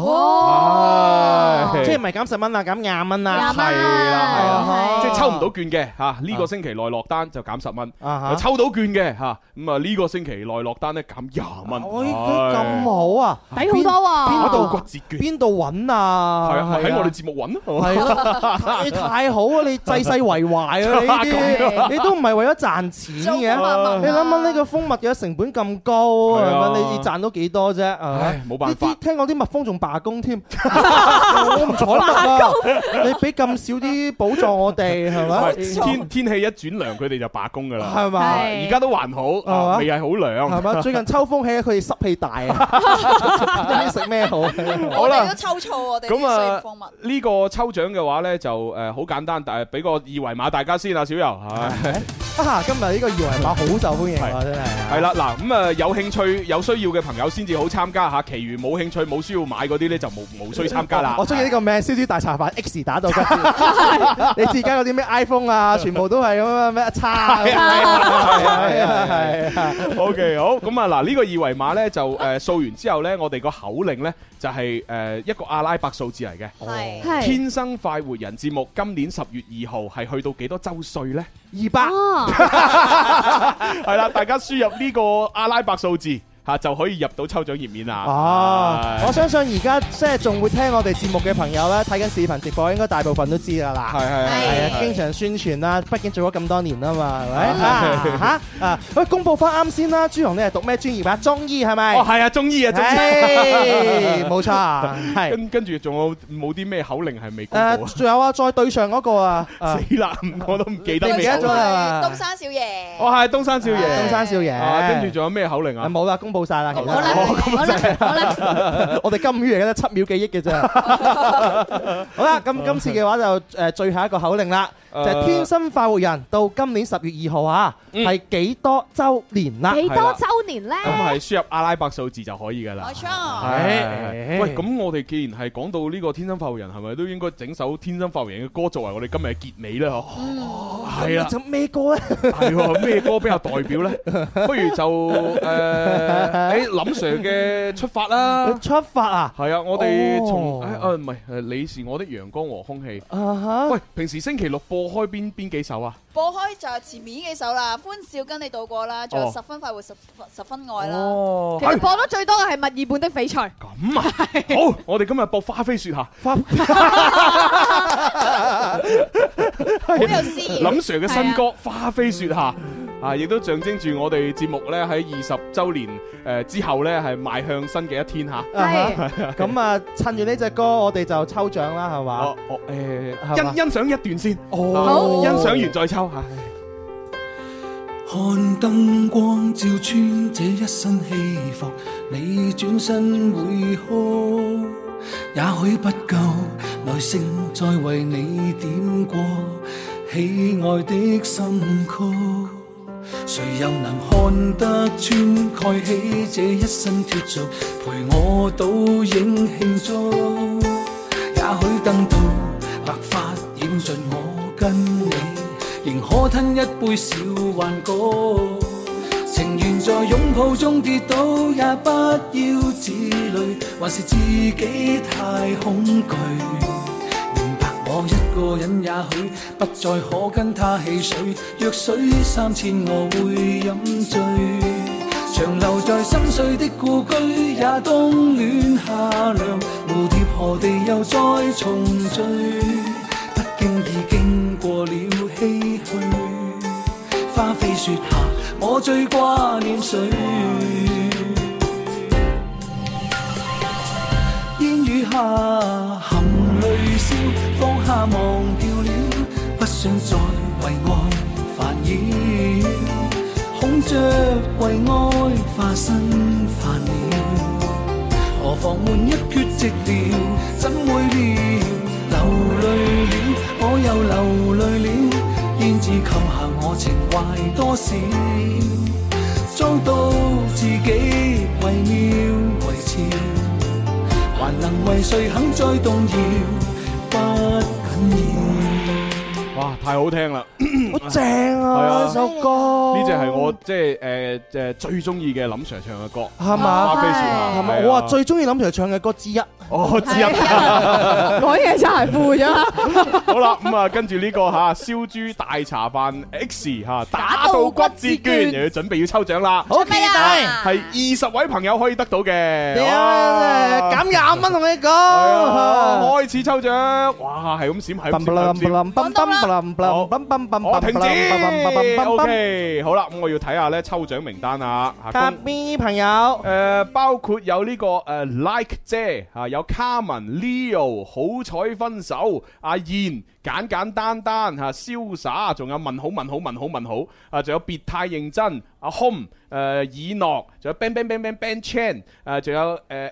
S7: 哦
S6: 係
S7: 即係唔係減十蚊啦，減廿蚊啦，
S6: 係啦，係
S7: 啊
S6: 啦，啊即係抽唔
S7: 到。
S6: 到券嘅嚇，呢個星期內落單就減十蚊
S7: 啊哈，
S6: 抽到券嘅嚇，咁啊呢個星期內落單咧減廿蚊，
S7: 喂，佢咁好啊，
S11: 抵好多喎
S7: 邊邊
S6: 打到骨折券
S7: 邊度揾啊？
S6: 係啊，咪
S7: 係
S6: 喺
S7: 啊
S6: 我哋節目揾咯，
S7: 係
S6: [LAUGHS]
S7: 咯，太太好啊！你濟世為懷啊！你呢
S6: 咁
S7: 啲
S6: 樣
S7: 你都唔係為咗賺錢
S6: 做
S7: 嘅
S6: 風物啊，
S7: 你諗下呢個蜂蜜嘅成本咁高，係咪？
S6: 係啊
S7: 你賺到幾多啫？唉，
S6: 冇辦法
S7: 呢啲聽講啲蜜蜂仲罷工
S6: [LAUGHS]
S7: 添，我唔採蜜
S6: 罷
S7: 啊
S6: 工！
S7: 你俾咁少啲補助我哋係咪？
S6: 唔係天天氣一轉涼，佢哋就罷工㗎啦，
S7: 係嘛
S6: 而家都還好，
S7: 係嘛
S6: 啊未係好涼， [LAUGHS]
S7: 係嘛？最近秋風起，佢哋濕氣大啊！唔知食
S6: [LAUGHS]
S7: 咩好？
S6: 好
S8: 我
S6: 啦
S8: 哋都抽錯我哋啲
S6: 咁
S8: 商業
S6: 啊
S8: 方物。，
S6: 呢個抽獎嘅話咧就誒好簡單，但係呃俾個二維碼大家先啊，小柔係。
S7: 啊，今日呢個二維碼好受歡迎啊！真係。
S6: 系啦，嗱咁啊，有興趣有需要嘅朋友先至好參加吓，其餘冇興趣冇需要買嗰啲咧就冇冇需參加啦。 [LAUGHS]
S7: 我中意呢個名，燒豬大茶飯 X 打到跟住你知而家嗰啲咩 iPhone 啊，全部都係咁樣咩叉咁樣。
S6: 啊係啊係啊，OK 好，咁啊嗱呢個二維碼咧就誒掃完之後咧，我哋個口令咧就係呃誒一個阿拉伯數字嚟嘅。
S7: 係
S6: 天生快活人節目今年十月二號係去到幾多周歲咧？
S7: 二百。
S6: 係啦，大家輸入呢個阿拉伯數字嚇就可以入到抽獎頁面啦。
S7: 哦，
S6: 係
S7: 我相信而家即係仲會聽我哋節目嘅朋友咧，睇緊視頻直播，應該大部分都知㗎啦。
S6: 係係係
S7: 係
S6: 係
S7: 啊，經常宣傳啦，畢竟做咗咁多年啊嘛，係咪
S6: 係係
S7: 啊？嚇啊！喂，公佈翻啱先啦，朱紅你係讀咩專業啊？中醫係咪？
S6: 哦，係啊，中醫啊，中醫
S7: 唉， [LAUGHS] 冇
S6: [LAUGHS]
S7: 錯啊係
S6: 跟跟住仲有冇啲咩口令係未公布啊
S7: 誒，？仲有啊，再對上嗰個啊，啊
S6: [LAUGHS] 死啦，唔我都唔記得
S7: 你唔
S6: 未
S7: 記得咗啦
S8: 東山少爺，
S6: 哦，係東山少爺，
S7: 東山少爺
S6: 啊跟住仲有咩口令啊？
S7: 冇啦，公佈晒啦，其實
S6: 好啦哦公佈晒好啦
S7: [LAUGHS] 我哋金魚嚟嘅啫，七秒記
S6: [LAUGHS]
S7: 憶嘅啫。好啦，咁今次嘅話就誒最後一個口令啦，就係天生快活人到今年十月二號啊，係幾多週年啦？
S11: 幾多周年咧？
S6: 咁啊係輸入阿拉伯數字就可以㗎啦。係
S7: 係
S6: 喂，咁我哋既然係講到呢個天生發育人，係咪都應該整首天生發育人嘅歌作為我哋今日嘅結尾咧？嗬
S7: 嗯
S6: 係啦
S7: 咁，咩歌咧？
S6: [LAUGHS] 係喎，哎咩歌比較代
S7: [LAUGHS]
S6: 表咧？不如就誒喺林 Sir 嘅出發啦。
S7: 出發啊！
S6: 係啊，我哋從
S7: 哦
S6: 誒啊唔係誒，你是我的陽光和空氣。
S7: 啊哈！
S6: 喂，平時星期六播開邊邊幾首啊？
S8: 播開就係前面幾首啦，歡笑跟你度過啦，仲有
S6: 哦
S8: 十分快活十十分愛啦。
S6: 哦
S11: 其實播得最多嘅係墨爾本的翡翠。
S6: 咁啊，好，我哋今日播花飛雪下，花好
S11: 有詩意
S6: 林 Sir
S11: 啊
S6: 嘅新歌《花飛雪下》。啊！亦都象徵住我哋節目咧喺二十週年誒、呃之後咧係邁向新嘅一天嚇。
S7: 啊哈咁啊，趁住呢只歌，我哋就抽獎啦，係嘛
S6: 哦？哦誒，
S7: 係嘛
S6: 欣欣賞一段先，
S7: 哦
S6: 啊欣賞完再抽嚇。
S21: 看燈光照穿這一身戲服，你轉身會哭，也許不夠耐性再為你點過喜愛的心曲。誰又能看得穿蓋起這一身脱俗，陪我倒影慶祝，也許等到白髮染盡我跟你。仍可吞一杯小幻覺。情願在擁抱中跌倒，也不要自累，還是自己太恐懼。明白我一個人也許不再可跟他汽水，藥水三千我會飲醉。長留在心碎的故居，也當戀下涼，蝴蝶何地又再重聚？不經意經過了唏噓。花飛雪下，我最掛念誰？煙雨下，含淚笑，放下忘掉了，不想再為愛煩擾，恐着為愛化身煩了。何妨換一缺寂寥，怎會料流淚了，我又流淚了，焉知扣下我情懷多少？裝到自己惟妙惟肖，還能為誰肯再動搖？不緊要。
S6: 哇，太好聽啦！
S7: 好正
S6: 係啊
S7: 啊！呢首歌
S6: 呢只係我即係诶诶最中意嘅林 Sir 唱嘅歌，
S7: 係嘛
S6: 花飛雪下
S7: 係嘛？
S6: 係啊
S7: 我話最中意林 Sir 唱嘅歌之一。
S6: 哦，之一。
S7: [LAUGHS]
S11: 講嘢真係負咗。
S6: 好啦，咁啊，跟住呢個吓燒豬大茶飯 X 吓打到骨折
S7: 捐
S6: 捐，又要準備要抽獎啦！啊
S7: 好期待，
S6: 係二十位朋友可以得到嘅。哇
S7: 啊減廿蚊同你
S6: 哦
S7: [LAUGHS]
S6: 啊
S7: 講。
S6: 開始抽獎，哇，係咁閃，係咁閃，係咁閃。我
S7: 我
S6: 停止。O K，好啦，咁我要睇下咧抽獎名單啊。阿
S7: 咖
S6: 公
S7: 啡朋友，
S6: 誒包括有呢個誒 Ờ, Like 姐嚇，有 Carmen、Leo、好彩分手、阿燕、簡簡單單嚇、瀟灑，仲有問好問好問好問好啊，仲有別太認真、阿 Home、誒爾諾，仲有 Bang Bang Bang Bang Bang Chan，誒仲有誒誒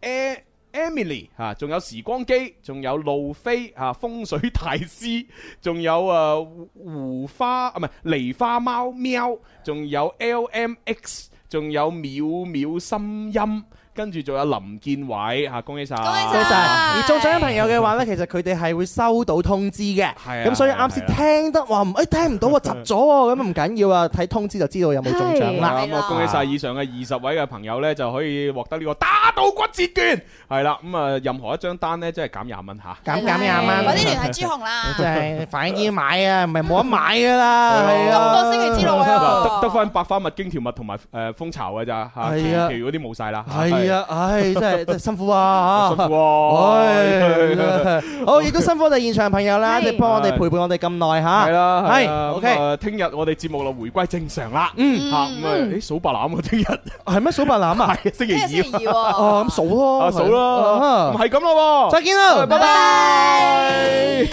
S6: 誒。Emily 嚇，仲有時光機，仲有路飛嚇，風水大師，仲有啊胡花啊唔係梨花貓喵，仲有 LMX，仲有淼淼心音，跟住仲有林建偉嚇，恭喜晒！恭喜
S7: 多謝。而中獎嘅朋友嘅話咧，其實佢哋係會收到通知嘅。
S6: 啊
S7: 咁所以啱先聽得話唔，誒聽唔到啊，窒咗喎，咁唔緊要啊，睇通知就知道有冇中獎啦。
S6: 咁啊，恭喜晒以上嘅二十位嘅朋友咧，就可以獲得呢個打到骨折券，係啦，咁啊，任何一張單咧，即係減廿蚊嚇，
S7: 減減廿蚊。
S8: 嗰啲聯繫朱紅啦，
S7: 真係快啲買啊，唔係冇得買噶啦，
S6: Ờ.
S7: 係啊。
S8: 咁多星期之內啊，
S6: 得得翻百花蜜、荊條蜜同埋誒蜂巢嘅咋嚇，其
S7: 係啊
S6: 餘嗰啲冇晒啦。
S7: 係啊，
S6: [LAUGHS]
S7: 唉，真係真係辛苦啊，
S6: 辛苦喎
S7: 唉真係好，亦都辛苦我哋現場朋友啦，你幫我哋陪伴我哋咁耐吓，
S6: 系啦，
S7: 係 OK，
S6: k 聽日我哋節目就回歸正常啦。嗯，吓咁啊，誒數白欖啊，聽日
S7: 係咩數白欖
S6: [LAUGHS]
S7: 啊？
S6: 係星期二。
S8: 星期二喎
S7: 哦，咁數
S1: À,
S7: 咯，
S6: 啊，數啦
S7: 啊
S6: 唔係咁咯喎，
S7: 再見啦，
S6: 拜拜。